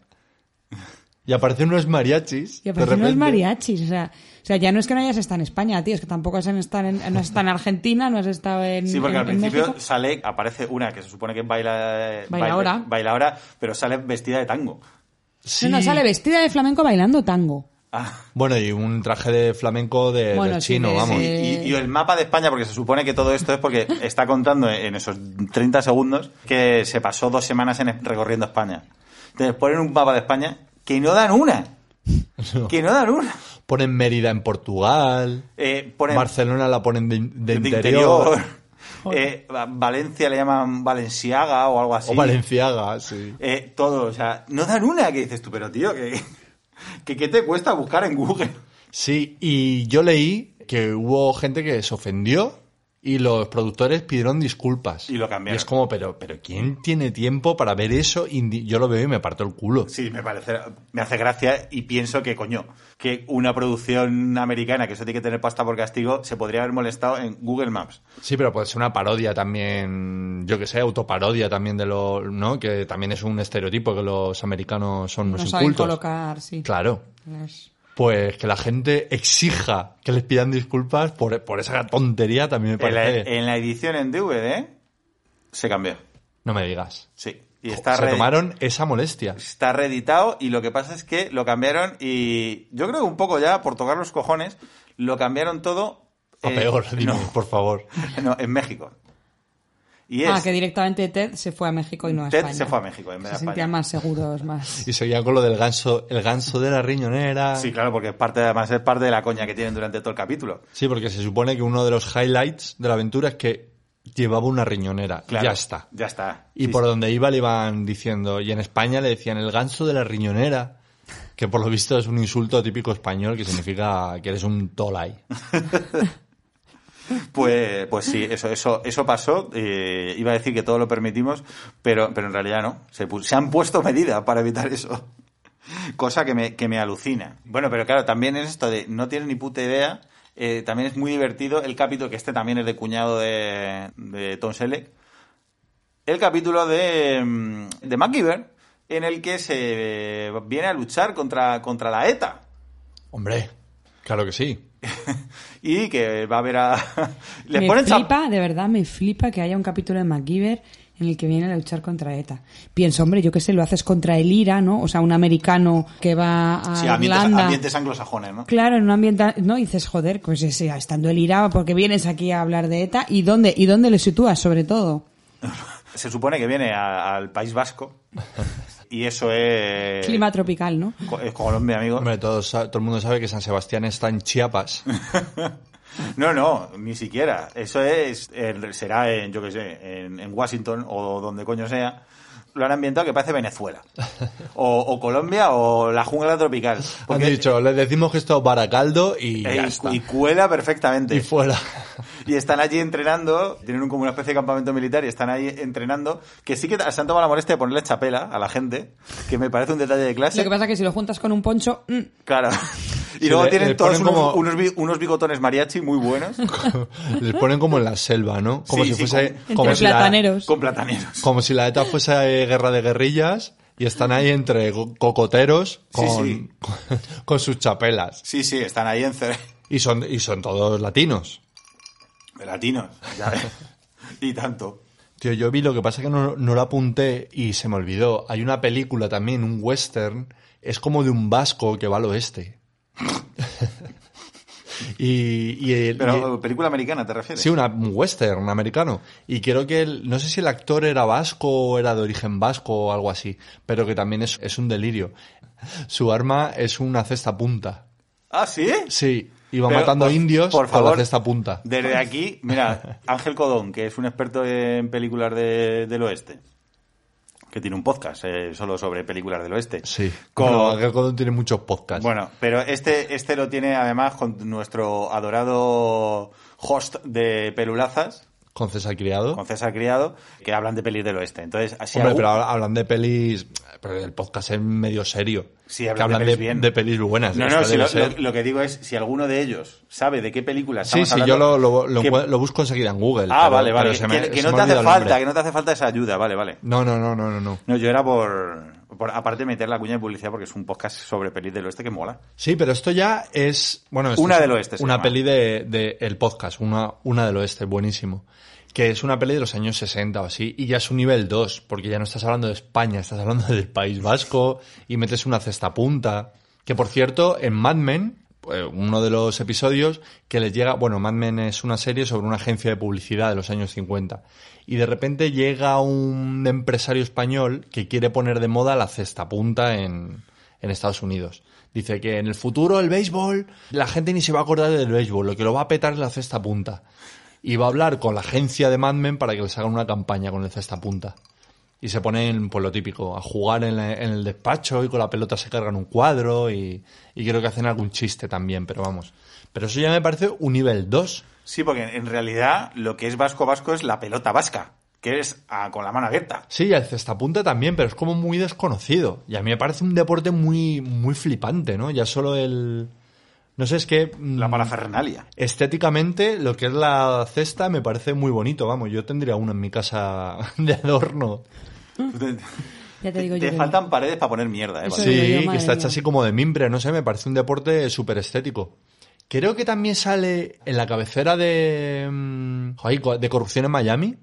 [SPEAKER 4] Y aparecen unos mariachis.
[SPEAKER 3] Y
[SPEAKER 4] de
[SPEAKER 3] aparecen unos
[SPEAKER 4] repente.
[SPEAKER 3] mariachis, o sea, o sea, ya no es que no hayas estado en España, tío, es que tampoco has estado en, no has estado en Argentina, no has estado en
[SPEAKER 2] Sí, porque
[SPEAKER 3] en-
[SPEAKER 2] al
[SPEAKER 3] en
[SPEAKER 2] principio
[SPEAKER 3] México.
[SPEAKER 2] sale, aparece una que se supone que es baila,
[SPEAKER 3] Bailaora.
[SPEAKER 2] baila- bailaora, pero sale vestida de tango.
[SPEAKER 4] Sí.
[SPEAKER 3] No, no, sale vestida de flamenco bailando tango.
[SPEAKER 2] Ah,
[SPEAKER 4] Bueno, y un traje de flamenco de,
[SPEAKER 3] Bueno,
[SPEAKER 4] del
[SPEAKER 3] sí,
[SPEAKER 4] chino,
[SPEAKER 3] de-
[SPEAKER 4] vamos.
[SPEAKER 2] y,
[SPEAKER 3] sí.
[SPEAKER 2] y- y el mapa de España, porque se supone que todo esto es porque está contando en esos 30 segundos que se pasó dos semanas en, recorriendo España. Entonces ponen un mapa de España que no dan una. Que no dan una.
[SPEAKER 4] Ponen Mérida en Portugal.
[SPEAKER 2] Eh, ponen
[SPEAKER 4] Barcelona la ponen de, de
[SPEAKER 2] de
[SPEAKER 4] interior.
[SPEAKER 2] Eh, Va- Valencia le llaman Valenciaga o algo así.
[SPEAKER 4] O Valenciaga, sí.
[SPEAKER 2] Eh, todo, o sea, no dan una que dices tú, pero tío, que, que, ¿qué te cuesta buscar en Google?
[SPEAKER 4] Sí, y yo leí que hubo gente que se ofendió y los productores pidieron disculpas.
[SPEAKER 2] Y lo cambiaron.
[SPEAKER 4] es como, pero, pero ¿quién tiene tiempo para ver eso? Y ni- yo lo veo y me parto el culo.
[SPEAKER 2] Sí, me parece, me hace gracia y pienso que, coño, que una producción americana, que eso tiene que tener pasta por castigo, se podría haber molestado en Google Maps.
[SPEAKER 4] Sí, pero puede ser una parodia también, yo que sé, autoparodia también de lo, ¿no? Que también es un estereotipo que los americanos son
[SPEAKER 3] No
[SPEAKER 4] unos
[SPEAKER 3] saben
[SPEAKER 4] incultos.
[SPEAKER 3] colocar, sí.
[SPEAKER 4] Claro.
[SPEAKER 3] Las-
[SPEAKER 4] Pues que la gente exija que les pidan disculpas por, por esa tontería también me
[SPEAKER 2] En la,
[SPEAKER 4] parece.
[SPEAKER 2] en la edición en DVD se cambió.
[SPEAKER 4] No me digas.
[SPEAKER 2] Sí. Y está
[SPEAKER 4] Se
[SPEAKER 2] re-
[SPEAKER 4] tomaron esa molestia.
[SPEAKER 2] está reeditado y lo que pasa es que lo cambiaron y yo creo que un poco ya por tocar los cojones lo cambiaron todo
[SPEAKER 4] A
[SPEAKER 2] eh,
[SPEAKER 4] peor, dime,
[SPEAKER 2] no,
[SPEAKER 4] por favor.
[SPEAKER 2] no, en México y es
[SPEAKER 3] Ah, que directamente Ted se fue a México y no a
[SPEAKER 2] Ted
[SPEAKER 3] España.
[SPEAKER 2] se fue a México en vez de
[SPEAKER 3] Se
[SPEAKER 2] a España.
[SPEAKER 3] sentían más seguros, más.
[SPEAKER 4] Y seguía con lo del ganso, el ganso de la riñonera.
[SPEAKER 2] sí claro porque es parte además es parte de la coña que tienen durante todo el capítulo
[SPEAKER 4] Sí, porque se supone que uno de los highlights de la aventura es que llevaba una riñonera.
[SPEAKER 2] Claro,
[SPEAKER 4] Ya está.
[SPEAKER 2] ya está
[SPEAKER 4] Y
[SPEAKER 2] Sí,
[SPEAKER 4] por
[SPEAKER 2] sí.
[SPEAKER 4] donde iba le iban diciendo, y en España le decían el ganso de la riñonera, que por lo visto es un insulto típico español que significa que eres un tolay.
[SPEAKER 2] pues pues sí eso eso eso pasó eh, iba a decir que todo lo permitimos pero pero en realidad no se, pu- se han puesto medidas para evitar eso cosa que me, que me alucina. Bueno, pero claro, también es esto de no tienes ni puta idea. eh, también es muy divertido el capítulo, que este también es de cuñado de, de Tom Selleck. El capítulo de, mm, de MacGyver, en el que se eh, viene a luchar contra, contra la E ETA.
[SPEAKER 4] Hombre, claro que sí.
[SPEAKER 2] Y que va a haber a. Les
[SPEAKER 3] me
[SPEAKER 2] ponen chap-
[SPEAKER 3] flipa, de verdad, me flipa que haya un capítulo de MacGyver en el que viene a luchar contra ETA. Pienso, hombre, yo qué sé, lo haces contra el IRA, ¿no? O sea, un americano que va a
[SPEAKER 2] Sí, ambientes,
[SPEAKER 3] Irlanda.
[SPEAKER 2] ambientes anglosajones, ¿no?
[SPEAKER 3] Claro, en un ambiente, no Y dices, joder, pues ese, estando el IRA, porque vienes aquí a hablar de ETA y dónde y dónde le sitúas sobre todo.
[SPEAKER 2] Se supone que viene a- al País Vasco. Y eso es.
[SPEAKER 3] Clima tropical, ¿no?
[SPEAKER 2] co- Es Colombia, amigo.
[SPEAKER 4] Hombre, todos, sa- todo el mundo sabe que San Sebastián está en Chiapas.
[SPEAKER 2] No, no, ni siquiera. Eso es, en- será en, yo qué sé, en, en Washington o donde coño sea. Lo han ambientado que parece Venezuela. O, o Colombia o la jungla tropical.
[SPEAKER 4] Han
[SPEAKER 2] Porque-
[SPEAKER 4] dicho, les decimos que esto es Baracaldo y
[SPEAKER 2] eh,
[SPEAKER 4] ya
[SPEAKER 2] y,
[SPEAKER 4] está.
[SPEAKER 2] y cuela perfectamente.
[SPEAKER 4] Y fuera.
[SPEAKER 2] Y están allí entrenando, tienen un- como una especie de campamento militar y están ahí entrenando, que sí que se han tomado la molestia de ponerle chapela a la gente, que me parece un detalle de clase.
[SPEAKER 3] Lo que pasa que si lo juntas con un poncho, mm,
[SPEAKER 2] Claro. Y
[SPEAKER 4] Sí,
[SPEAKER 2] luego
[SPEAKER 4] le-
[SPEAKER 2] tienen
[SPEAKER 4] le
[SPEAKER 2] todos
[SPEAKER 4] ponen
[SPEAKER 2] unos,
[SPEAKER 4] como-
[SPEAKER 2] unos bi- unos bigotones mariachi muy buenos,
[SPEAKER 3] Pues
[SPEAKER 4] Les ponen como en la selva, ¿no? Como
[SPEAKER 2] Sí,
[SPEAKER 4] si
[SPEAKER 2] sí,
[SPEAKER 4] fuese.
[SPEAKER 2] como-
[SPEAKER 3] entre
[SPEAKER 4] como si la-
[SPEAKER 3] plataneros.
[SPEAKER 2] con plataneros.
[SPEAKER 4] Como si la ETA fuese eh, guerra de guerrillas y están ahí entre go- cocoteros
[SPEAKER 2] Sí,
[SPEAKER 4] con,
[SPEAKER 2] sí.
[SPEAKER 4] Con, sus chapelas.
[SPEAKER 2] Sí, sí, están ahí en cere-
[SPEAKER 4] Y son, y son todos latinos.
[SPEAKER 2] De latinos, ya ves. Y tanto.
[SPEAKER 4] Tío, yo vi lo que pasa que no, no lo apunté y se me olvidó. Hay una película también, un western, es como de un vasco que va al oeste. Y, y el-
[SPEAKER 2] Pero
[SPEAKER 4] y-
[SPEAKER 2] película americana, ¿te refieres?
[SPEAKER 4] sí, una, un western americano. Y creo que, el- no sé si el actor era vasco o era de origen vasco o algo así, pero que también es, es un delirio. Su arma es una cesta punta.
[SPEAKER 2] ¿Ah, sí?
[SPEAKER 4] Sí, iba
[SPEAKER 2] Pero,
[SPEAKER 4] matando
[SPEAKER 2] por-
[SPEAKER 4] indios
[SPEAKER 2] por
[SPEAKER 4] con la
[SPEAKER 2] favor,
[SPEAKER 4] cesta punta.
[SPEAKER 2] Desde aquí, mira, Ángel Codón, que es un experto en películas de- del oeste, que tiene un podcast eh, solo sobre películas del oeste.
[SPEAKER 4] Sí.
[SPEAKER 2] Con-
[SPEAKER 4] Bueno, Ángel Codón tiene muchos podcasts.
[SPEAKER 2] Bueno, pero este, este lo tiene además con nuestro adorado host de Pelulazas,
[SPEAKER 4] Con César Criado.
[SPEAKER 2] con César Criado, que hablan de pelis del oeste. Entonces, así
[SPEAKER 4] Hombre,
[SPEAKER 2] aún-
[SPEAKER 4] pero habla- hablan de pelis. Pero el podcast es medio serio.
[SPEAKER 2] Sí,
[SPEAKER 4] Que
[SPEAKER 2] hablan de pelis bien.
[SPEAKER 4] pelis buenas.
[SPEAKER 2] No,
[SPEAKER 4] Esta
[SPEAKER 2] no, si
[SPEAKER 4] debe
[SPEAKER 2] lo,
[SPEAKER 4] ser.
[SPEAKER 2] lo- lo que digo es, si alguno de ellos sabe de qué película
[SPEAKER 4] Sí,
[SPEAKER 2] estamos
[SPEAKER 4] sí,
[SPEAKER 2] hablando,
[SPEAKER 4] yo lo, lo- lo
[SPEAKER 2] que-
[SPEAKER 4] encu- lo busco enseguida en Google.
[SPEAKER 2] Ah,
[SPEAKER 4] pero-
[SPEAKER 2] vale, vale.
[SPEAKER 4] pero
[SPEAKER 2] Que,
[SPEAKER 4] se me-
[SPEAKER 2] que
[SPEAKER 4] se
[SPEAKER 2] no
[SPEAKER 4] me
[SPEAKER 2] te
[SPEAKER 4] ha
[SPEAKER 2] hace
[SPEAKER 4] olvidado el
[SPEAKER 2] falta, que
[SPEAKER 4] nombre.
[SPEAKER 2] no te hace falta esa ayuda, vale, vale.
[SPEAKER 4] No, no, no, no, no, no.
[SPEAKER 2] No, yo era por, por- aparte meter la cuña de publicidad porque es un podcast sobre pelis del oeste que mola.
[SPEAKER 4] Sí, pero esto ya es. Bueno, esto
[SPEAKER 2] Una
[SPEAKER 4] es
[SPEAKER 2] del Oeste se
[SPEAKER 4] Una
[SPEAKER 2] llama.
[SPEAKER 4] peli de, de el podcast, una, una del oeste, buenísimo. Que es una peli de los años 60 o así, y ya es un nivel 2, porque ya no estás hablando de España, estás hablando del País Vasco, y metes una cesta punta. Que por cierto, en Mad Men, eh, uno de los episodios que les llega, bueno, Mad Men es una serie sobre una agencia de publicidad de los años 50, y de repente llega un empresario español que quiere poner de moda la cesta punta en, en Estados Unidos. Dice que en el futuro el béisbol, la gente ni se va a acordar del béisbol, lo que lo va a petar es la cesta punta. Y va a hablar con la agencia de Mad Men para que les hagan una campaña con el cesta punta. Y se ponen, pues lo típico, a jugar en, la- en el despacho y con la pelota se cargan un cuadro y, y creo que hacen algún chiste también, pero vamos. Pero eso ya me parece un nivel 2.
[SPEAKER 2] Sí, porque en realidad lo que es vasco vasco es la pelota vasca, que es ah, con la mano abierta.
[SPEAKER 4] Sí, y el cestapunta también, pero es como muy desconocido. Y a mí me parece un deporte muy, muy flipante, ¿no? Ya solo el... No sé, es que... mm,
[SPEAKER 2] La parafernalia.
[SPEAKER 4] Estéticamente, lo que es la cesta me parece muy bonito, vamos, yo tendría uno en mi casa de adorno. Mm.
[SPEAKER 3] Ya te digo yo.
[SPEAKER 2] Te
[SPEAKER 3] que-
[SPEAKER 2] faltan paredes para poner mierda, ¿eh?
[SPEAKER 3] Eso
[SPEAKER 2] Vale.
[SPEAKER 3] digo yo,
[SPEAKER 4] Sí, que
[SPEAKER 3] madre
[SPEAKER 4] está hecha
[SPEAKER 3] mía.
[SPEAKER 4] así como de mimbre, no sé, me parece un deporte súper estético. Creo que también sale en la cabecera de... mm, joder, co- de corrupción en Miami.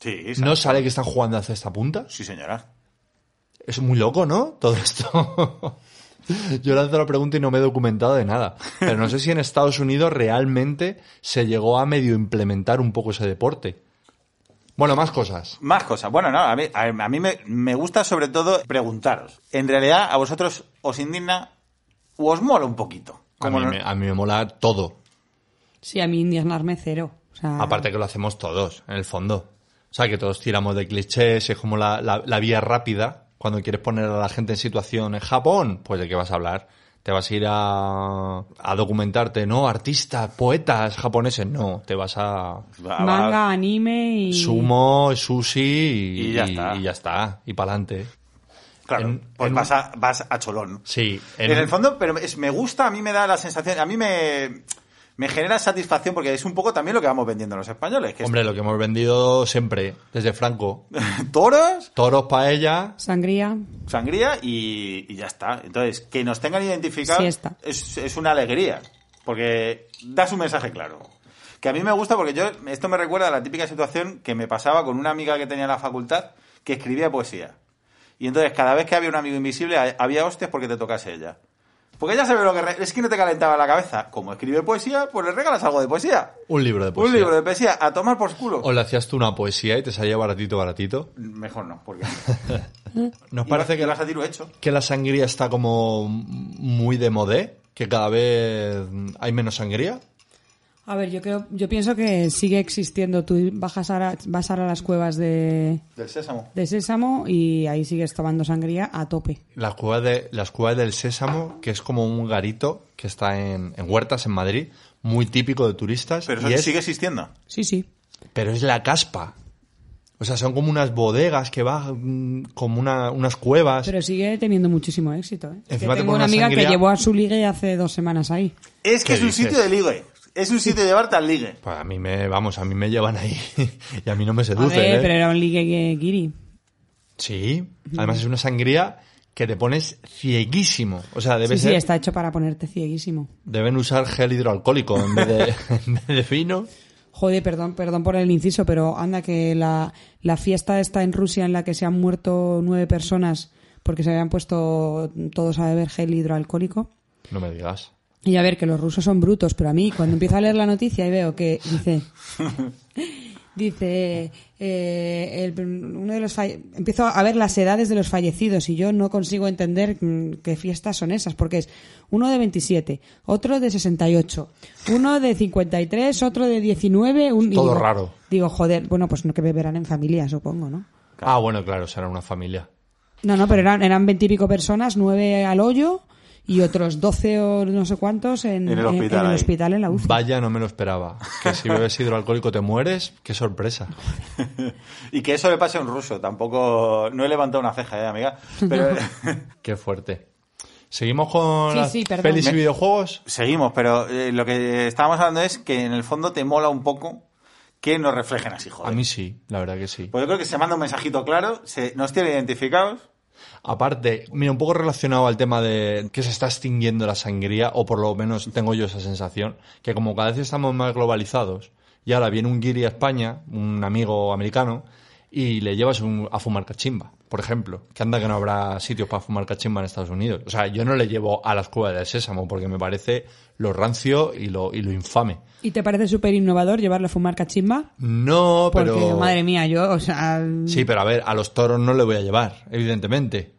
[SPEAKER 2] Sí,
[SPEAKER 4] No
[SPEAKER 2] sí.
[SPEAKER 4] sale que están jugando a cesta punta.
[SPEAKER 2] Sí, señora.
[SPEAKER 4] Es muy loco, ¿no? Todo esto. Yo lanzo la pregunta y no me he documentado de nada. Pero no sé si en Estados Unidos realmente se llegó a medio implementar un poco ese deporte. Bueno, más cosas.
[SPEAKER 2] Más cosas. Bueno, no, a mí, a, a mí me, me gusta sobre todo preguntaros. En realidad, ¿a vosotros os indigna o os mola un poquito?
[SPEAKER 4] A mí,
[SPEAKER 2] Como no-
[SPEAKER 4] me, a mí me mola todo.
[SPEAKER 3] Sí, a mí indignarme cero. O
[SPEAKER 2] Ah.
[SPEAKER 3] sea,
[SPEAKER 4] Aparte que lo hacemos todos, en el fondo. O sea, que todos tiramos de clichés, es como la, la- la vía rápida. Cuando quieres poner a la gente en situación en Japón, pues de qué vas a hablar. Te vas a ir a, a documentarte, ¿no? Artistas, poetas japoneses, no. Te vas a,
[SPEAKER 2] Va- va-
[SPEAKER 3] Manga, anime y.
[SPEAKER 4] sumo, sushi y,
[SPEAKER 2] Y ya está.
[SPEAKER 4] Y, ya está, y pa'lante.
[SPEAKER 2] Claro,
[SPEAKER 4] en-
[SPEAKER 2] pues
[SPEAKER 4] en-
[SPEAKER 2] vas, a, vas a cholón.
[SPEAKER 4] Sí,
[SPEAKER 2] En, el fondo, pero es- me gusta, a mí me da la sensación, a mí me, me genera satisfacción porque es un poco también lo que vamos vendiendo los españoles, que
[SPEAKER 4] Hombre, lo que hemos vendido siempre, desde Franco.
[SPEAKER 2] es toros,
[SPEAKER 4] Toros paella,
[SPEAKER 3] Sangría.
[SPEAKER 2] sangría y, y ya está. Entonces, que nos tengan identificados
[SPEAKER 3] Siesta.
[SPEAKER 2] es, es una alegría, porque das un mensaje claro. Que a mí me gusta porque yo, esto me recuerda a la típica situación que me pasaba con una amiga que tenía en la facultad que escribía poesía. Y entonces, cada vez que había un amigo invisible, ha- había hostias porque te tocase ella. Porque ella sabe lo que... re- Es que no te calentaba la cabeza. Como escribe poesía, pues le regalas algo de poesía.
[SPEAKER 4] un libro de poesía.
[SPEAKER 2] Un libro de poesía a tomar por culo.
[SPEAKER 4] O le hacías tú una poesía y te salía baratito, baratito.
[SPEAKER 2] Mejor no, porque...
[SPEAKER 4] Nos parece que,
[SPEAKER 2] vas a tiro hecho.
[SPEAKER 4] que la sangría está como muy de modé, que cada vez hay menos sangría.
[SPEAKER 3] A ver, yo creo, yo pienso que sigue existiendo. Tú bajas ahora, vas ahora a las cuevas de,
[SPEAKER 2] Del sésamo.
[SPEAKER 3] de Sésamo y ahí sigues tomando sangría a tope.
[SPEAKER 4] Las cuevas, de, las cuevas del Sésamo, que es como un garito que está en, en Huertas, en Madrid, muy típico de turistas.
[SPEAKER 2] Pero eso
[SPEAKER 4] y es-
[SPEAKER 2] sigue existiendo.
[SPEAKER 3] Sí, sí.
[SPEAKER 4] pero es la caspa. O sea, son como unas bodegas que van como una- unas cuevas.
[SPEAKER 3] Pero sigue teniendo muchísimo éxito. ¿eh? Que
[SPEAKER 4] Encima te
[SPEAKER 3] tengo
[SPEAKER 4] ponen
[SPEAKER 3] una
[SPEAKER 4] una
[SPEAKER 3] amiga que
[SPEAKER 4] sangría-
[SPEAKER 3] llevó a su ligue hace dos semanas ahí.
[SPEAKER 2] Es que
[SPEAKER 4] ¿Qué
[SPEAKER 2] es un
[SPEAKER 4] dices?
[SPEAKER 2] sitio de ligue. Es un sitio de llevarte al ligue.
[SPEAKER 4] Pues a mí me, vamos, a mí me llevan ahí y a mí no me
[SPEAKER 3] A
[SPEAKER 4] seducen.
[SPEAKER 3] ver,
[SPEAKER 4] ¿eh?
[SPEAKER 3] pero era un ligue que guiri.
[SPEAKER 4] Sí, además es una sangría que te pones cieguísimo. O sea, debe
[SPEAKER 3] Sí,
[SPEAKER 4] ser-
[SPEAKER 3] sí, está hecho para ponerte cieguísimo.
[SPEAKER 4] deben usar gel hidroalcohólico en vez de, en vez de vino.
[SPEAKER 3] Joder, perdón, perdón por el inciso, pero anda que la, la fiesta está en Rusia en la que se han muerto nueve personas porque se habían puesto todos a beber gel hidroalcohólico.
[SPEAKER 4] No me digas.
[SPEAKER 3] Y a ver, que los rusos son brutos, pero a mí cuando empiezo a leer la noticia y veo que dice... Dice, eh, el- uno de los falle- empiezo a ver las edades de los fallecidos y yo no consigo entender mm, qué fiestas son esas, porque es uno de 27, otro de 68, uno de 53, otro de 19... Un, y
[SPEAKER 4] Todo
[SPEAKER 3] digo-
[SPEAKER 4] raro.
[SPEAKER 3] Digo, joder, bueno, pues no que beberán en familia, supongo, ¿no?
[SPEAKER 4] Ah, bueno, claro, será una familia.
[SPEAKER 3] No, no, pero eran, eran 20 y pico personas, nueve al hoyo y otros 12 o no sé cuántos en,
[SPEAKER 2] En el
[SPEAKER 3] en- en
[SPEAKER 2] hospital ahí.
[SPEAKER 3] hospital, en la UCI.
[SPEAKER 4] Vaya, no me lo esperaba. Que si bebes hidroalcohólico te mueres, qué sorpresa.
[SPEAKER 2] Y que eso le pase a un ruso, tampoco... No he levantado una ceja, eh, amiga. Pero...
[SPEAKER 4] Qué fuerte. Seguimos con
[SPEAKER 3] Sí,
[SPEAKER 4] las
[SPEAKER 3] sí, perdón.
[SPEAKER 4] pelis y
[SPEAKER 2] Me-
[SPEAKER 4] videojuegos.
[SPEAKER 2] Seguimos, pero eh, lo que estábamos hablando es que en el fondo te mola un poco que nos reflejen así, joder.
[SPEAKER 4] A mí sí, la verdad que sí.
[SPEAKER 2] Pues yo creo que se manda un mensajito claro, se, nos tiene identificados.
[SPEAKER 4] Aparte, mira, un poco relacionado al tema de que se está extinguiendo la sangría, o por lo menos tengo yo esa sensación, que como cada vez estamos más globalizados, y ahora viene un guiri a España, un amigo americano, y le llevas un- a fumar cachimba, por ejemplo. Que anda que no habrá sitios para fumar cachimba en Estados Unidos. O sea, yo no le llevo a las cuevas del sésamo, porque me parece lo rancio y lo, y lo infame.
[SPEAKER 3] ¿Y te parece súper innovador llevarle a fumar cachimba?
[SPEAKER 4] No,
[SPEAKER 3] Porque,
[SPEAKER 4] pero...
[SPEAKER 3] madre mía, yo, o sea...
[SPEAKER 4] Sí, pero a ver, a los toros no le voy a llevar, evidentemente.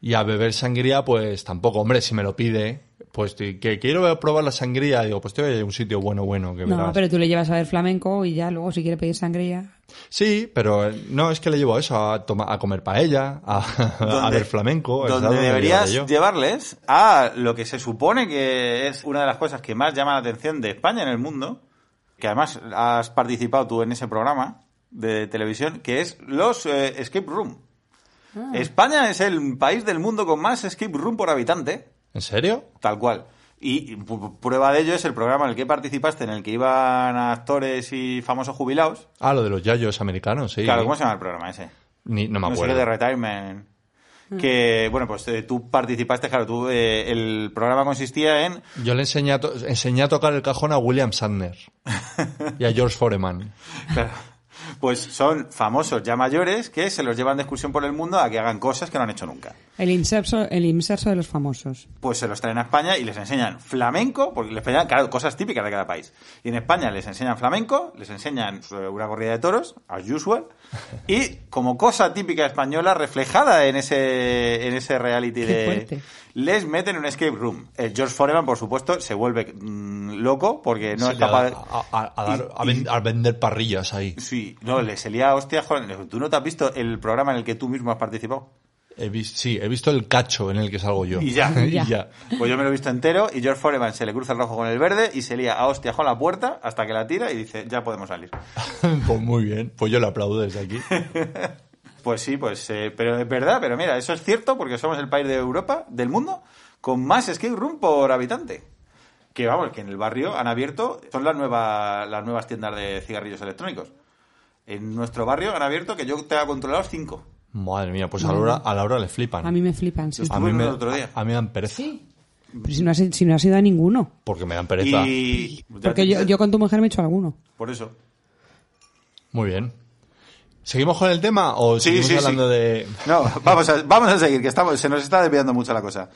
[SPEAKER 4] Y a beber sangría, pues tampoco. Hombre, si me lo pide, pues te- que quiero probar la sangría, digo, pues te voy a un sitio bueno, bueno que
[SPEAKER 3] No,
[SPEAKER 4] verás.
[SPEAKER 3] pero tú le llevas a ver flamenco y ya luego si quiere pedir sangría...
[SPEAKER 4] Sí, pero eh, no, es que le llevo eso, a, toma- a comer paella, a, a
[SPEAKER 2] donde-
[SPEAKER 4] ver flamenco. es
[SPEAKER 2] Donde
[SPEAKER 4] algo que
[SPEAKER 2] deberías
[SPEAKER 4] llevaré yo.
[SPEAKER 2] llevarles a lo que se supone que es una de las cosas que más llama la atención de España en el mundo, que además has participado tú en ese programa de televisión, que es los eh, escape room. España es el país del mundo con más escape room por habitante.
[SPEAKER 4] ¿En serio?
[SPEAKER 2] Tal cual. Y, y pu- prueba de ello es el programa en el que participaste, en el que iban actores y famosos jubilados.
[SPEAKER 4] Ah, lo de los yayos americanos, sí.
[SPEAKER 2] Claro, ¿cómo se llama el programa ese?
[SPEAKER 4] Ni- no me
[SPEAKER 2] No sé
[SPEAKER 4] acuerdo.
[SPEAKER 2] qué, de retirement. Que, bueno, pues eh, tú participaste, claro, tú, eh, el programa consistía en...
[SPEAKER 4] Yo le enseñé a, to- enseñé a tocar el cajón a William Sandner y a George Foreman.
[SPEAKER 2] claro, pues son famosos ya mayores que se los llevan de excursión por el mundo a que hagan cosas que no han hecho nunca.
[SPEAKER 3] El inserso, el inserso de los famosos.
[SPEAKER 2] pues se los traen a España y les enseñan flamenco, porque les enseñan, claro, cosas típicas de cada país. Y en España les enseñan flamenco, les enseñan eh, una corrida de toros, as usual, y como cosa típica española reflejada en ese, en ese reality
[SPEAKER 3] Qué
[SPEAKER 2] de...
[SPEAKER 3] fuerte.
[SPEAKER 2] Les meten en un escape room. El George Foreman, por supuesto, se vuelve mm, loco porque no
[SPEAKER 4] Se
[SPEAKER 2] es
[SPEAKER 4] le-
[SPEAKER 2] capaz... de-
[SPEAKER 4] a, a- a dar- a
[SPEAKER 2] y-
[SPEAKER 4] ven- a vender parrillas ahí.
[SPEAKER 2] Sí, no, le se lía hostia, joder, tú no te has visto el programa en el que tú mismo has participado.
[SPEAKER 4] He vis- sí, he visto el cacho en el que salgo yo.
[SPEAKER 2] Y ya.
[SPEAKER 4] y
[SPEAKER 3] Ya.
[SPEAKER 4] ya.
[SPEAKER 2] Pues yo me lo he visto entero y George Foreman se le cruza el rojo con el verde y se lía a hostias con la puerta hasta que la tira y dice, ya podemos salir.
[SPEAKER 4] pues muy bien. Pues yo le aplaudo desde aquí.
[SPEAKER 2] Pues sí, pues, eh, pero es verdad, pero mira, eso es cierto porque somos el país de Europa, del mundo, con más skate room por habitante. Que vamos, que en el barrio han abierto, son las, nuevas las nuevas tiendas de cigarrillos electrónicos. En nuestro barrio han abierto, que yo te ha controlado cinco.
[SPEAKER 4] Madre mía, pues a Laura, a Laura le flipan.
[SPEAKER 3] A mí me flipan,
[SPEAKER 2] Yo
[SPEAKER 3] sí.
[SPEAKER 4] A
[SPEAKER 2] estuve
[SPEAKER 4] mí
[SPEAKER 2] en
[SPEAKER 4] me-
[SPEAKER 2] el otro día.
[SPEAKER 4] a mí me dan pereza.
[SPEAKER 3] Pero si no has, si no has ido a ninguno.
[SPEAKER 4] Porque me dan pereza.
[SPEAKER 2] Y...
[SPEAKER 3] Porque yo, yo con tu mujer me he hecho alguno.
[SPEAKER 2] Por eso.
[SPEAKER 4] Muy bien. ¿Seguimos con el tema o
[SPEAKER 2] Sí,
[SPEAKER 4] seguimos
[SPEAKER 2] sí,
[SPEAKER 4] hablando
[SPEAKER 2] sí.
[SPEAKER 4] de...?
[SPEAKER 2] No, vamos a, vamos a seguir, que estamos, se nos está desviando mucho la cosa.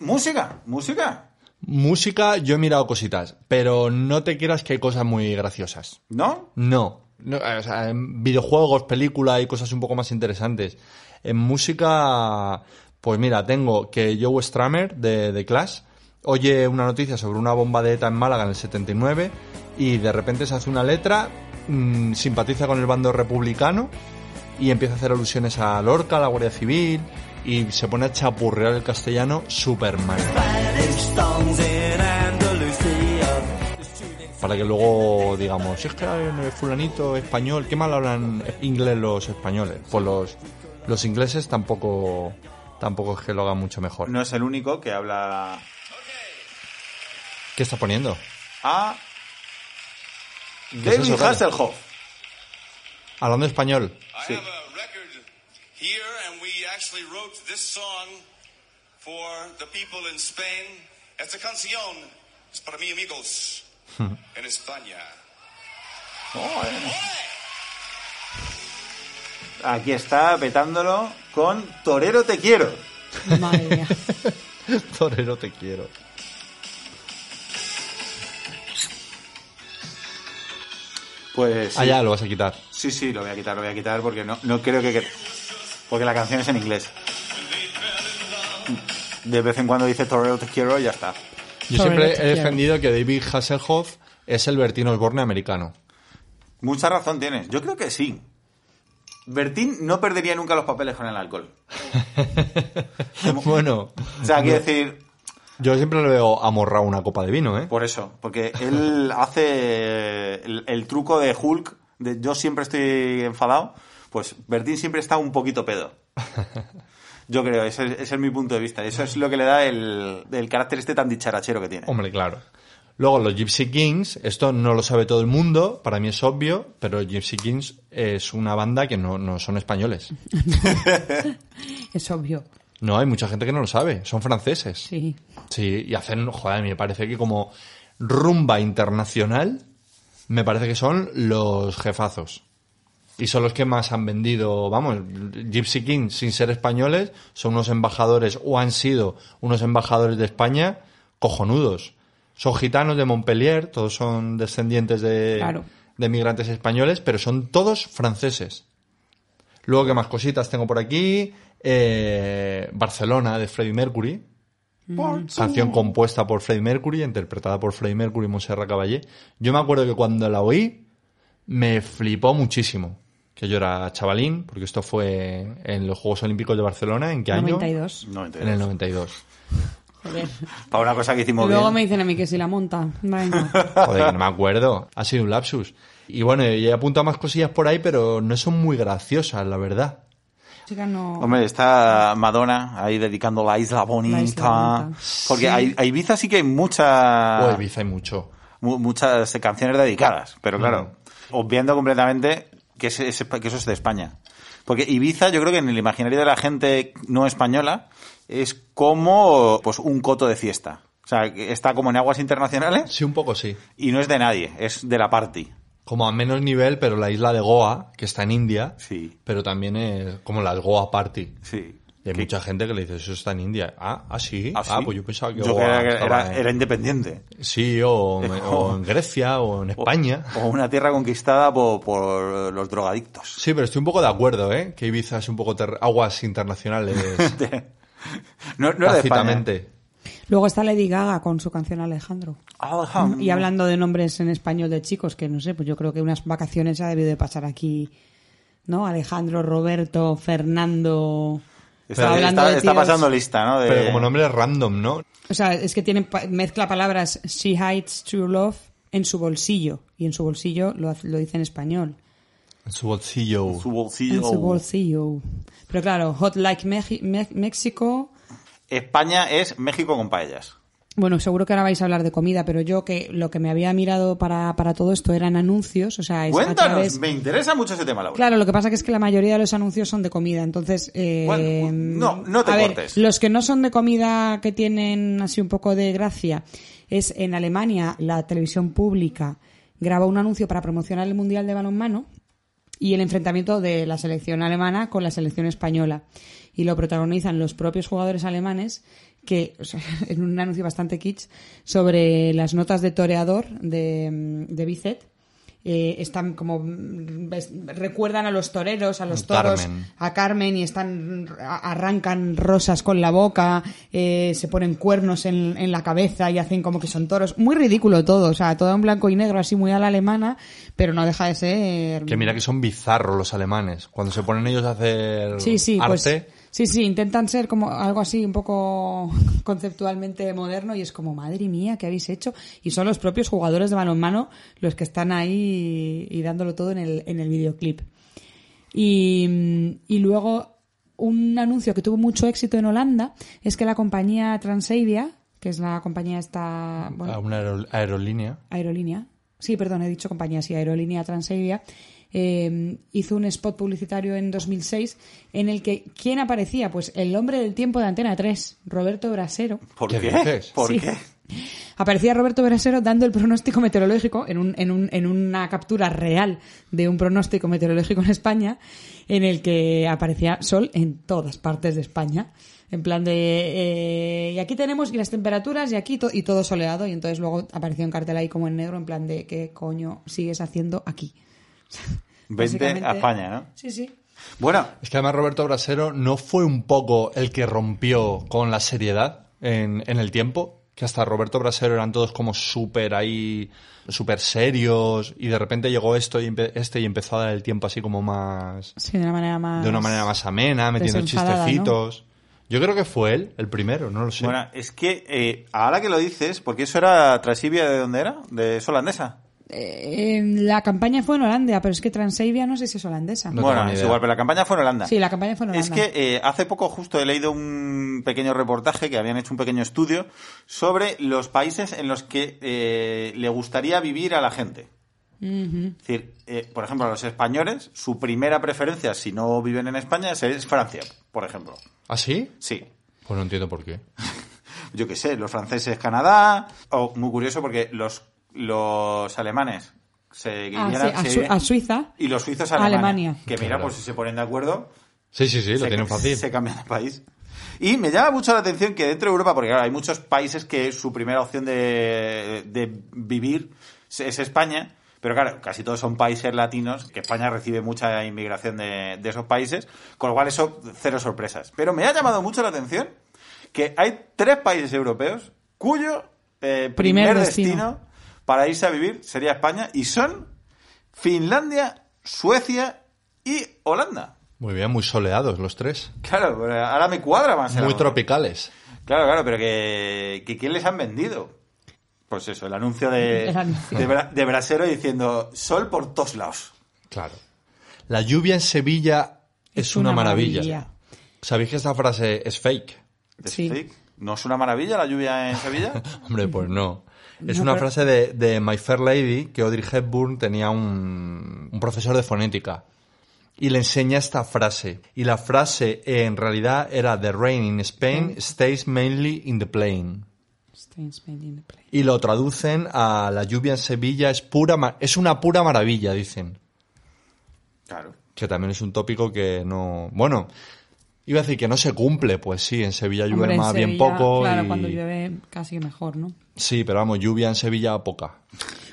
[SPEAKER 2] Música, música.
[SPEAKER 4] Música, yo he mirado cositas, pero no te quieras que hay cosas muy graciosas.
[SPEAKER 2] ¿No?
[SPEAKER 4] No. No, eh, o sea, en videojuegos, películas y cosas un poco más interesantes. En música, pues mira, tengo que Joe Stramer de, de Clash oye una noticia sobre una bomba de ETA en Málaga en el 79 y de repente se hace una letra, mm, simpatiza con el bando republicano y empieza a hacer alusiones a Lorca, a la Guardia Civil y se pone a chapurrear el castellano Superman. Para que luego digamos, si es que el fulanito español, qué mal hablan inglés los españoles. Pues los, los ingleses tampoco, tampoco es que lo hagan mucho mejor.
[SPEAKER 2] No es el único que habla
[SPEAKER 4] ¿Qué estás poniendo?
[SPEAKER 2] a
[SPEAKER 4] es
[SPEAKER 2] David
[SPEAKER 4] eso, Gala?
[SPEAKER 2] Hasselhoff.
[SPEAKER 4] Hablando español.
[SPEAKER 6] I have a record here, and we actually wrote this song for the people in Spain. Esta canción es para mis amigos en España.
[SPEAKER 2] Oh, eh. Aquí está petándolo con Torero te quiero.
[SPEAKER 3] Madre mía.
[SPEAKER 4] Torero, te quiero.
[SPEAKER 2] Pues sí.
[SPEAKER 4] Ah, ya, lo vas a quitar.
[SPEAKER 2] Sí, sí, lo voy a quitar, lo voy a quitar porque no, no creo que, que- Porque la canción es en inglés. De vez en cuando dice Torreo te quiero y ya está.
[SPEAKER 3] Sobre
[SPEAKER 4] Yo siempre
[SPEAKER 3] lo que
[SPEAKER 4] he
[SPEAKER 3] quiero.
[SPEAKER 4] defendido que David Hasselhoff es el Bertino Osborne americano.
[SPEAKER 2] Mucha razón tienes. Yo creo que sí. Bertín no perdería nunca los papeles con el alcohol.
[SPEAKER 4] bueno,
[SPEAKER 2] O sea, quiero decir,
[SPEAKER 4] yo siempre le veo amorrado una copa de vino, ¿eh?
[SPEAKER 2] por eso, porque él hace el, el truco de Hulk, de yo siempre estoy enfadado, pues Bertín siempre está un poquito pedo. Yo creo, ese, es- ese es mi punto de vista. Eso es lo que le da el, el carácter este tan dicharachero que tiene.
[SPEAKER 4] Hombre, claro. Luego los Gypsy Kings, esto no lo sabe todo el mundo, para mí es obvio, pero Gypsy Kings es una banda que no, no son españoles.
[SPEAKER 3] Es obvio.
[SPEAKER 4] No, hay mucha gente que no lo sabe, son franceses.
[SPEAKER 3] Sí.
[SPEAKER 4] Sí, y hacen, joder, a mí me parece que como rumba internacional, me parece que son los jefazos. Y son los que más han vendido, vamos, Gypsy King, sin ser españoles, son unos embajadores o han sido unos embajadores de España cojonudos. Son gitanos de Montpellier, todos son descendientes de,
[SPEAKER 3] Claro.
[SPEAKER 4] de migrantes españoles, pero son todos franceses. Luego, ¿qué más cositas tengo por aquí? Eh, Barcelona, de Freddie Mercury. Canción compuesta por Freddie Mercury, interpretada por Freddie Mercury y Montserrat Caballé. Yo me acuerdo que cuando la oí, me flipó muchísimo. Que yo era chavalín, porque esto fue en los Juegos Olímpicos de Barcelona, ¿en qué año?
[SPEAKER 3] 92.
[SPEAKER 2] No,
[SPEAKER 4] En el 92.
[SPEAKER 3] Joder.
[SPEAKER 2] Para una cosa que hicimos
[SPEAKER 3] Luego
[SPEAKER 2] bien.
[SPEAKER 3] me dicen a mí que si la monta. Venga.
[SPEAKER 4] Joder, que no me acuerdo. Ha sido un lapsus. Y bueno, y he apuntado más cosillas por ahí, pero no son muy graciosas, la verdad.
[SPEAKER 3] Chica, no.
[SPEAKER 2] Hombre, está Madonna ahí dedicando la isla bonita.
[SPEAKER 3] La Isla Bonita.
[SPEAKER 2] Porque a I- a Ibiza sí que hay mucha-
[SPEAKER 4] O Ibiza hay mucho.
[SPEAKER 2] mu- muchas eh, canciones dedicadas, pero claro,
[SPEAKER 4] Mm.
[SPEAKER 2] obviando completamente que, es- es- que eso es de España. Porque Ibiza, yo creo que en el imaginario de la gente no española, es como pues un coto de fiesta. O sea, que está como en aguas internacionales
[SPEAKER 4] Sí, un poco sí.
[SPEAKER 2] y no es de nadie, es de la party.
[SPEAKER 4] Como a menos nivel, pero la isla de Goa, que está en India,
[SPEAKER 2] Sí.
[SPEAKER 4] pero también es como la Goa Party.
[SPEAKER 2] Sí.
[SPEAKER 4] Y hay
[SPEAKER 2] Que-
[SPEAKER 4] mucha gente que le dice, eso está en India. Ah, ah sí.
[SPEAKER 2] ¿Ah,
[SPEAKER 4] Ah,
[SPEAKER 2] sí?
[SPEAKER 4] pues yo pensaba que,
[SPEAKER 2] Yo
[SPEAKER 4] Goa
[SPEAKER 2] era-
[SPEAKER 4] estaba
[SPEAKER 2] era-
[SPEAKER 4] en-
[SPEAKER 2] era independiente.
[SPEAKER 4] Sí, o, o en Grecia, o en
[SPEAKER 2] O-
[SPEAKER 4] España.
[SPEAKER 2] O una tierra conquistada por, por los drogadictos.
[SPEAKER 4] Sí, pero estoy un poco de acuerdo, ¿eh? Que Ibiza es un poco ter- aguas internacionales,
[SPEAKER 2] No, no era de España.
[SPEAKER 4] tácitamente.
[SPEAKER 3] Luego está Lady Gaga con su canción Alejandro.
[SPEAKER 2] Alejandro.
[SPEAKER 3] Y hablando de nombres en español de chicos, que no sé, pues yo creo que unas vacaciones ha debido de pasar aquí, ¿no? Alejandro, Roberto, Fernando.
[SPEAKER 2] Está,
[SPEAKER 3] hablando
[SPEAKER 2] está-
[SPEAKER 3] de
[SPEAKER 2] está
[SPEAKER 3] tíos.
[SPEAKER 2] pasando lista, ¿no? De-
[SPEAKER 4] Pero como nombre random, ¿no?
[SPEAKER 3] O sea, es que tiene pa- mezcla palabras She hides true love en su bolsillo. Y en su bolsillo lo, hace- lo dice en español.
[SPEAKER 4] En su bolsillo.
[SPEAKER 2] Su
[SPEAKER 3] En
[SPEAKER 2] bolsillo.
[SPEAKER 3] su bolsillo. Pero claro, Hot Like Meji- Me- Mexico.
[SPEAKER 2] España es México con paellas.
[SPEAKER 3] Bueno, seguro que ahora vais a hablar de comida, pero yo que lo que me había mirado para, para todo esto eran anuncios. O sea, es a
[SPEAKER 2] Cuéntanos,
[SPEAKER 3] través-
[SPEAKER 2] me interesa mucho ese tema, Laura.
[SPEAKER 3] Claro, lo que pasa que es que la mayoría de los anuncios son de comida, entonces... eh,
[SPEAKER 2] Bueno, no, no te
[SPEAKER 3] a ver,
[SPEAKER 2] cortes.
[SPEAKER 3] los que no son de comida que tienen así un poco de gracia, es en Alemania la televisión pública graba un anuncio para promocionar el Mundial de Balonmano y el enfrentamiento de la selección alemana con la selección española. Y lo protagonizan los propios jugadores alemanes que, o sea, en un anuncio bastante kitsch, sobre las notas de toreador de, mm, de Bizet. eh, están como mm, ves- recuerdan a los toreros, a los toros,
[SPEAKER 4] Carmen.
[SPEAKER 3] a Carmen y están a- arrancan rosas con la boca, eh, se ponen cuernos en, en la cabeza y hacen como que son toros. Muy ridículo todo, o sea, todo en blanco y negro, así muy a la alemana, pero no deja de ser.
[SPEAKER 4] Que mira que son bizarros los alemanes. Cuando se ponen ellos a hacer
[SPEAKER 3] Sí, sí, pues-
[SPEAKER 4] arte,
[SPEAKER 3] sí, sí, intentan ser como algo así un poco conceptualmente moderno y es como, madre mía, ¿qué habéis hecho? Y son los propios jugadores de balonmano los que están ahí y dándolo todo en el, en el videoclip. Y, y luego un anuncio que tuvo mucho éxito en Holanda es que la compañía Transavia, que es la compañía esta... bueno,
[SPEAKER 4] a una aero- aerolínea.
[SPEAKER 3] aerolínea, sí, perdón, he dicho compañía, sí, aerolínea Transavia, eh, hizo un spot publicitario en 2006 en el que, ¿quién aparecía? Pues el hombre del tiempo de Antena 3, Roberto Brasero.
[SPEAKER 2] ¿Por qué?
[SPEAKER 4] ¿Qué dices?
[SPEAKER 2] ¿Por
[SPEAKER 3] Sí.
[SPEAKER 2] qué?
[SPEAKER 3] Aparecía Roberto Berasero dando el pronóstico meteorológico en, un- en un- en una captura real de un pronóstico meteorológico en España, en el que aparecía sol en todas partes de España. En plan de. eh, y aquí tenemos y las temperaturas y aquí to- y todo soleado. Y entonces luego apareció un cartel ahí como en negro, en plan de ¿qué coño sigues haciendo aquí?
[SPEAKER 2] Vente a
[SPEAKER 3] Básicamente-
[SPEAKER 2] España, ¿no?
[SPEAKER 3] Sí, sí.
[SPEAKER 2] Bueno,
[SPEAKER 4] Es que además Roberto Brasero no fue un poco el que rompió con la seriedad en, en el tiempo. Que hasta Roberto Brasero eran todos como súper ahí, súper serios. Y de repente llegó esto y empe- este y empezó a dar el tiempo así como más.
[SPEAKER 3] Sí, de una manera más.
[SPEAKER 4] De una manera más amena, metiendo
[SPEAKER 3] desenfadada, ¿no?
[SPEAKER 4] chistecitos. Yo creo que fue él, el primero, no lo sé.
[SPEAKER 2] bueno, es que eh, ahora que lo dices, porque eso era Transibia, ¿de dónde era? De es holandesa.
[SPEAKER 3] Eh, eh, la campaña fue en Holanda, pero es que Transavia no sé si es holandesa.
[SPEAKER 4] No
[SPEAKER 2] bueno,
[SPEAKER 4] tengo ni
[SPEAKER 2] es
[SPEAKER 4] idea.
[SPEAKER 2] igual, pero la campaña fue en Holanda.
[SPEAKER 3] Sí, la campaña fue en Holanda.
[SPEAKER 2] Es que eh, hace poco justo he leído un pequeño reportaje que habían hecho un pequeño estudio sobre los países en los que eh, le gustaría vivir a la gente. Es decir, eh, por ejemplo, a los españoles, su primera preferencia, si no viven en España, es- es Francia, por ejemplo.
[SPEAKER 4] ¿Ah, sí?
[SPEAKER 2] Sí.
[SPEAKER 4] Pues no entiendo por qué.
[SPEAKER 2] Yo qué sé, los franceses, Canadá. O, muy curioso, porque los, los alemanes se
[SPEAKER 3] Ah, sí,
[SPEAKER 2] irían
[SPEAKER 3] a,
[SPEAKER 2] se
[SPEAKER 3] Su-
[SPEAKER 2] irían-
[SPEAKER 3] a Suiza.
[SPEAKER 2] Y los suizos a
[SPEAKER 3] a
[SPEAKER 2] Alemania.
[SPEAKER 3] Alemania.
[SPEAKER 2] Que mira,
[SPEAKER 4] Claro.
[SPEAKER 2] pues si se ponen de acuerdo,
[SPEAKER 4] Sí, sí, sí, lo
[SPEAKER 2] se,
[SPEAKER 4] tienen fácil.
[SPEAKER 2] se cambian de país. Y me llama mucho la atención que dentro de Europa, porque claro, hay muchos países que su primera opción de, de vivir es España, pero claro, casi todos son países latinos, que España recibe mucha inmigración de, de esos países, con lo cual eso cero sorpresas. Pero me ha llamado mucho la atención que hay tres países europeos cuyo eh, primer,
[SPEAKER 3] Primer
[SPEAKER 2] destino.
[SPEAKER 3] destino.
[SPEAKER 2] para irse a vivir sería España, y son Finlandia, Suecia y Holanda.
[SPEAKER 4] Muy bien, muy soleados los tres.
[SPEAKER 2] Claro, pero ahora me cuadra más. el
[SPEAKER 4] Muy
[SPEAKER 2] amor.
[SPEAKER 4] tropicales.
[SPEAKER 2] Claro, claro, pero que, que ¿quién les han vendido? Pues eso, el anuncio de,
[SPEAKER 3] El anuncio.
[SPEAKER 2] de, Bra- de Brasero diciendo sol por todos lados.
[SPEAKER 4] Claro. La lluvia en Sevilla es, una, maravilla.
[SPEAKER 3] maravilla.
[SPEAKER 4] ¿Sabéis que esta frase es fake?
[SPEAKER 2] ¿Es
[SPEAKER 3] Sí.
[SPEAKER 2] fake? ¿No es una maravilla la lluvia en Sevilla?
[SPEAKER 4] Hombre, pues no. Es
[SPEAKER 3] No,
[SPEAKER 4] una
[SPEAKER 3] pero-
[SPEAKER 4] frase de, de My Fair Lady que Audrey Hepburn tenía un, un profesor de fonética. Y le enseña esta frase. Y la frase eh, en realidad era The rain in
[SPEAKER 3] Mm.
[SPEAKER 4] Spain stays mainly in the plain.
[SPEAKER 3] Stains made in the play.
[SPEAKER 4] Y lo traducen a la lluvia en Sevilla es pura ma- es una pura maravilla, dicen.
[SPEAKER 2] Claro.
[SPEAKER 4] Que también es un tópico que no. Bueno, iba a decir que no se cumple, pues sí, en Sevilla llueve
[SPEAKER 3] Hombre, en
[SPEAKER 4] más bien
[SPEAKER 3] Sevilla,
[SPEAKER 4] poco.
[SPEAKER 3] Claro,
[SPEAKER 4] y-
[SPEAKER 3] cuando llueve casi que mejor, ¿no?
[SPEAKER 4] Sí, pero vamos, lluvia en Sevilla poca.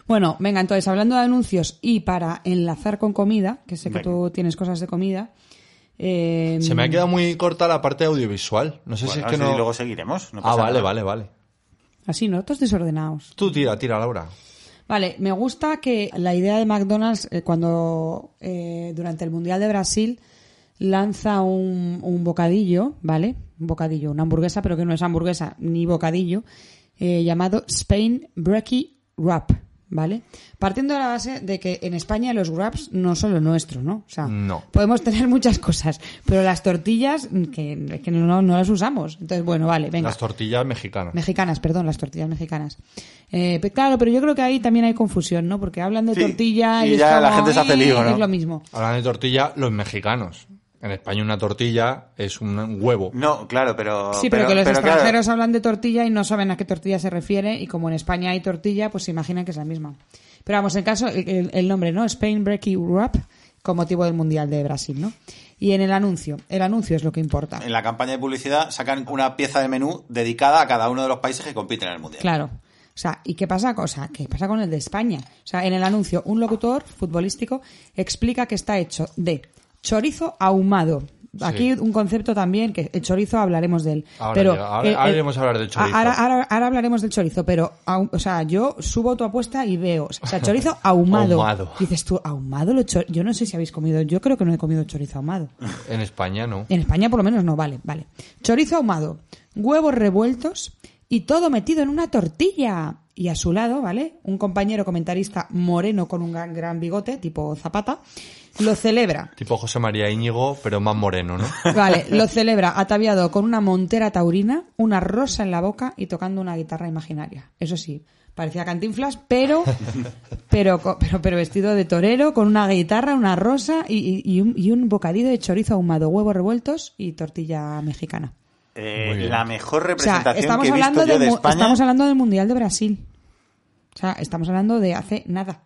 [SPEAKER 3] Bueno, venga, entonces, hablando de anuncios y para enlazar con comida, que sé que
[SPEAKER 2] Venga.
[SPEAKER 3] tú tienes cosas de comida. eh,
[SPEAKER 4] Se me ha quedado muy corta la parte audiovisual. No sé si
[SPEAKER 2] Bueno,
[SPEAKER 4] Pues es que
[SPEAKER 2] sí,
[SPEAKER 4] no.
[SPEAKER 2] luego seguiremos. no
[SPEAKER 4] ah,
[SPEAKER 2] pasa
[SPEAKER 4] vale,
[SPEAKER 2] nada.
[SPEAKER 4] vale, vale.
[SPEAKER 3] Así, ¿no? Todos desordenados.
[SPEAKER 4] Tú tira, tira, Laura.
[SPEAKER 3] Vale, me gusta que la idea de McDonald's, eh, cuando eh, durante el Mundial de Brasil lanza un, un bocadillo, ¿vale? Un bocadillo, una hamburguesa, pero que no es hamburguesa ni bocadillo, eh, llamado Spain Breaky Wrap, ¿vale? Partiendo de la base de que en España los wraps no son lo nuestro, ¿no? O sea,
[SPEAKER 4] No.
[SPEAKER 3] podemos tener muchas cosas, pero las tortillas, mm, que, que no, no las usamos. Entonces, bueno, vale, venga.
[SPEAKER 4] Las tortillas mexicanas.
[SPEAKER 3] Mexicanas, perdón, las tortillas mexicanas. Eh, pe- claro, pero yo creo que ahí también hay confusión, ¿no? Porque hablan de
[SPEAKER 2] Sí,
[SPEAKER 3] tortilla y,
[SPEAKER 2] y
[SPEAKER 3] es
[SPEAKER 2] ya la
[SPEAKER 3] como,
[SPEAKER 2] gente se hace
[SPEAKER 3] "Eh",
[SPEAKER 2] lío, ¿no?
[SPEAKER 3] Es lo mismo.
[SPEAKER 4] Hablan de tortilla los mexicanos. En España una tortilla es un huevo.
[SPEAKER 2] No, claro, pero.
[SPEAKER 3] Sí, pero, que los
[SPEAKER 2] pero claro,
[SPEAKER 3] extranjeros hablan de tortilla y no saben a qué tortilla se refiere y como en España hay tortilla, pues se imaginan que es la misma. Pero vamos, en caso, el, el- el nombre, ¿no? Spain Breaky Wrap con motivo del Mundial de Brasil, ¿no? Y en el anuncio, el anuncio es lo que importa.
[SPEAKER 2] En la campaña de publicidad sacan una pieza de menú dedicada a cada uno de los países que compiten en el mundial.
[SPEAKER 3] Claro. O sea, ¿y qué pasa? O sea, ¿qué pasa con el de España? O sea, en el anuncio, un locutor futbolístico explica que está hecho de chorizo ahumado. Aquí un concepto también, que el chorizo hablaremos de él.
[SPEAKER 4] Ahora
[SPEAKER 3] pero
[SPEAKER 4] llega, ahora-
[SPEAKER 3] eh,
[SPEAKER 4] ahora
[SPEAKER 3] eh,
[SPEAKER 4] iremos a hablar del chorizo.
[SPEAKER 3] Ahora, ahora- ahora hablaremos del chorizo, pero ahu- o sea, yo subo tu apuesta y veo. O sea, chorizo ahumado.
[SPEAKER 4] Ahumado.
[SPEAKER 3] Dices tú, ahumado lo chor- Yo no sé si habéis comido, yo creo que no he comido chorizo ahumado.
[SPEAKER 4] En España no.
[SPEAKER 3] En España por lo menos no, vale, vale. Chorizo ahumado, huevos revueltos y todo metido en una tortilla. Y a su lado, ¿vale? Un compañero comentarista moreno con un gran, gran bigote, tipo zapata, lo celebra.
[SPEAKER 4] Tipo José María Íñigo, pero más moreno, ¿no?
[SPEAKER 3] Vale, lo celebra ataviado con una montera taurina, una rosa en la boca y tocando una guitarra imaginaria. Eso sí, parecía cantinflas, pero pero, co- pero, pero vestido de torero, con una guitarra, una rosa y, y- y un, y un bocadillo de chorizo ahumado, huevos revueltos y tortilla mexicana.
[SPEAKER 2] eh,
[SPEAKER 4] Muy bien.
[SPEAKER 2] la mejor
[SPEAKER 3] O sea,
[SPEAKER 2] representación
[SPEAKER 3] estamos
[SPEAKER 2] que he visto
[SPEAKER 3] hablando,
[SPEAKER 2] yo
[SPEAKER 3] de
[SPEAKER 2] de
[SPEAKER 3] mu-
[SPEAKER 2] España.
[SPEAKER 3] estamos hablando del Mundial de Brasil. O sea, estamos hablando de hace nada.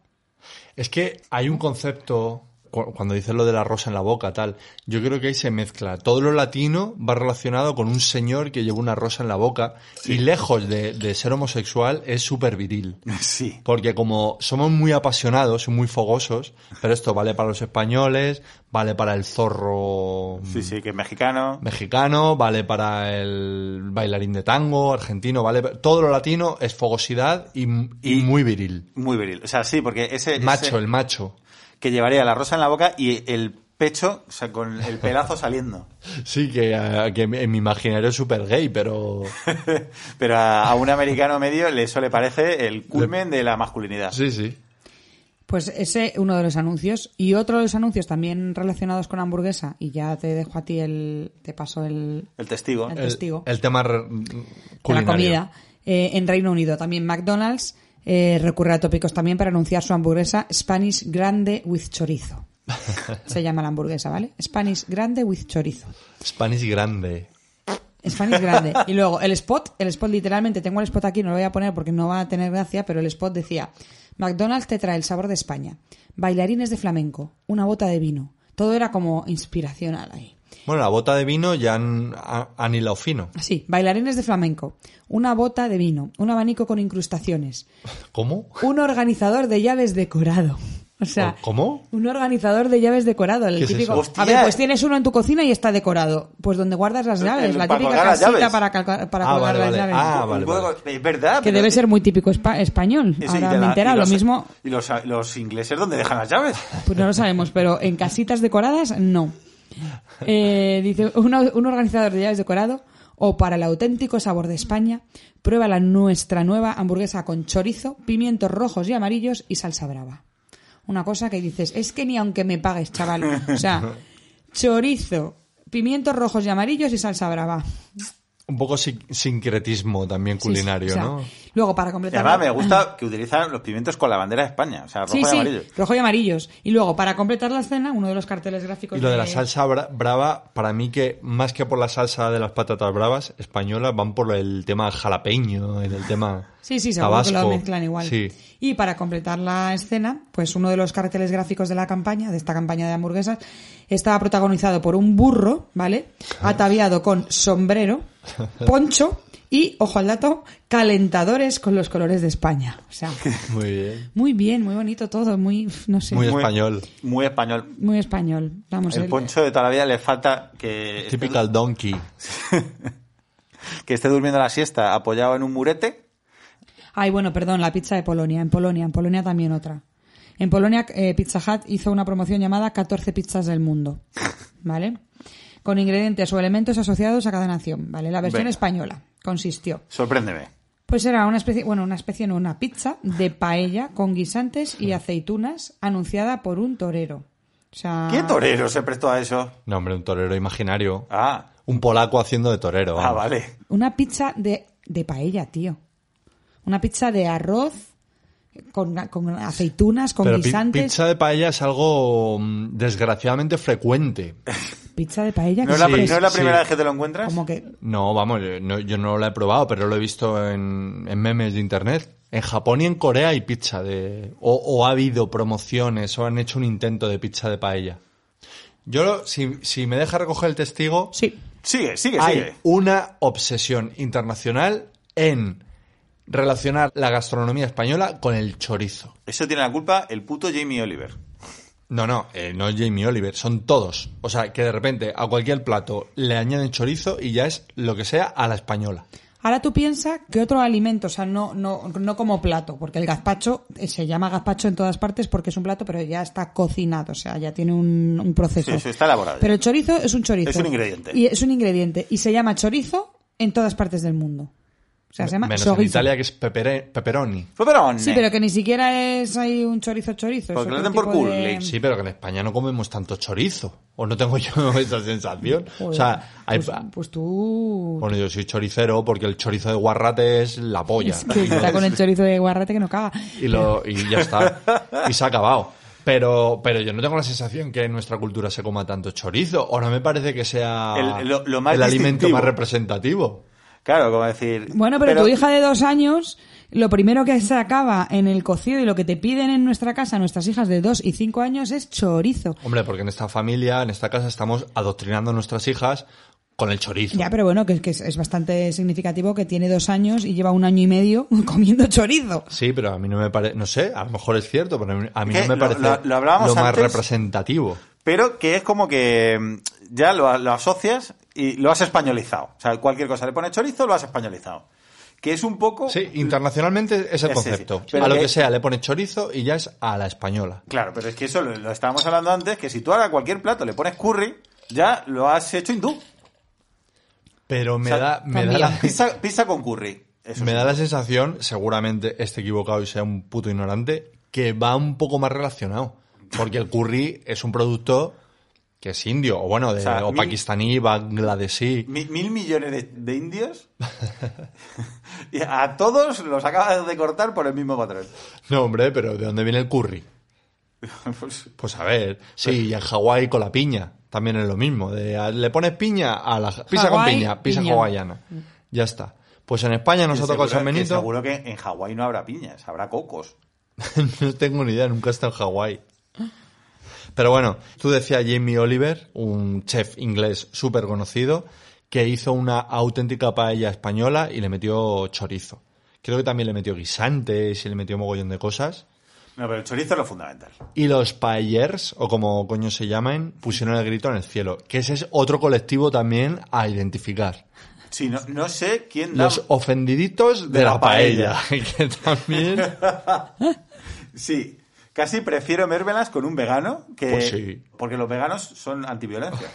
[SPEAKER 4] Es que hay un concepto, cu- cuando dices lo de la rosa en la boca, tal, yo creo que ahí se mezcla. Todo lo latino va relacionado con un señor que lleva una rosa en la boca y lejos de, de ser homosexual es súper viril.
[SPEAKER 2] Sí.
[SPEAKER 4] Porque como somos muy apasionados, muy fogosos, pero esto vale para los españoles, vale para el zorro
[SPEAKER 2] Sí, sí, que es mexicano.
[SPEAKER 4] mexicano, vale para el bailarín de tango, argentino, vale... pa- Todo lo latino es fogosidad y, y muy viril.
[SPEAKER 2] Muy viril. O sea, sí, porque ese. ese
[SPEAKER 4] Mm. Macho, el macho.
[SPEAKER 2] Que llevaría la rosa en la boca y el pecho, o sea, con el pelazo saliendo.
[SPEAKER 4] Sí, que, eh, que en mi imaginario es súper gay, pero...
[SPEAKER 2] Pero a, a un americano medio le- eso le parece el culmen de la masculinidad.
[SPEAKER 4] Sí, sí.
[SPEAKER 3] Pues ese uno de los anuncios y otro de los anuncios también relacionados con hamburguesa y ya te dejo a ti el te paso el
[SPEAKER 2] El testigo.
[SPEAKER 3] El
[SPEAKER 4] El,
[SPEAKER 3] testigo.
[SPEAKER 4] el tema re-
[SPEAKER 3] de la
[SPEAKER 4] culinario.
[SPEAKER 3] comida Eh, en Reino Unido también McDonald's eh, recurre a tópicos también para anunciar su hamburguesa Spanish Grande with chorizo se llama la hamburguesa vale Spanish Grande with chorizo
[SPEAKER 4] Spanish grande.
[SPEAKER 3] Spanish grande. Y luego el spot, el spot literalmente, tengo el spot aquí, no lo voy a poner porque no va a tener gracia, pero el spot decía, McDonald's te trae el sabor de España, bailarines de flamenco, una bota de vino. Todo era como inspiracional ahí.
[SPEAKER 4] Bueno, la bota de vino ya han, ha- han hilado fino.
[SPEAKER 3] Así, bailarines de flamenco, una bota de vino, un abanico con incrustaciones,
[SPEAKER 4] ¿Cómo?
[SPEAKER 3] un organizador de llaves decorado. O sea,
[SPEAKER 4] ¿Cómo?
[SPEAKER 3] un organizador de llaves decorado, el
[SPEAKER 4] ¿Qué es
[SPEAKER 3] típico.
[SPEAKER 4] eso?
[SPEAKER 2] Hostia.
[SPEAKER 3] A ver, pues tienes uno en tu cocina y está decorado. Pues donde guardas las
[SPEAKER 2] El-
[SPEAKER 3] llaves,
[SPEAKER 2] el-
[SPEAKER 3] la
[SPEAKER 2] para
[SPEAKER 3] típica
[SPEAKER 2] colgar las
[SPEAKER 3] casita
[SPEAKER 2] llaves.
[SPEAKER 3] para, calca- para
[SPEAKER 4] Ah,
[SPEAKER 3] colgar
[SPEAKER 4] vale,
[SPEAKER 3] las
[SPEAKER 4] vale.
[SPEAKER 3] llaves.
[SPEAKER 4] Ah,
[SPEAKER 2] Un
[SPEAKER 4] vale,
[SPEAKER 2] juego- Es verdad.
[SPEAKER 3] Que
[SPEAKER 2] pero-
[SPEAKER 3] debe ser muy típico espa- español.
[SPEAKER 2] Eso, y
[SPEAKER 3] Ahora
[SPEAKER 2] de
[SPEAKER 3] me
[SPEAKER 2] la-
[SPEAKER 3] he enterado.
[SPEAKER 2] y
[SPEAKER 3] Lo
[SPEAKER 2] los-
[SPEAKER 3] mismo,
[SPEAKER 2] ¿Y los, los ingleses dónde dejan las llaves?
[SPEAKER 3] pues no lo sabemos, pero en casitas decoradas, no. Eh, dice un, au- un organizador de llaves decorado. O para el auténtico sabor de España, prueba la nuestra nueva hamburguesa con chorizo, pimientos rojos y amarillos y salsa brava. Una cosa que dices, es que ni aunque me pagues, chaval. O sea, chorizo, pimientos rojos y amarillos y salsa brava.
[SPEAKER 4] Un poco sin- sincretismo también
[SPEAKER 3] Sí, sí,
[SPEAKER 4] culinario,
[SPEAKER 3] o sea,
[SPEAKER 4] ¿no?
[SPEAKER 3] Luego, para
[SPEAKER 2] Y
[SPEAKER 3] completar.
[SPEAKER 2] además me gusta que utilizan los pimientos con la bandera de España, o sea, rojo
[SPEAKER 3] sí,
[SPEAKER 2] y
[SPEAKER 3] sí,
[SPEAKER 2] amarillo.
[SPEAKER 3] rojo y amarillos. Y luego, para completar la escena, uno de los carteles gráficos.
[SPEAKER 4] Y lo de la salsa bra- brava, para mí que más que por la salsa de las patatas bravas españolas, van por el tema jalapeño, en el tema
[SPEAKER 3] Sí, sí, seguro
[SPEAKER 4] tabasco.
[SPEAKER 3] que lo mezclan igual.
[SPEAKER 4] Sí.
[SPEAKER 3] Y para completar la escena, pues uno de los carteles gráficos de la campaña, de esta campaña de hamburguesas, estaba protagonizado por un burro, ¿vale?
[SPEAKER 4] Ah.
[SPEAKER 3] Ataviado con sombrero, poncho y, ojo al dato, calentadores con los colores de España. O sea,
[SPEAKER 4] Muy bien.
[SPEAKER 3] muy bien, muy bonito todo, muy, no sé,
[SPEAKER 4] Muy
[SPEAKER 3] muy,
[SPEAKER 4] español.
[SPEAKER 2] Muy español.
[SPEAKER 3] español. Vamos,
[SPEAKER 2] El
[SPEAKER 3] el-
[SPEAKER 2] poncho de toda la vida le falta que esté,
[SPEAKER 4] Typical donkey.
[SPEAKER 2] que esté durmiendo la siesta apoyado en un murete.
[SPEAKER 3] Ay, bueno, perdón, la pizza de Polonia. En Polonia, en Polonia también otra. En Polonia, eh, Pizza Hut hizo una promoción llamada 14 pizzas del mundo. ¿Vale? Con ingredientes o elementos asociados a cada nación. ¿Vale? La versión
[SPEAKER 2] Venga.
[SPEAKER 3] española consistió.
[SPEAKER 2] Sorpréndeme.
[SPEAKER 3] Pues era una especie, bueno, una especie, no, una pizza de paella con guisantes y aceitunas anunciada por un torero. O sea,
[SPEAKER 2] ¿Qué torero se prestó a eso?
[SPEAKER 4] No, hombre, un torero imaginario.
[SPEAKER 2] Ah,
[SPEAKER 4] Un polaco haciendo de torero.
[SPEAKER 2] ah
[SPEAKER 4] vamos.
[SPEAKER 2] vale.
[SPEAKER 3] Una pizza de, de paella, tío. Una pizza de arroz con, con aceitunas, con
[SPEAKER 4] Pero pi-
[SPEAKER 3] guisantes.
[SPEAKER 4] pizza de paella es algo mm, desgraciadamente frecuente.
[SPEAKER 3] Pizza de paella.
[SPEAKER 2] ¿No
[SPEAKER 3] que
[SPEAKER 2] es la,
[SPEAKER 4] Sí,
[SPEAKER 2] pri- no es la
[SPEAKER 4] sí.
[SPEAKER 2] primera vez que te lo encuentras?
[SPEAKER 3] Como que
[SPEAKER 4] No, vamos, yo no, yo no la he probado, pero lo he visto en, en memes de internet. En Japón y en Corea hay pizza de... O, o ha habido promociones o han hecho un intento de pizza de paella. Yo, lo- si, si me deja recoger el testigo,
[SPEAKER 3] sí.
[SPEAKER 2] Sigue, sigue,
[SPEAKER 4] hay
[SPEAKER 2] sigue.
[SPEAKER 4] una obsesión internacional en relacionar la gastronomía española con el chorizo.
[SPEAKER 2] Eso tiene la culpa el puto Jamie Oliver.
[SPEAKER 4] No, no, eh, no es Jamie Oliver, son todos. O sea, que de repente a cualquier plato le añaden chorizo y ya es lo que sea a la española.
[SPEAKER 3] Ahora tú piensas que otro alimento, o sea, no, no, no como plato, porque el gazpacho eh, se llama gazpacho en todas partes porque es un plato, pero ya está cocinado, o sea, ya tiene un, un proceso.
[SPEAKER 2] Sí, sí, está elaborado ya.
[SPEAKER 3] Pero el chorizo es un chorizo.
[SPEAKER 2] Es un ingrediente.
[SPEAKER 3] Y es un ingrediente. Y se llama chorizo en todas partes del mundo. O sea, se llama
[SPEAKER 4] Menos en
[SPEAKER 3] chorizo.
[SPEAKER 4] Italia que es pepere- pepperoni.
[SPEAKER 2] Pepperoni.
[SPEAKER 3] Sí, pero que ni siquiera es ahí un chorizo chorizo. es
[SPEAKER 2] Porque le
[SPEAKER 3] otro
[SPEAKER 2] den por
[SPEAKER 3] tipo
[SPEAKER 2] culo,
[SPEAKER 3] de-
[SPEAKER 2] le-
[SPEAKER 4] Sí, pero que en España no comemos tanto chorizo. O no tengo yo esa sensación. O
[SPEAKER 3] Joder,
[SPEAKER 4] sea, hay...
[SPEAKER 3] pues, pues tú...
[SPEAKER 4] Bueno, yo soy choricero porque el chorizo de guarrate es la polla.
[SPEAKER 3] que está con el chorizo de guarrate que no caga.
[SPEAKER 4] Y, lo, y ya está. Y se ha acabado. Pero, pero yo no tengo la sensación que en nuestra cultura se coma tanto chorizo, o no me parece que sea
[SPEAKER 2] El- lo- lo más
[SPEAKER 4] el alimento
[SPEAKER 2] distintivo.
[SPEAKER 4] más representativo.
[SPEAKER 2] Claro, como decir.
[SPEAKER 3] Bueno, pero, tu hija de dos años, lo primero que sacaba en el cocido y lo que te piden en nuestra casa, nuestras hijas de dos y cinco años, es chorizo.
[SPEAKER 4] Hombre, porque en esta familia, en esta casa, estamos adoctrinando a nuestras hijas con el chorizo.
[SPEAKER 3] Ya, pero bueno, que, que es, es bastante significativo que tiene dos años y lleva un año y medio comiendo chorizo.
[SPEAKER 4] Sí, pero a mí no me parece, no sé, a lo mejor es cierto, pero a mí- a mí
[SPEAKER 2] ¿Qué?
[SPEAKER 4] no me
[SPEAKER 2] Eh, Lo-
[SPEAKER 4] parece
[SPEAKER 2] lo- lo hablábamos
[SPEAKER 4] lo más
[SPEAKER 2] antes.
[SPEAKER 4] representativo.
[SPEAKER 2] Pero que es como que mm, ya lo, lo asocias y lo has españolizado. O sea, cualquier cosa le pones chorizo, lo has españolizado. Que es un poco.
[SPEAKER 4] Sí, internacionalmente es el
[SPEAKER 2] Ese sí.
[SPEAKER 4] concepto.
[SPEAKER 2] Pero
[SPEAKER 4] A lo
[SPEAKER 2] que-
[SPEAKER 4] que sea, le pones chorizo y ya es a la española.
[SPEAKER 2] Claro, pero es que eso lo, lo estábamos hablando antes, que si tú a cualquier plato le pones curry, ya lo has hecho hindú.
[SPEAKER 4] Pero me
[SPEAKER 2] O sea,
[SPEAKER 4] da, me da
[SPEAKER 3] también.
[SPEAKER 4] la,
[SPEAKER 2] Pizza, pizza con curry. Eso
[SPEAKER 4] me
[SPEAKER 2] sí.
[SPEAKER 4] da la sensación, seguramente esté equivocado y sea un puto ignorante, que va un poco más relacionado. Porque el curry es un producto que es indio, o bueno, de, o,
[SPEAKER 2] sea, mil-
[SPEAKER 4] pakistaní, bangladesí.
[SPEAKER 2] Mi- mil millones de, de indios. y a todos los acabas de cortar por el mismo patrón.
[SPEAKER 4] No, hombre, pero ¿de dónde viene el curry?
[SPEAKER 2] Pues,
[SPEAKER 4] Pues a ver, sí, y en Hawái con la piña. También es lo mismo. de, a- le pones piña a la pizza con
[SPEAKER 3] Hawái,
[SPEAKER 4] piña, pizza
[SPEAKER 3] piña.
[SPEAKER 4] hawaiana. Ya está. Pues en España nos ha tocado el
[SPEAKER 2] seguro-
[SPEAKER 4] San
[SPEAKER 2] que
[SPEAKER 4] Benito.
[SPEAKER 2] Seguro que en Hawái no habrá piñas, habrá cocos.
[SPEAKER 4] no tengo ni idea, nunca he estado en Hawái. Pero bueno, tú decías Jamie Oliver, un chef inglés súper conocido, que hizo una auténtica paella española y le metió chorizo. Creo que también le metió guisantes y le metió mogollón de cosas.
[SPEAKER 2] No, pero el chorizo es lo fundamental.
[SPEAKER 4] Y los paellers, o como coño se llaman, pusieron el grito en el cielo. Que ese es otro colectivo también a identificar.
[SPEAKER 2] Sí, no, no sé quién da...
[SPEAKER 4] Los ofendiditos de,
[SPEAKER 2] De
[SPEAKER 4] la,
[SPEAKER 2] la
[SPEAKER 4] paella.
[SPEAKER 2] paella.
[SPEAKER 4] Que también...
[SPEAKER 2] Sí, casi prefiero mérmelas con un vegano que...
[SPEAKER 4] Pues sí.
[SPEAKER 2] Porque los veganos son antiviolencia.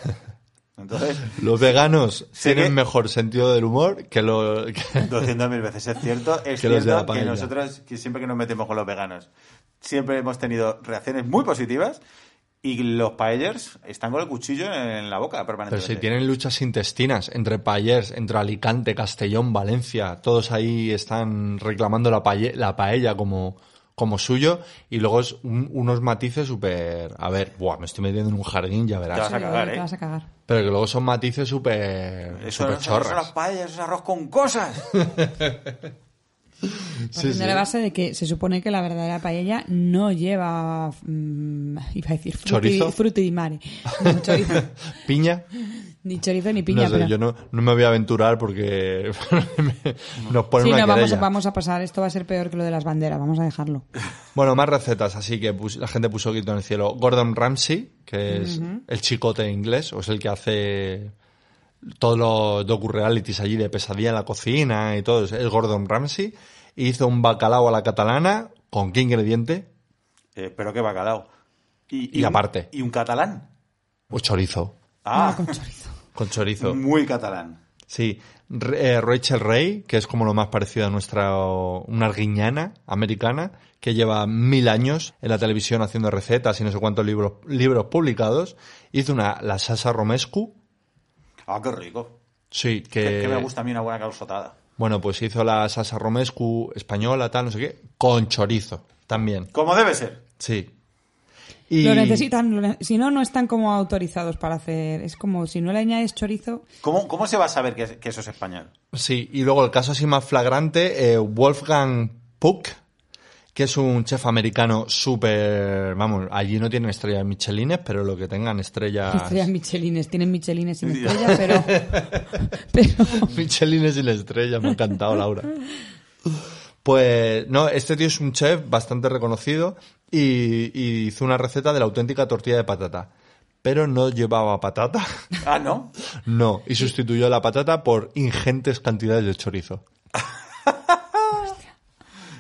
[SPEAKER 2] Entonces,
[SPEAKER 4] Los veganos
[SPEAKER 2] Sé
[SPEAKER 4] tienen
[SPEAKER 2] que-
[SPEAKER 4] mejor sentido del humor que los...
[SPEAKER 2] 200.000 veces es cierto. Es
[SPEAKER 4] Que los de la
[SPEAKER 2] cierto que
[SPEAKER 4] paella.
[SPEAKER 2] nosotros, que siempre que nos metemos con los veganos, siempre hemos tenido reacciones muy positivas y los paellers están con el cuchillo en la boca
[SPEAKER 4] Pero
[SPEAKER 2] permanentemente.
[SPEAKER 4] si tienen luchas intestinas entre paellers, entre Alicante, Castellón, Valencia, todos ahí están reclamando la, paye- la paella como, como suyo y luego es un- unos matices súper... A ver, buah, me estoy metiendo en un jardín, ya verás.
[SPEAKER 2] Te vas a cagar,
[SPEAKER 3] Te
[SPEAKER 2] ¿eh?
[SPEAKER 3] vas a cagar.
[SPEAKER 4] Pero que luego son matices súper
[SPEAKER 2] Eso,
[SPEAKER 4] súper
[SPEAKER 2] no son- eso son las
[SPEAKER 4] chorras.
[SPEAKER 2] paellas, es arroz con cosas.
[SPEAKER 4] Sí,
[SPEAKER 3] Partiendo
[SPEAKER 4] sí.
[SPEAKER 3] de Pues la base de que se supone que la verdadera paella no lleva, mm, iba a decir, frutti,
[SPEAKER 4] ¿Chorizo?
[SPEAKER 3] frutti di mare. Ni chorizo,
[SPEAKER 4] Piña,
[SPEAKER 3] ni, chorizo, ni piña.
[SPEAKER 4] no sé,
[SPEAKER 3] pero...
[SPEAKER 4] yo no, no me voy a aventurar porque me- nos ponen
[SPEAKER 3] Sí,
[SPEAKER 4] una
[SPEAKER 3] no, vamos, a-
[SPEAKER 4] querella.
[SPEAKER 3] vamos a pasar. Esto va a ser peor que lo de las banderas. Vamos a dejarlo.
[SPEAKER 4] Bueno, más recetas, así que pus- la gente puso grito en el cielo. Gordon Ramsay, que es el chicote inglés, o es el que hace todos los docu-realities allí de pesadilla en la cocina y todo, es es Gordon Ramsay, hizo un bacalao a la catalana, ¿con qué ingrediente?
[SPEAKER 2] Eh, pero qué bacalao.
[SPEAKER 4] Y
[SPEAKER 2] un-
[SPEAKER 4] aparte.
[SPEAKER 2] Y un catalán.
[SPEAKER 4] Pues chorizo,
[SPEAKER 2] Ah,
[SPEAKER 3] Con chorizo.
[SPEAKER 4] con chorizo.
[SPEAKER 2] muy catalán.
[SPEAKER 4] Sí, Re- eh, Rachel Ray, que es como lo más parecido a nuestra, una arguiñana americana, que lleva mil años en la televisión haciendo recetas y no sé cuántos libros, libros publicados, hizo una, la salsa romescu,
[SPEAKER 2] Ah, qué rico.
[SPEAKER 4] sí,
[SPEAKER 2] Que,
[SPEAKER 4] que,
[SPEAKER 2] que me gusta a mí una buena calzotada.
[SPEAKER 4] bueno, pues hizo la salsa romescu española, tal, no sé qué, con chorizo, también,
[SPEAKER 2] Como debe ser.
[SPEAKER 4] sí. Y,
[SPEAKER 3] Lo necesitan. lo ne- si no, no están como autorizados para hacer. Es como si no le añades chorizo.
[SPEAKER 2] ¿Cómo, cómo se va a saber que, es- que eso es español?
[SPEAKER 4] Sí, y luego el caso así más flagrante, eh, Wolfgang Puck, que es un chef americano súper... Vamos, allí no tienen estrellas Michelines, pero lo que tengan estrellas...
[SPEAKER 3] Estrellas Michelines. Tienen Michelines sin
[SPEAKER 2] Ah, Sí.
[SPEAKER 3] estrella, pero. pero
[SPEAKER 4] Michelines y la estrella, me ha encantado, Laura. Pues no, este tío es un chef bastante reconocido y, y hizo una receta de la auténtica tortilla de patata. Pero no llevaba patata,
[SPEAKER 2] Ah, ¿no?
[SPEAKER 4] no, y sustituyó la patata por ingentes cantidades de chorizo.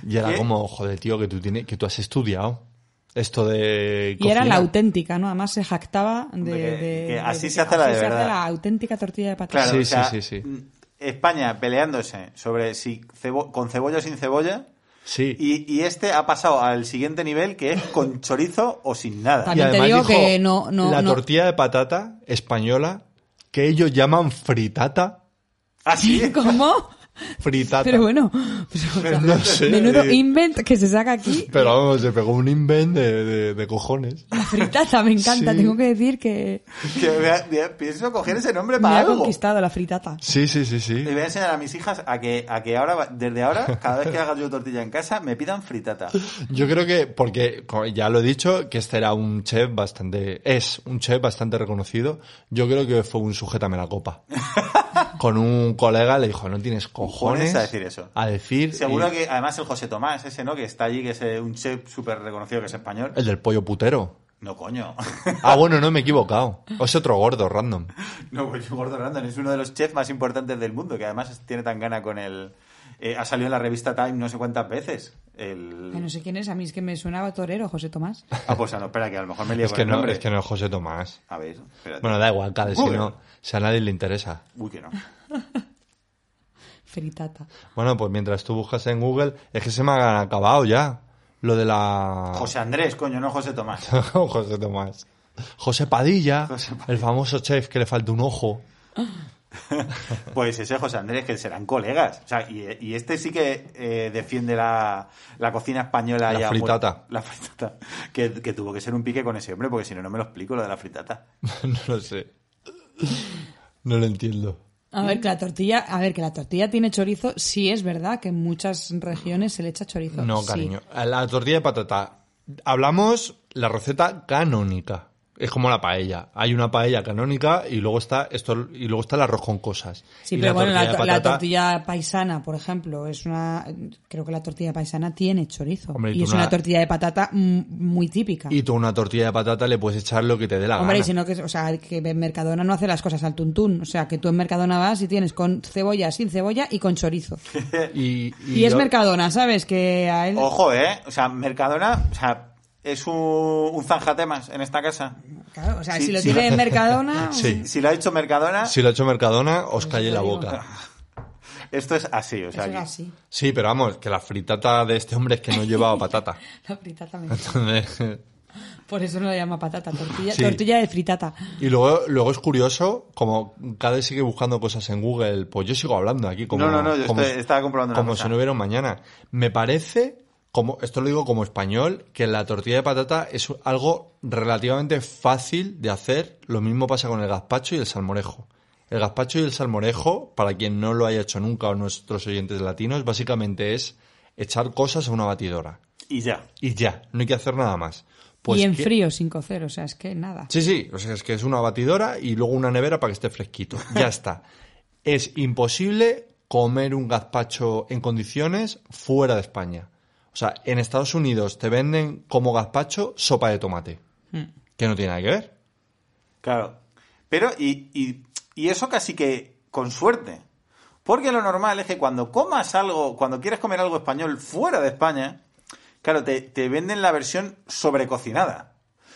[SPEAKER 4] Y era
[SPEAKER 2] ¿Qué?
[SPEAKER 4] como, joder, tío, que tú, tienes, que tú has estudiado esto de.
[SPEAKER 3] Y era la
[SPEAKER 4] cocina".
[SPEAKER 3] auténtica, ¿no? Además se jactaba de.
[SPEAKER 2] De que-
[SPEAKER 3] de-
[SPEAKER 2] que
[SPEAKER 3] de-
[SPEAKER 2] así
[SPEAKER 3] de
[SPEAKER 2] se
[SPEAKER 3] que
[SPEAKER 2] hace la
[SPEAKER 3] así
[SPEAKER 2] de
[SPEAKER 3] se hace
[SPEAKER 2] verdad.
[SPEAKER 3] la auténtica tortilla de patata.
[SPEAKER 2] Claro,
[SPEAKER 4] Sí,
[SPEAKER 2] o
[SPEAKER 4] sí,
[SPEAKER 2] sea,
[SPEAKER 4] sí, sí.
[SPEAKER 2] mm, España peleándose sobre si cebo- con cebolla o sin cebolla.
[SPEAKER 4] Sí.
[SPEAKER 2] Y, y este ha pasado al siguiente nivel que es con chorizo o sin nada.
[SPEAKER 3] También te digo que no- no-
[SPEAKER 4] la
[SPEAKER 3] no-
[SPEAKER 4] tortilla de patata española que ellos llaman fritata.
[SPEAKER 2] ¿Ah, sí?
[SPEAKER 3] ¿Cómo?
[SPEAKER 4] Fritata.
[SPEAKER 3] Pero bueno, pues, o sea,
[SPEAKER 4] No sé.
[SPEAKER 3] menudo
[SPEAKER 4] eh,
[SPEAKER 3] invent que se saca aquí.
[SPEAKER 4] Pero vamos, se pegó un invent de, de- de cojones.
[SPEAKER 3] La fritata me encanta,
[SPEAKER 4] Sí.
[SPEAKER 3] tengo que decir que
[SPEAKER 2] Que voy a- voy a- pienso coger ese nombre
[SPEAKER 3] me
[SPEAKER 2] para
[SPEAKER 3] ha
[SPEAKER 2] algo.
[SPEAKER 3] conquistado la fritata.
[SPEAKER 4] Sí, sí, sí, sí.
[SPEAKER 2] Le voy a enseñar a mis hijas a que, a que ahora, va- desde ahora, cada vez que haga yo tortilla en casa, me pidan fritata.
[SPEAKER 4] Yo creo que, porque como ya lo he dicho, que este era un chef bastante, es un chef bastante reconocido. Yo creo que fue un sujétame la copa. Con un colega le dijo, no tienes cojones
[SPEAKER 2] Cojones a decir eso.
[SPEAKER 4] A decir,
[SPEAKER 2] Seguro
[SPEAKER 4] y-
[SPEAKER 2] que, además, el José Tomás, ese, ¿no? Que está allí, que es eh, un chef súper reconocido, que es español.
[SPEAKER 4] el del pollo putero.
[SPEAKER 2] No, coño.
[SPEAKER 4] Ah, bueno, no me he equivocado. Es otro gordo, random.
[SPEAKER 2] no, pues Gordon Randall es uno de los chefs más importantes del mundo, que además tiene tan gana con el... eh, ha salido en la revista Time no sé cuántas veces. El...
[SPEAKER 3] Ay, no sé quién es, a mí es que me sonaba torero, José Tomás.
[SPEAKER 2] Ah, pues ah, no, espera, que a lo mejor me lío
[SPEAKER 4] Es
[SPEAKER 2] con
[SPEAKER 4] que
[SPEAKER 2] el
[SPEAKER 4] no,
[SPEAKER 2] nombre.
[SPEAKER 4] es que no es José Tomás.
[SPEAKER 2] A ver, espérate.
[SPEAKER 4] Bueno, da igual, cada si
[SPEAKER 2] Google.
[SPEAKER 4] no, si a nadie le interesa.
[SPEAKER 2] Uy, que no.
[SPEAKER 3] Fritata.
[SPEAKER 4] Bueno, pues mientras tú buscas en Google, es que se me ha acabado ya lo de la...
[SPEAKER 2] José Andrés, coño, no José Tomás.
[SPEAKER 4] José Tomás. José Padilla,
[SPEAKER 2] José Padilla.
[SPEAKER 4] el famoso chef que le falta un ojo.
[SPEAKER 2] Pues ese José Andrés, que serán colegas. O sea, y, y este sí que eh, defiende la, la cocina española.
[SPEAKER 4] La
[SPEAKER 2] ya muy-
[SPEAKER 4] fritata.
[SPEAKER 2] la fritata. Que, que tuvo que ser un pique con ese hombre, porque si no, no me lo explico lo de la fritata.
[SPEAKER 4] no lo sé. No lo entiendo.
[SPEAKER 3] A ver, que la tortilla, a ver, que la tortilla tiene chorizo, sí es verdad que en muchas regiones se le echa chorizo.
[SPEAKER 4] No,
[SPEAKER 3] sí.
[SPEAKER 4] cariño. La tortilla de patata. Hablamos la receta canónica. Es como la paella. Hay una paella canónica y luego está esto y luego está el arroz con cosas.
[SPEAKER 3] Sí,
[SPEAKER 4] Y
[SPEAKER 3] pero bueno, la,
[SPEAKER 4] de
[SPEAKER 3] to- la
[SPEAKER 4] patata-
[SPEAKER 3] tortilla paisana, por ejemplo, es una. Creo que la tortilla paisana tiene chorizo.
[SPEAKER 4] Hombre, y
[SPEAKER 3] y
[SPEAKER 4] tú
[SPEAKER 3] es una
[SPEAKER 4] una-
[SPEAKER 3] tortilla de patata mm, muy típica.
[SPEAKER 4] Y tú una tortilla de patata le puedes echar lo que te dé la
[SPEAKER 3] Hombre, y
[SPEAKER 4] gana.
[SPEAKER 3] si no, que, o sea, que en Mercadona no hace las cosas al tuntún. O sea, que tú en Mercadona vas y tienes con cebolla, sin cebolla y con chorizo.
[SPEAKER 4] Y,
[SPEAKER 3] Y, es
[SPEAKER 4] yo-
[SPEAKER 3] Mercadona, ¿sabes? Que a él.
[SPEAKER 2] Ojo, ¿eh? O sea, Mercadona, o sea, es un, un zanjatemas en esta casa.
[SPEAKER 3] Claro, o sea,
[SPEAKER 2] Sí,
[SPEAKER 3] si lo
[SPEAKER 2] sí.
[SPEAKER 3] tiene en Mercadona.
[SPEAKER 4] Sí.
[SPEAKER 2] Si lo ha hecho Mercadona,
[SPEAKER 4] Si lo ha hecho Mercadona, os calle
[SPEAKER 3] te
[SPEAKER 4] la
[SPEAKER 3] digo.
[SPEAKER 4] boca.
[SPEAKER 2] esto es así. O sea,
[SPEAKER 3] Eso era
[SPEAKER 2] aquí-
[SPEAKER 3] así.
[SPEAKER 4] Sí, pero vamos, que la fritata de este hombre es que no llevaba patata.
[SPEAKER 3] La fritata me-
[SPEAKER 4] Entonces,
[SPEAKER 3] Por eso no la llama patata, tortilla,
[SPEAKER 4] Sí.
[SPEAKER 3] tortilla de fritata.
[SPEAKER 4] y luego, luego es curioso, como cada vez sigue buscando cosas en Google, pues yo sigo hablando aquí como,
[SPEAKER 2] No, no, no, yo
[SPEAKER 4] como,
[SPEAKER 2] estoy- estaba comprobando una
[SPEAKER 4] como
[SPEAKER 2] cosa.
[SPEAKER 4] si no hubiera un mañana. Me parece, como, esto lo digo como español, que la tortilla de patata es algo relativamente fácil de hacer. Lo mismo pasa con el gazpacho y el salmorejo. El gazpacho y el salmorejo, para quien no lo haya hecho nunca o nuestros oyentes latinos, básicamente es echar cosas a una batidora.
[SPEAKER 2] Y ya.
[SPEAKER 4] y ya, no hay que hacer nada más. Pues
[SPEAKER 3] y en
[SPEAKER 4] que-
[SPEAKER 3] frío, sin cocer, o sea, es que nada.
[SPEAKER 4] Sí, sí, o sea, es que es una batidora y luego una nevera para que esté fresquito. Ya está. es imposible comer un gazpacho en condiciones fuera de España. O sea, en Estados Unidos te venden como gazpacho sopa de tomate, que no tiene nada que ver.
[SPEAKER 2] Claro. Pero, y, y, y eso casi que con suerte. Porque lo normal es que cuando comas algo, cuando quieres comer algo español fuera de España, claro, te, te venden la versión sobrecocinada.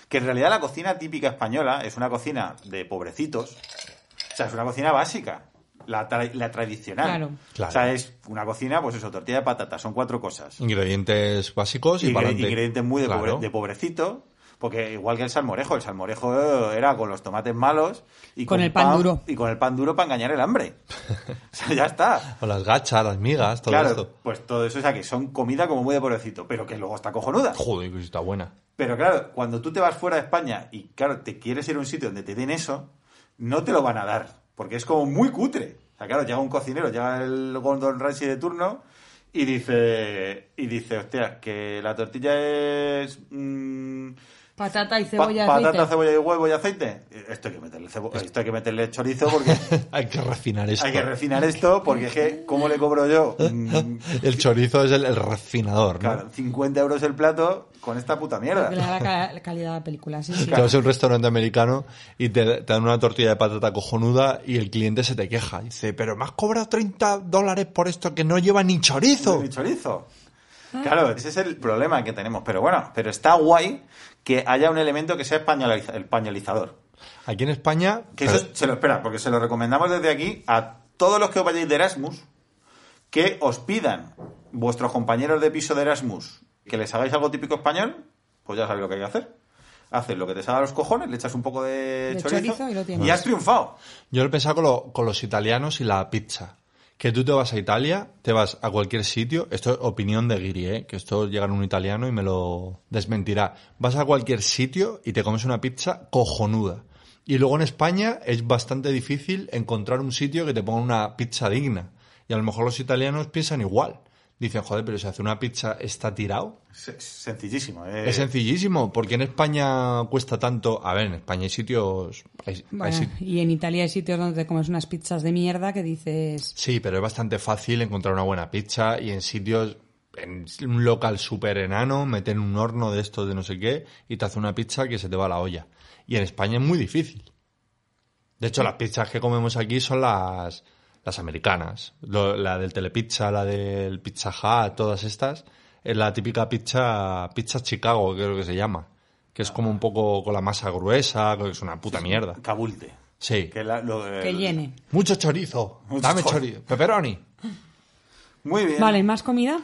[SPEAKER 2] Que en realidad la cocina típica española es una cocina de pobrecitos. O sea, es una cocina básica. La, tra- la tradicional.
[SPEAKER 3] Claro.
[SPEAKER 4] Claro.
[SPEAKER 2] O sea, es una cocina, pues eso, tortilla de patata, son cuatro cosas.
[SPEAKER 4] Ingredientes básicos y
[SPEAKER 2] Ingre-
[SPEAKER 4] pa'lante.
[SPEAKER 2] ingredientes muy de,
[SPEAKER 4] Claro.
[SPEAKER 2] pobre- de pobrecito. Porque igual que el salmorejo, el salmorejo eh, era con los tomates malos y
[SPEAKER 3] Con el pan duro.
[SPEAKER 2] Y con el pan duro para engañar el hambre. o sea, ya está.
[SPEAKER 4] O las gachas, las migas, todo
[SPEAKER 2] claro,
[SPEAKER 4] esto.
[SPEAKER 2] pues todo eso, o sea, que son comida como muy de pobrecito, pero que luego está cojonuda.
[SPEAKER 4] Joder, que está buena.
[SPEAKER 2] Pero claro, cuando tú te vas fuera de España y claro, te quieres ir a un sitio donde te den eso, no te lo van a dar, porque es como muy cutre. O sea, claro, llega un cocinero, llega el Gordon Ramsay de turno y dice, y dice, hostia, que la tortilla es... mm,
[SPEAKER 3] Patata y
[SPEAKER 2] pa-
[SPEAKER 3] cebolla.
[SPEAKER 2] patata,
[SPEAKER 3] aceite.
[SPEAKER 2] cebolla y huevo y aceite. Esto hay que meterle, cebo- esto hay que meterle chorizo porque
[SPEAKER 4] Hay que refinar esto.
[SPEAKER 2] hay que refinar esto, porque es que, ¿cómo le cobro yo? Mm,
[SPEAKER 4] El chorizo es el, el refinador, ¿no?
[SPEAKER 2] claro, 50 euros el plato con esta puta mierda.
[SPEAKER 3] Porque le da la ca- la calidad a la película, sí, sí.
[SPEAKER 4] Te vas a un restaurante americano y te, te dan una tortilla de patata cojonuda y el cliente se te queja. Dice, pero me has cobrado 30 dólares por esto que no lleva ni chorizo.
[SPEAKER 2] Ni chorizo. Claro,
[SPEAKER 3] Ah.
[SPEAKER 2] ese es el problema que tenemos. Pero bueno, pero está guay que haya un elemento que sea españoliza- el pañolizador.
[SPEAKER 4] Aquí en España...
[SPEAKER 2] Que
[SPEAKER 4] pero-
[SPEAKER 2] eso se lo espera, porque se lo recomendamos desde aquí a todos los que os vayáis de Erasmus, que os pidan vuestros compañeros de piso de Erasmus que les hagáis algo típico español, pues ya sabéis lo que hay que hacer. Haces lo que te salga a los cojones, le echas un poco de,
[SPEAKER 3] De
[SPEAKER 2] chorizo,
[SPEAKER 3] chorizo y lo tienes.
[SPEAKER 2] has triunfado.
[SPEAKER 4] Yo lo he pensado con, lo- con los italianos y la pizza. que tú te vas a Italia, te vas a cualquier sitio, esto es opinión de Guiri, ¿eh? que esto llegará un italiano y me lo desmentirá, vas a cualquier sitio y te comes una pizza cojonuda. Y luego en España es bastante difícil encontrar un sitio que te ponga una pizza digna. Y a lo mejor los italianos piensan igual. Dicen, joder, pero si hace una pizza está tirado.
[SPEAKER 2] Se- sencillísimo. eh.
[SPEAKER 4] Es sencillísimo, porque en España cuesta tanto. A ver, en España hay sitios. hay- hay
[SPEAKER 3] Bueno,
[SPEAKER 4] sit-
[SPEAKER 3] y en Italia hay sitios donde te comes unas pizzas de mierda que dices...
[SPEAKER 4] Sí, pero es bastante fácil encontrar una buena pizza y en sitios. En un local súper enano, meten un horno de estos de no sé qué y te hace una pizza que se te va a la olla. Y en España es muy difícil. De hecho, las pizzas que comemos aquí son las, las americanas. Lo- la del Telepizza, la del Pizza Hut, todas estas. Es la típica pizza, pizza Chicago, creo que se llama. Que es como un poco con la masa gruesa, que es una puta mierda.
[SPEAKER 2] Cabulte.
[SPEAKER 4] Sí.
[SPEAKER 2] Que la- lo-
[SPEAKER 3] Que
[SPEAKER 2] el-
[SPEAKER 3] llene.
[SPEAKER 4] Mucho chorizo.
[SPEAKER 2] Mucho
[SPEAKER 4] Dame
[SPEAKER 2] chorizo.
[SPEAKER 4] chorizo. Pepperoni.
[SPEAKER 2] Muy bien.
[SPEAKER 3] Vale, ¿más comida?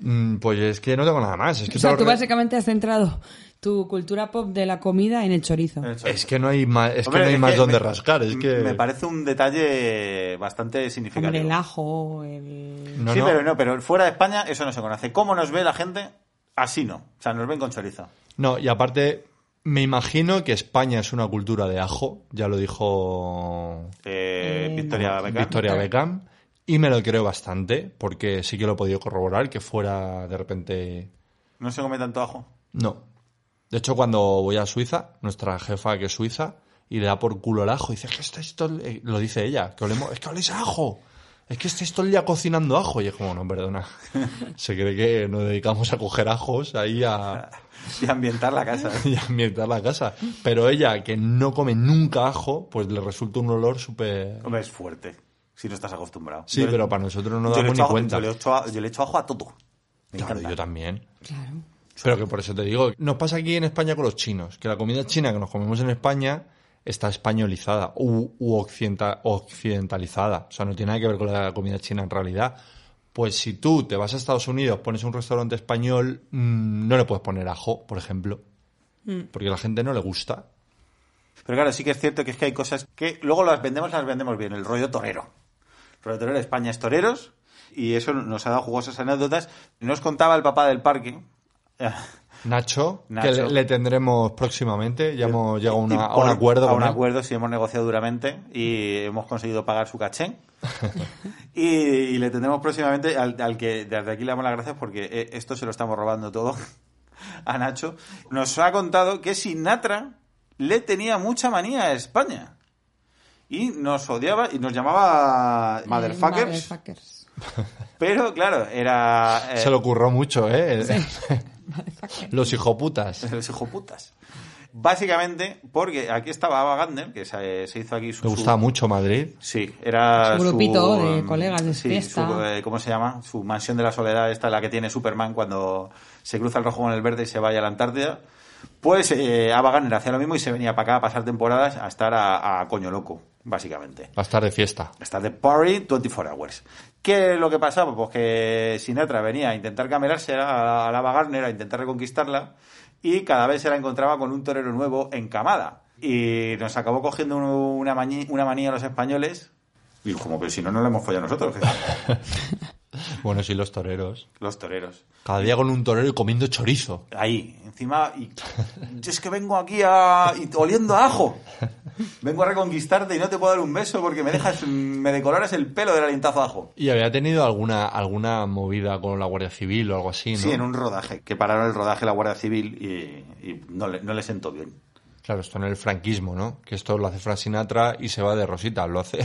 [SPEAKER 4] Mm, Pues es que no tengo nada más. Es que,
[SPEAKER 3] O sea,
[SPEAKER 4] todo
[SPEAKER 3] tú
[SPEAKER 4] re-
[SPEAKER 3] básicamente has centrado tu cultura pop de la comida en el chorizo.
[SPEAKER 2] El chorizo.
[SPEAKER 4] es que no hay más, es que
[SPEAKER 2] Hombre,
[SPEAKER 4] no hay
[SPEAKER 2] es
[SPEAKER 4] más
[SPEAKER 2] que
[SPEAKER 4] donde
[SPEAKER 2] me-
[SPEAKER 4] rascar. Es que
[SPEAKER 2] Me parece un detalle bastante
[SPEAKER 3] Hombre,
[SPEAKER 2] significativo.
[SPEAKER 3] el ajo, el...
[SPEAKER 4] no,
[SPEAKER 2] sí,
[SPEAKER 4] no,
[SPEAKER 2] pero no, pero fuera de España eso no se conoce. ¿Cómo nos ve la gente? Así no. O sea, nos ven con chorizo.
[SPEAKER 4] No, y aparte me imagino que España es una cultura de ajo. Ya lo dijo
[SPEAKER 2] Eh,
[SPEAKER 3] Eh,
[SPEAKER 2] Victoria Beckham.
[SPEAKER 4] Victoria Beckham y me lo creo bastante porque sí que lo he podido corroborar que fuera de repente
[SPEAKER 2] No se come tanto ajo.
[SPEAKER 4] No. De hecho, cuando voy a Suiza, nuestra jefa que es suiza, y le da por culo el ajo, dice, es que estáis todo... el-" eh, Lo dice ella, que olemos, es que oléis a ajo. Es que estáis todo el día cocinando ajo. Y es como, no, perdona. Se cree que nos dedicamos a coger ajos ahí a,
[SPEAKER 2] Y ambientar la casa. ¿eh?
[SPEAKER 4] y a ambientar la casa. Pero ella, que no come nunca ajo, pues le resulta un olor súper...
[SPEAKER 2] Hombre, es fuerte. Si no estás acostumbrado.
[SPEAKER 4] Sí,
[SPEAKER 2] Yo le-
[SPEAKER 4] pero para nosotros no
[SPEAKER 2] yo le
[SPEAKER 4] damos
[SPEAKER 2] echo
[SPEAKER 4] ni
[SPEAKER 2] ajo-
[SPEAKER 4] cuenta.
[SPEAKER 2] Yo le, echo, a- yo le echo ajo a todo. Me
[SPEAKER 4] Claro,
[SPEAKER 2] encanta.
[SPEAKER 4] yo también.
[SPEAKER 3] Claro.
[SPEAKER 4] Pero que por eso te digo, nos pasa aquí en España con los chinos, que la comida china que nos comemos en España está españolizada u, u occidenta- occidentalizada. O sea, no tiene nada que ver con la comida china en realidad. Pues si tú te vas a Estados Unidos, pones un restaurante español, mm, no le puedes poner ajo, por ejemplo. Porque a la gente no le gusta.
[SPEAKER 2] Pero claro, sí que es cierto que es que hay cosas que luego las vendemos, las vendemos bien. El rollo torero. El rollo torero, España es toreros. Y eso nos ha dado jugosas anécdotas. Nos contaba el papá del parque.
[SPEAKER 4] Nacho,
[SPEAKER 2] Nacho.
[SPEAKER 4] que le, le tendremos próximamente, ya hemos llegado a una- a
[SPEAKER 2] por-
[SPEAKER 4] un acuerdo.
[SPEAKER 2] A
[SPEAKER 4] con
[SPEAKER 2] un
[SPEAKER 4] él.
[SPEAKER 2] acuerdo, sí, hemos negociado duramente y hemos conseguido pagar su caché. y, y le tendremos próximamente al, al que desde aquí le damos las gracias porque eh, esto se lo estamos robando todo a Nacho. Nos ha contado que Sinatra le tenía mucha manía a España. Y nos odiaba y nos llamaba
[SPEAKER 3] Eh,
[SPEAKER 2] motherfuckers,
[SPEAKER 3] Motherfuckers.
[SPEAKER 2] pero claro, era... eh,
[SPEAKER 4] Se le ocurrió mucho, ¿eh?
[SPEAKER 3] Motherfuckers.
[SPEAKER 4] Los hijoputas.
[SPEAKER 2] Los hijoputas. Básicamente, porque aquí estaba Ava Gardner, que se, se hizo aquí su...
[SPEAKER 4] Me gustaba mucho Madrid.
[SPEAKER 2] Sí, era
[SPEAKER 3] Su grupito de colegas de
[SPEAKER 2] sí,
[SPEAKER 3] fiesta.
[SPEAKER 2] su, eh, ¿Cómo se llama? Su mansión de la soledad, esta la que tiene Superman cuando se cruza el rojo con el verde y se vaya a la Antártida. Pues eh, Ava Gardner hacía lo mismo y se venía para acá a pasar temporadas a estar a, a coño loco, básicamente.
[SPEAKER 4] Va a estar de fiesta.
[SPEAKER 2] Está de party 24 hours. ¿Qué es lo que pasaba? Pues que Sinatra venía a intentar camerarse a, a Lava Garner, a intentar reconquistarla, y cada vez se la encontraba con un torero nuevo encamada. Y nos acabó cogiendo un- una, mañi- una manía a los españoles. Y como que si no, no la hemos follado nosotros. que-
[SPEAKER 4] Bueno, sí, los toreros.
[SPEAKER 2] los toreros.
[SPEAKER 4] Cada día con un torero y comiendo chorizo.
[SPEAKER 2] Ahí, encima, y yo es que vengo aquí a, y oliendo a ajo. Vengo a reconquistarte y no te puedo dar un beso porque me dejas, me decoloras el pelo del alientazo a ajo.
[SPEAKER 4] Y había tenido alguna, alguna movida con la Guardia Civil o algo así, ¿no?
[SPEAKER 2] Sí, en un rodaje, que pararon el rodaje la Guardia Civil y, y no, le, no le sentó bien.
[SPEAKER 4] Claro, esto en el franquismo, ¿no? Que esto lo hace Frank Sinatra y se va de Rosita. Lo, hace...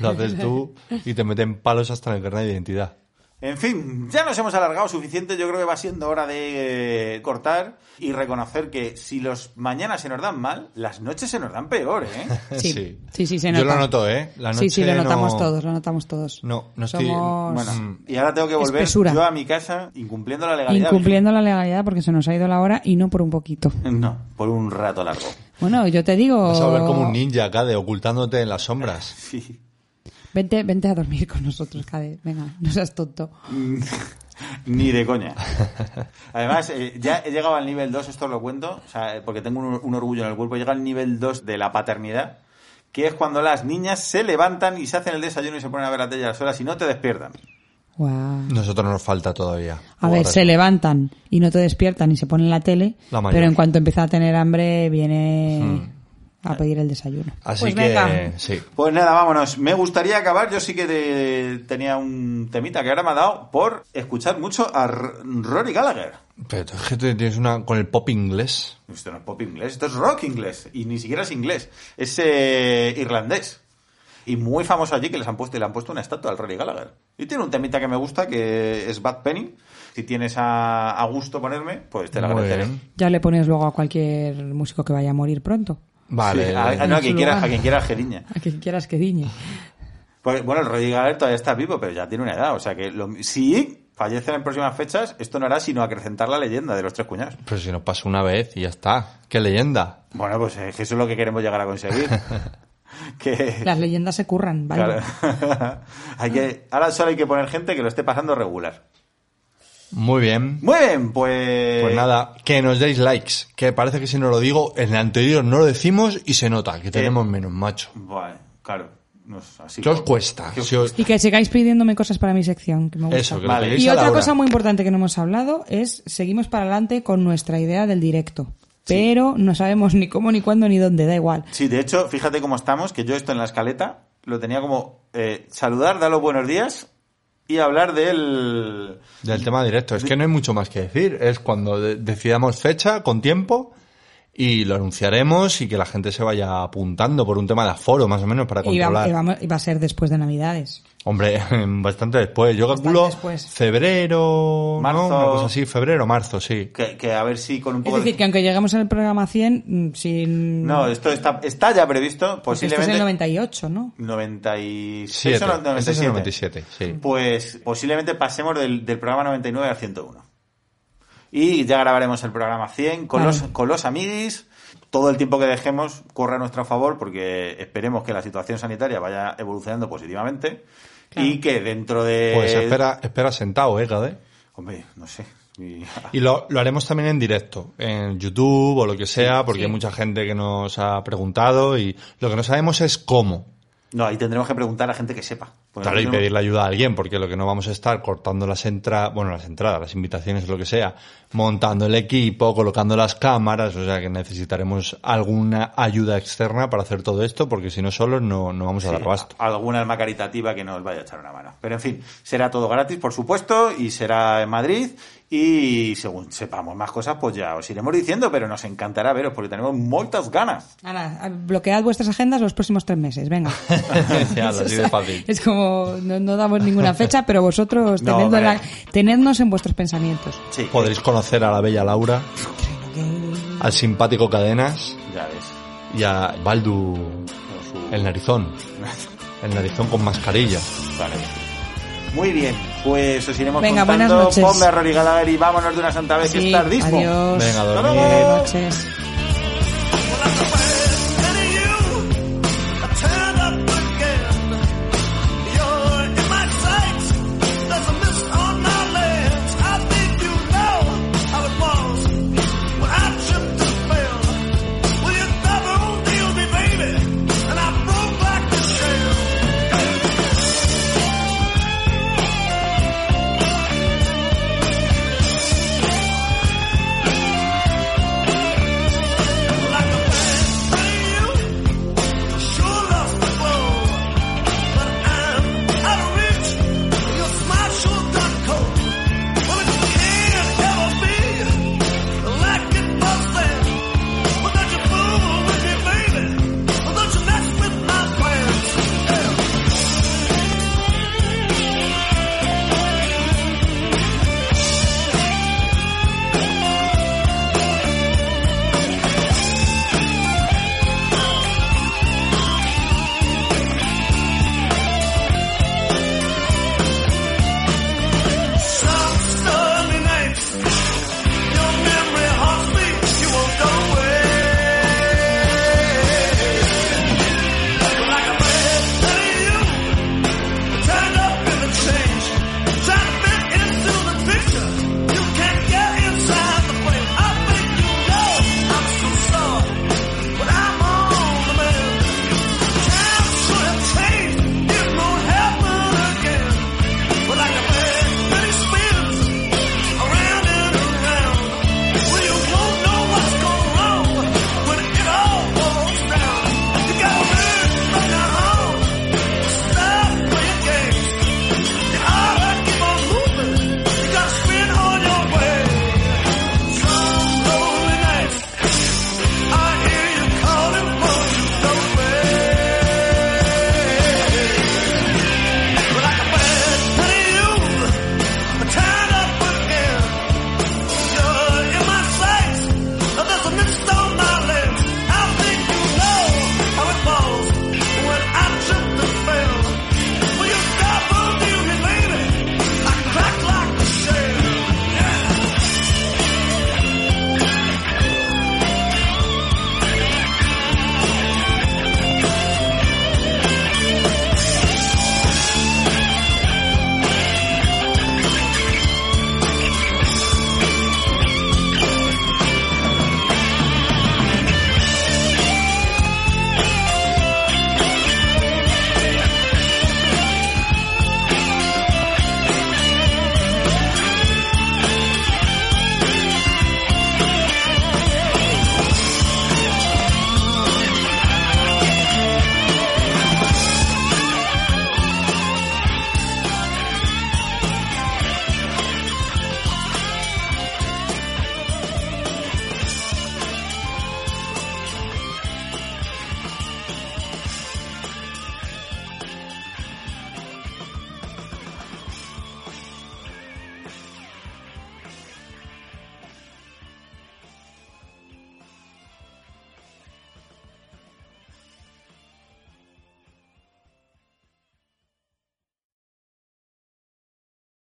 [SPEAKER 4] lo haces tú y te meten palos hasta en el carnet de identidad.
[SPEAKER 2] En fin, ya nos hemos alargado suficiente, yo creo que va siendo hora de eh, cortar y reconocer que si los mañanas se nos dan mal, las noches se nos dan peor, ¿eh?
[SPEAKER 3] Sí, sí, sí, se
[SPEAKER 4] Yo
[SPEAKER 3] nota.
[SPEAKER 4] lo noto, ¿eh? La
[SPEAKER 3] sí, sí, lo
[SPEAKER 4] noche no-
[SPEAKER 3] notamos todos, lo notamos todos.
[SPEAKER 4] No, no estoy-
[SPEAKER 3] Somos
[SPEAKER 2] Bueno, y ahora tengo que volver
[SPEAKER 3] Espesura.
[SPEAKER 2] yo a mi casa incumpliendo la legalidad.
[SPEAKER 3] incumpliendo la legalidad porque se nos ha ido la hora y no por un poquito.
[SPEAKER 2] No, por un rato largo.
[SPEAKER 3] Bueno, yo te digo...
[SPEAKER 4] Vas a ver como
[SPEAKER 3] Oh.
[SPEAKER 4] un ninja acá de ocultándote en las sombras.
[SPEAKER 2] Sí.
[SPEAKER 3] Vente, vente a dormir con nosotros, Cade. Venga, no seas tonto.
[SPEAKER 2] Mm, Ni de coña. Además, eh, ya he llegado al nivel 2, esto os lo cuento, o sea, porque tengo un, un orgullo en el cuerpo, llega al nivel 2 de la paternidad, que es cuando las niñas se levantan y se hacen el desayuno y se ponen a ver la tele a las horas y no te despiertan.
[SPEAKER 3] Guau.
[SPEAKER 4] Nosotros nos falta todavía.
[SPEAKER 3] A ver, se levantan y no te despiertan y se ponen la tele,
[SPEAKER 4] La mayor.
[SPEAKER 3] pero en cuanto empieza a tener hambre viene a pedir el desayuno.
[SPEAKER 4] Hmm. Así
[SPEAKER 7] Pues
[SPEAKER 4] que,
[SPEAKER 7] venga.
[SPEAKER 4] sí.
[SPEAKER 2] Pues nada, vámonos. Me gustaría acabar, yo sí que te- tenía un temita que ahora me ha dado por escuchar mucho a R- Rory Gallagher.
[SPEAKER 4] Pero tú es que tú tienes una con el pop inglés.
[SPEAKER 2] Esto no es pop inglés, esto es rock inglés. Y ni siquiera es inglés, es eh, irlandés. Y muy famoso allí que les han puesto, y le han puesto una estatua al Rory Gallagher. Y tiene un temita que me gusta, que es Bad Penny. Si tienes a, a gusto ponerme, pues te la
[SPEAKER 4] Muy
[SPEAKER 2] agradeceré.
[SPEAKER 4] bien.
[SPEAKER 3] Ya le pones luego a cualquier músico que vaya a morir pronto,
[SPEAKER 4] Vale.
[SPEAKER 2] Sí, a, a- no, a
[SPEAKER 3] En
[SPEAKER 2] quien
[SPEAKER 3] su
[SPEAKER 2] quiera,
[SPEAKER 3] lugar.
[SPEAKER 2] a quien quiera, Jeriña.
[SPEAKER 3] a quien quieras que diñe.
[SPEAKER 2] Pues, bueno, el Rory Gallagher todavía está vivo, pero ya tiene una edad. O sea que lo- si fallecen en próximas fechas, esto no hará sino acrecentar la leyenda de los tres cuñados.
[SPEAKER 4] Pero si nos pasa una vez y ya está. ¡Qué leyenda!
[SPEAKER 2] Bueno, pues eh, que eso es lo que queremos llegar a conseguir. que
[SPEAKER 3] Las leyendas se curran, ¿vale?
[SPEAKER 2] Claro. hay que, ahora solo hay que poner gente que lo esté pasando regular.
[SPEAKER 4] Muy bien.
[SPEAKER 2] Muy bien, pues.
[SPEAKER 4] Pues nada, que nos deis likes. Que parece que si no lo digo, en el anterior no lo decimos y se nota que tenemos menos, macho.
[SPEAKER 2] Bueno, claro. no es así
[SPEAKER 4] ¿Qué os
[SPEAKER 2] como-
[SPEAKER 4] cuesta?
[SPEAKER 2] ¿Qué os
[SPEAKER 4] Si os-
[SPEAKER 3] Y que sigáis pidiéndome cosas para mi sección, que me gusta.
[SPEAKER 4] Eso, que
[SPEAKER 2] Vale.
[SPEAKER 4] lo peguéis
[SPEAKER 3] Y
[SPEAKER 4] a la
[SPEAKER 3] otra
[SPEAKER 4] hora.
[SPEAKER 3] cosa muy importante que no hemos hablado es, seguimos para adelante con nuestra idea del directo. Pero no sabemos ni cómo, ni cuándo, ni dónde, da igual.
[SPEAKER 2] Sí, de hecho, fíjate cómo estamos, que yo esto en la escaleta lo tenía como eh, saludar, dar los buenos días y hablar del.
[SPEAKER 4] Del tema directo. Es que no hay mucho más que decir. Es cuando de- decidamos fecha, con tiempo, y lo anunciaremos y que la gente se vaya apuntando por un tema de aforo, más o menos, para
[SPEAKER 3] Y va,
[SPEAKER 4] controlar.
[SPEAKER 3] y vamos- y va a ser después de Navidades.
[SPEAKER 4] Hombre, bastante después. Yo calculo
[SPEAKER 3] después.
[SPEAKER 4] febrero,
[SPEAKER 2] Marzo.
[SPEAKER 4] ¿no? Una cosa así, febrero, marzo, sí.
[SPEAKER 2] Que, que a ver si con un
[SPEAKER 3] Es
[SPEAKER 2] poco
[SPEAKER 3] decir, que
[SPEAKER 2] de.
[SPEAKER 3] aunque lleguemos al programa 100, mm, sin...
[SPEAKER 2] No, esto está, está ya previsto,
[SPEAKER 3] porque esto es el
[SPEAKER 2] posiblemente.
[SPEAKER 3] 98, ¿no?
[SPEAKER 2] 96
[SPEAKER 4] Siete.
[SPEAKER 2] o no-
[SPEAKER 4] Este es el
[SPEAKER 2] 97.
[SPEAKER 4] 97, sí.
[SPEAKER 2] Pues posiblemente pasemos del, del programa 99 al 101. Y ya grabaremos el programa 100 con,
[SPEAKER 3] Vale.
[SPEAKER 2] los, con los amiguis. Todo el tiempo que dejemos corre a nuestro favor porque esperemos que la situación sanitaria vaya evolucionando positivamente y que dentro de...
[SPEAKER 4] Pues espera, espera sentado, ¿eh, Gade?
[SPEAKER 2] Hombre, no sé. Y-
[SPEAKER 4] Y lo, lo haremos también en directo, en YouTube o lo que sea, porque hay mucha gente que nos ha preguntado y lo que no sabemos es cómo.
[SPEAKER 2] No, ahí tendremos que preguntar a gente que sepa. Porque
[SPEAKER 4] Claro, y
[SPEAKER 2] nosotros-
[SPEAKER 4] pedirle ayuda a alguien, porque lo que no vamos a estar cortando las entradas, bueno, las entradas, las invitaciones, lo que sea, montando el equipo, colocando las cámaras, o sea que necesitaremos alguna ayuda externa para hacer todo esto, porque si no solos no, no vamos a dar
[SPEAKER 2] Sí,
[SPEAKER 4] abasto.
[SPEAKER 2] Alguna alma caritativa que nos vaya a echar una mano. Pero en fin, será todo gratis, por supuesto, y será en Madrid. Y según sepamos más cosas, pues ya os iremos diciendo, pero nos encantará veros porque tenemos muchas ganas.
[SPEAKER 3] Ahora, bloquead vuestras agendas los próximos tres meses, venga.
[SPEAKER 4] Ya, así de fácil.
[SPEAKER 3] Es como, no, no damos ninguna fecha, pero vosotros
[SPEAKER 2] No,
[SPEAKER 3] tenedlo en la-
[SPEAKER 2] verá.
[SPEAKER 3] tenednos en vuestros pensamientos.
[SPEAKER 2] Sí,
[SPEAKER 4] Podréis conocer a la bella Laura, al simpático Cadenas
[SPEAKER 2] ya ves.
[SPEAKER 4] y a Baldu,
[SPEAKER 2] con su-
[SPEAKER 4] el narizón, el narizón con mascarilla.
[SPEAKER 2] Vale. Muy bien, pues os iremos
[SPEAKER 3] Venga,
[SPEAKER 2] contando.
[SPEAKER 3] buenas noches.
[SPEAKER 2] Ponme a Rory Gallagher y vámonos de una santa vez que
[SPEAKER 3] Sí,
[SPEAKER 2] es tardísimo.
[SPEAKER 3] adiós.
[SPEAKER 4] Venga, a
[SPEAKER 2] Hasta
[SPEAKER 4] dormir.
[SPEAKER 2] luego.
[SPEAKER 3] Buenas noches.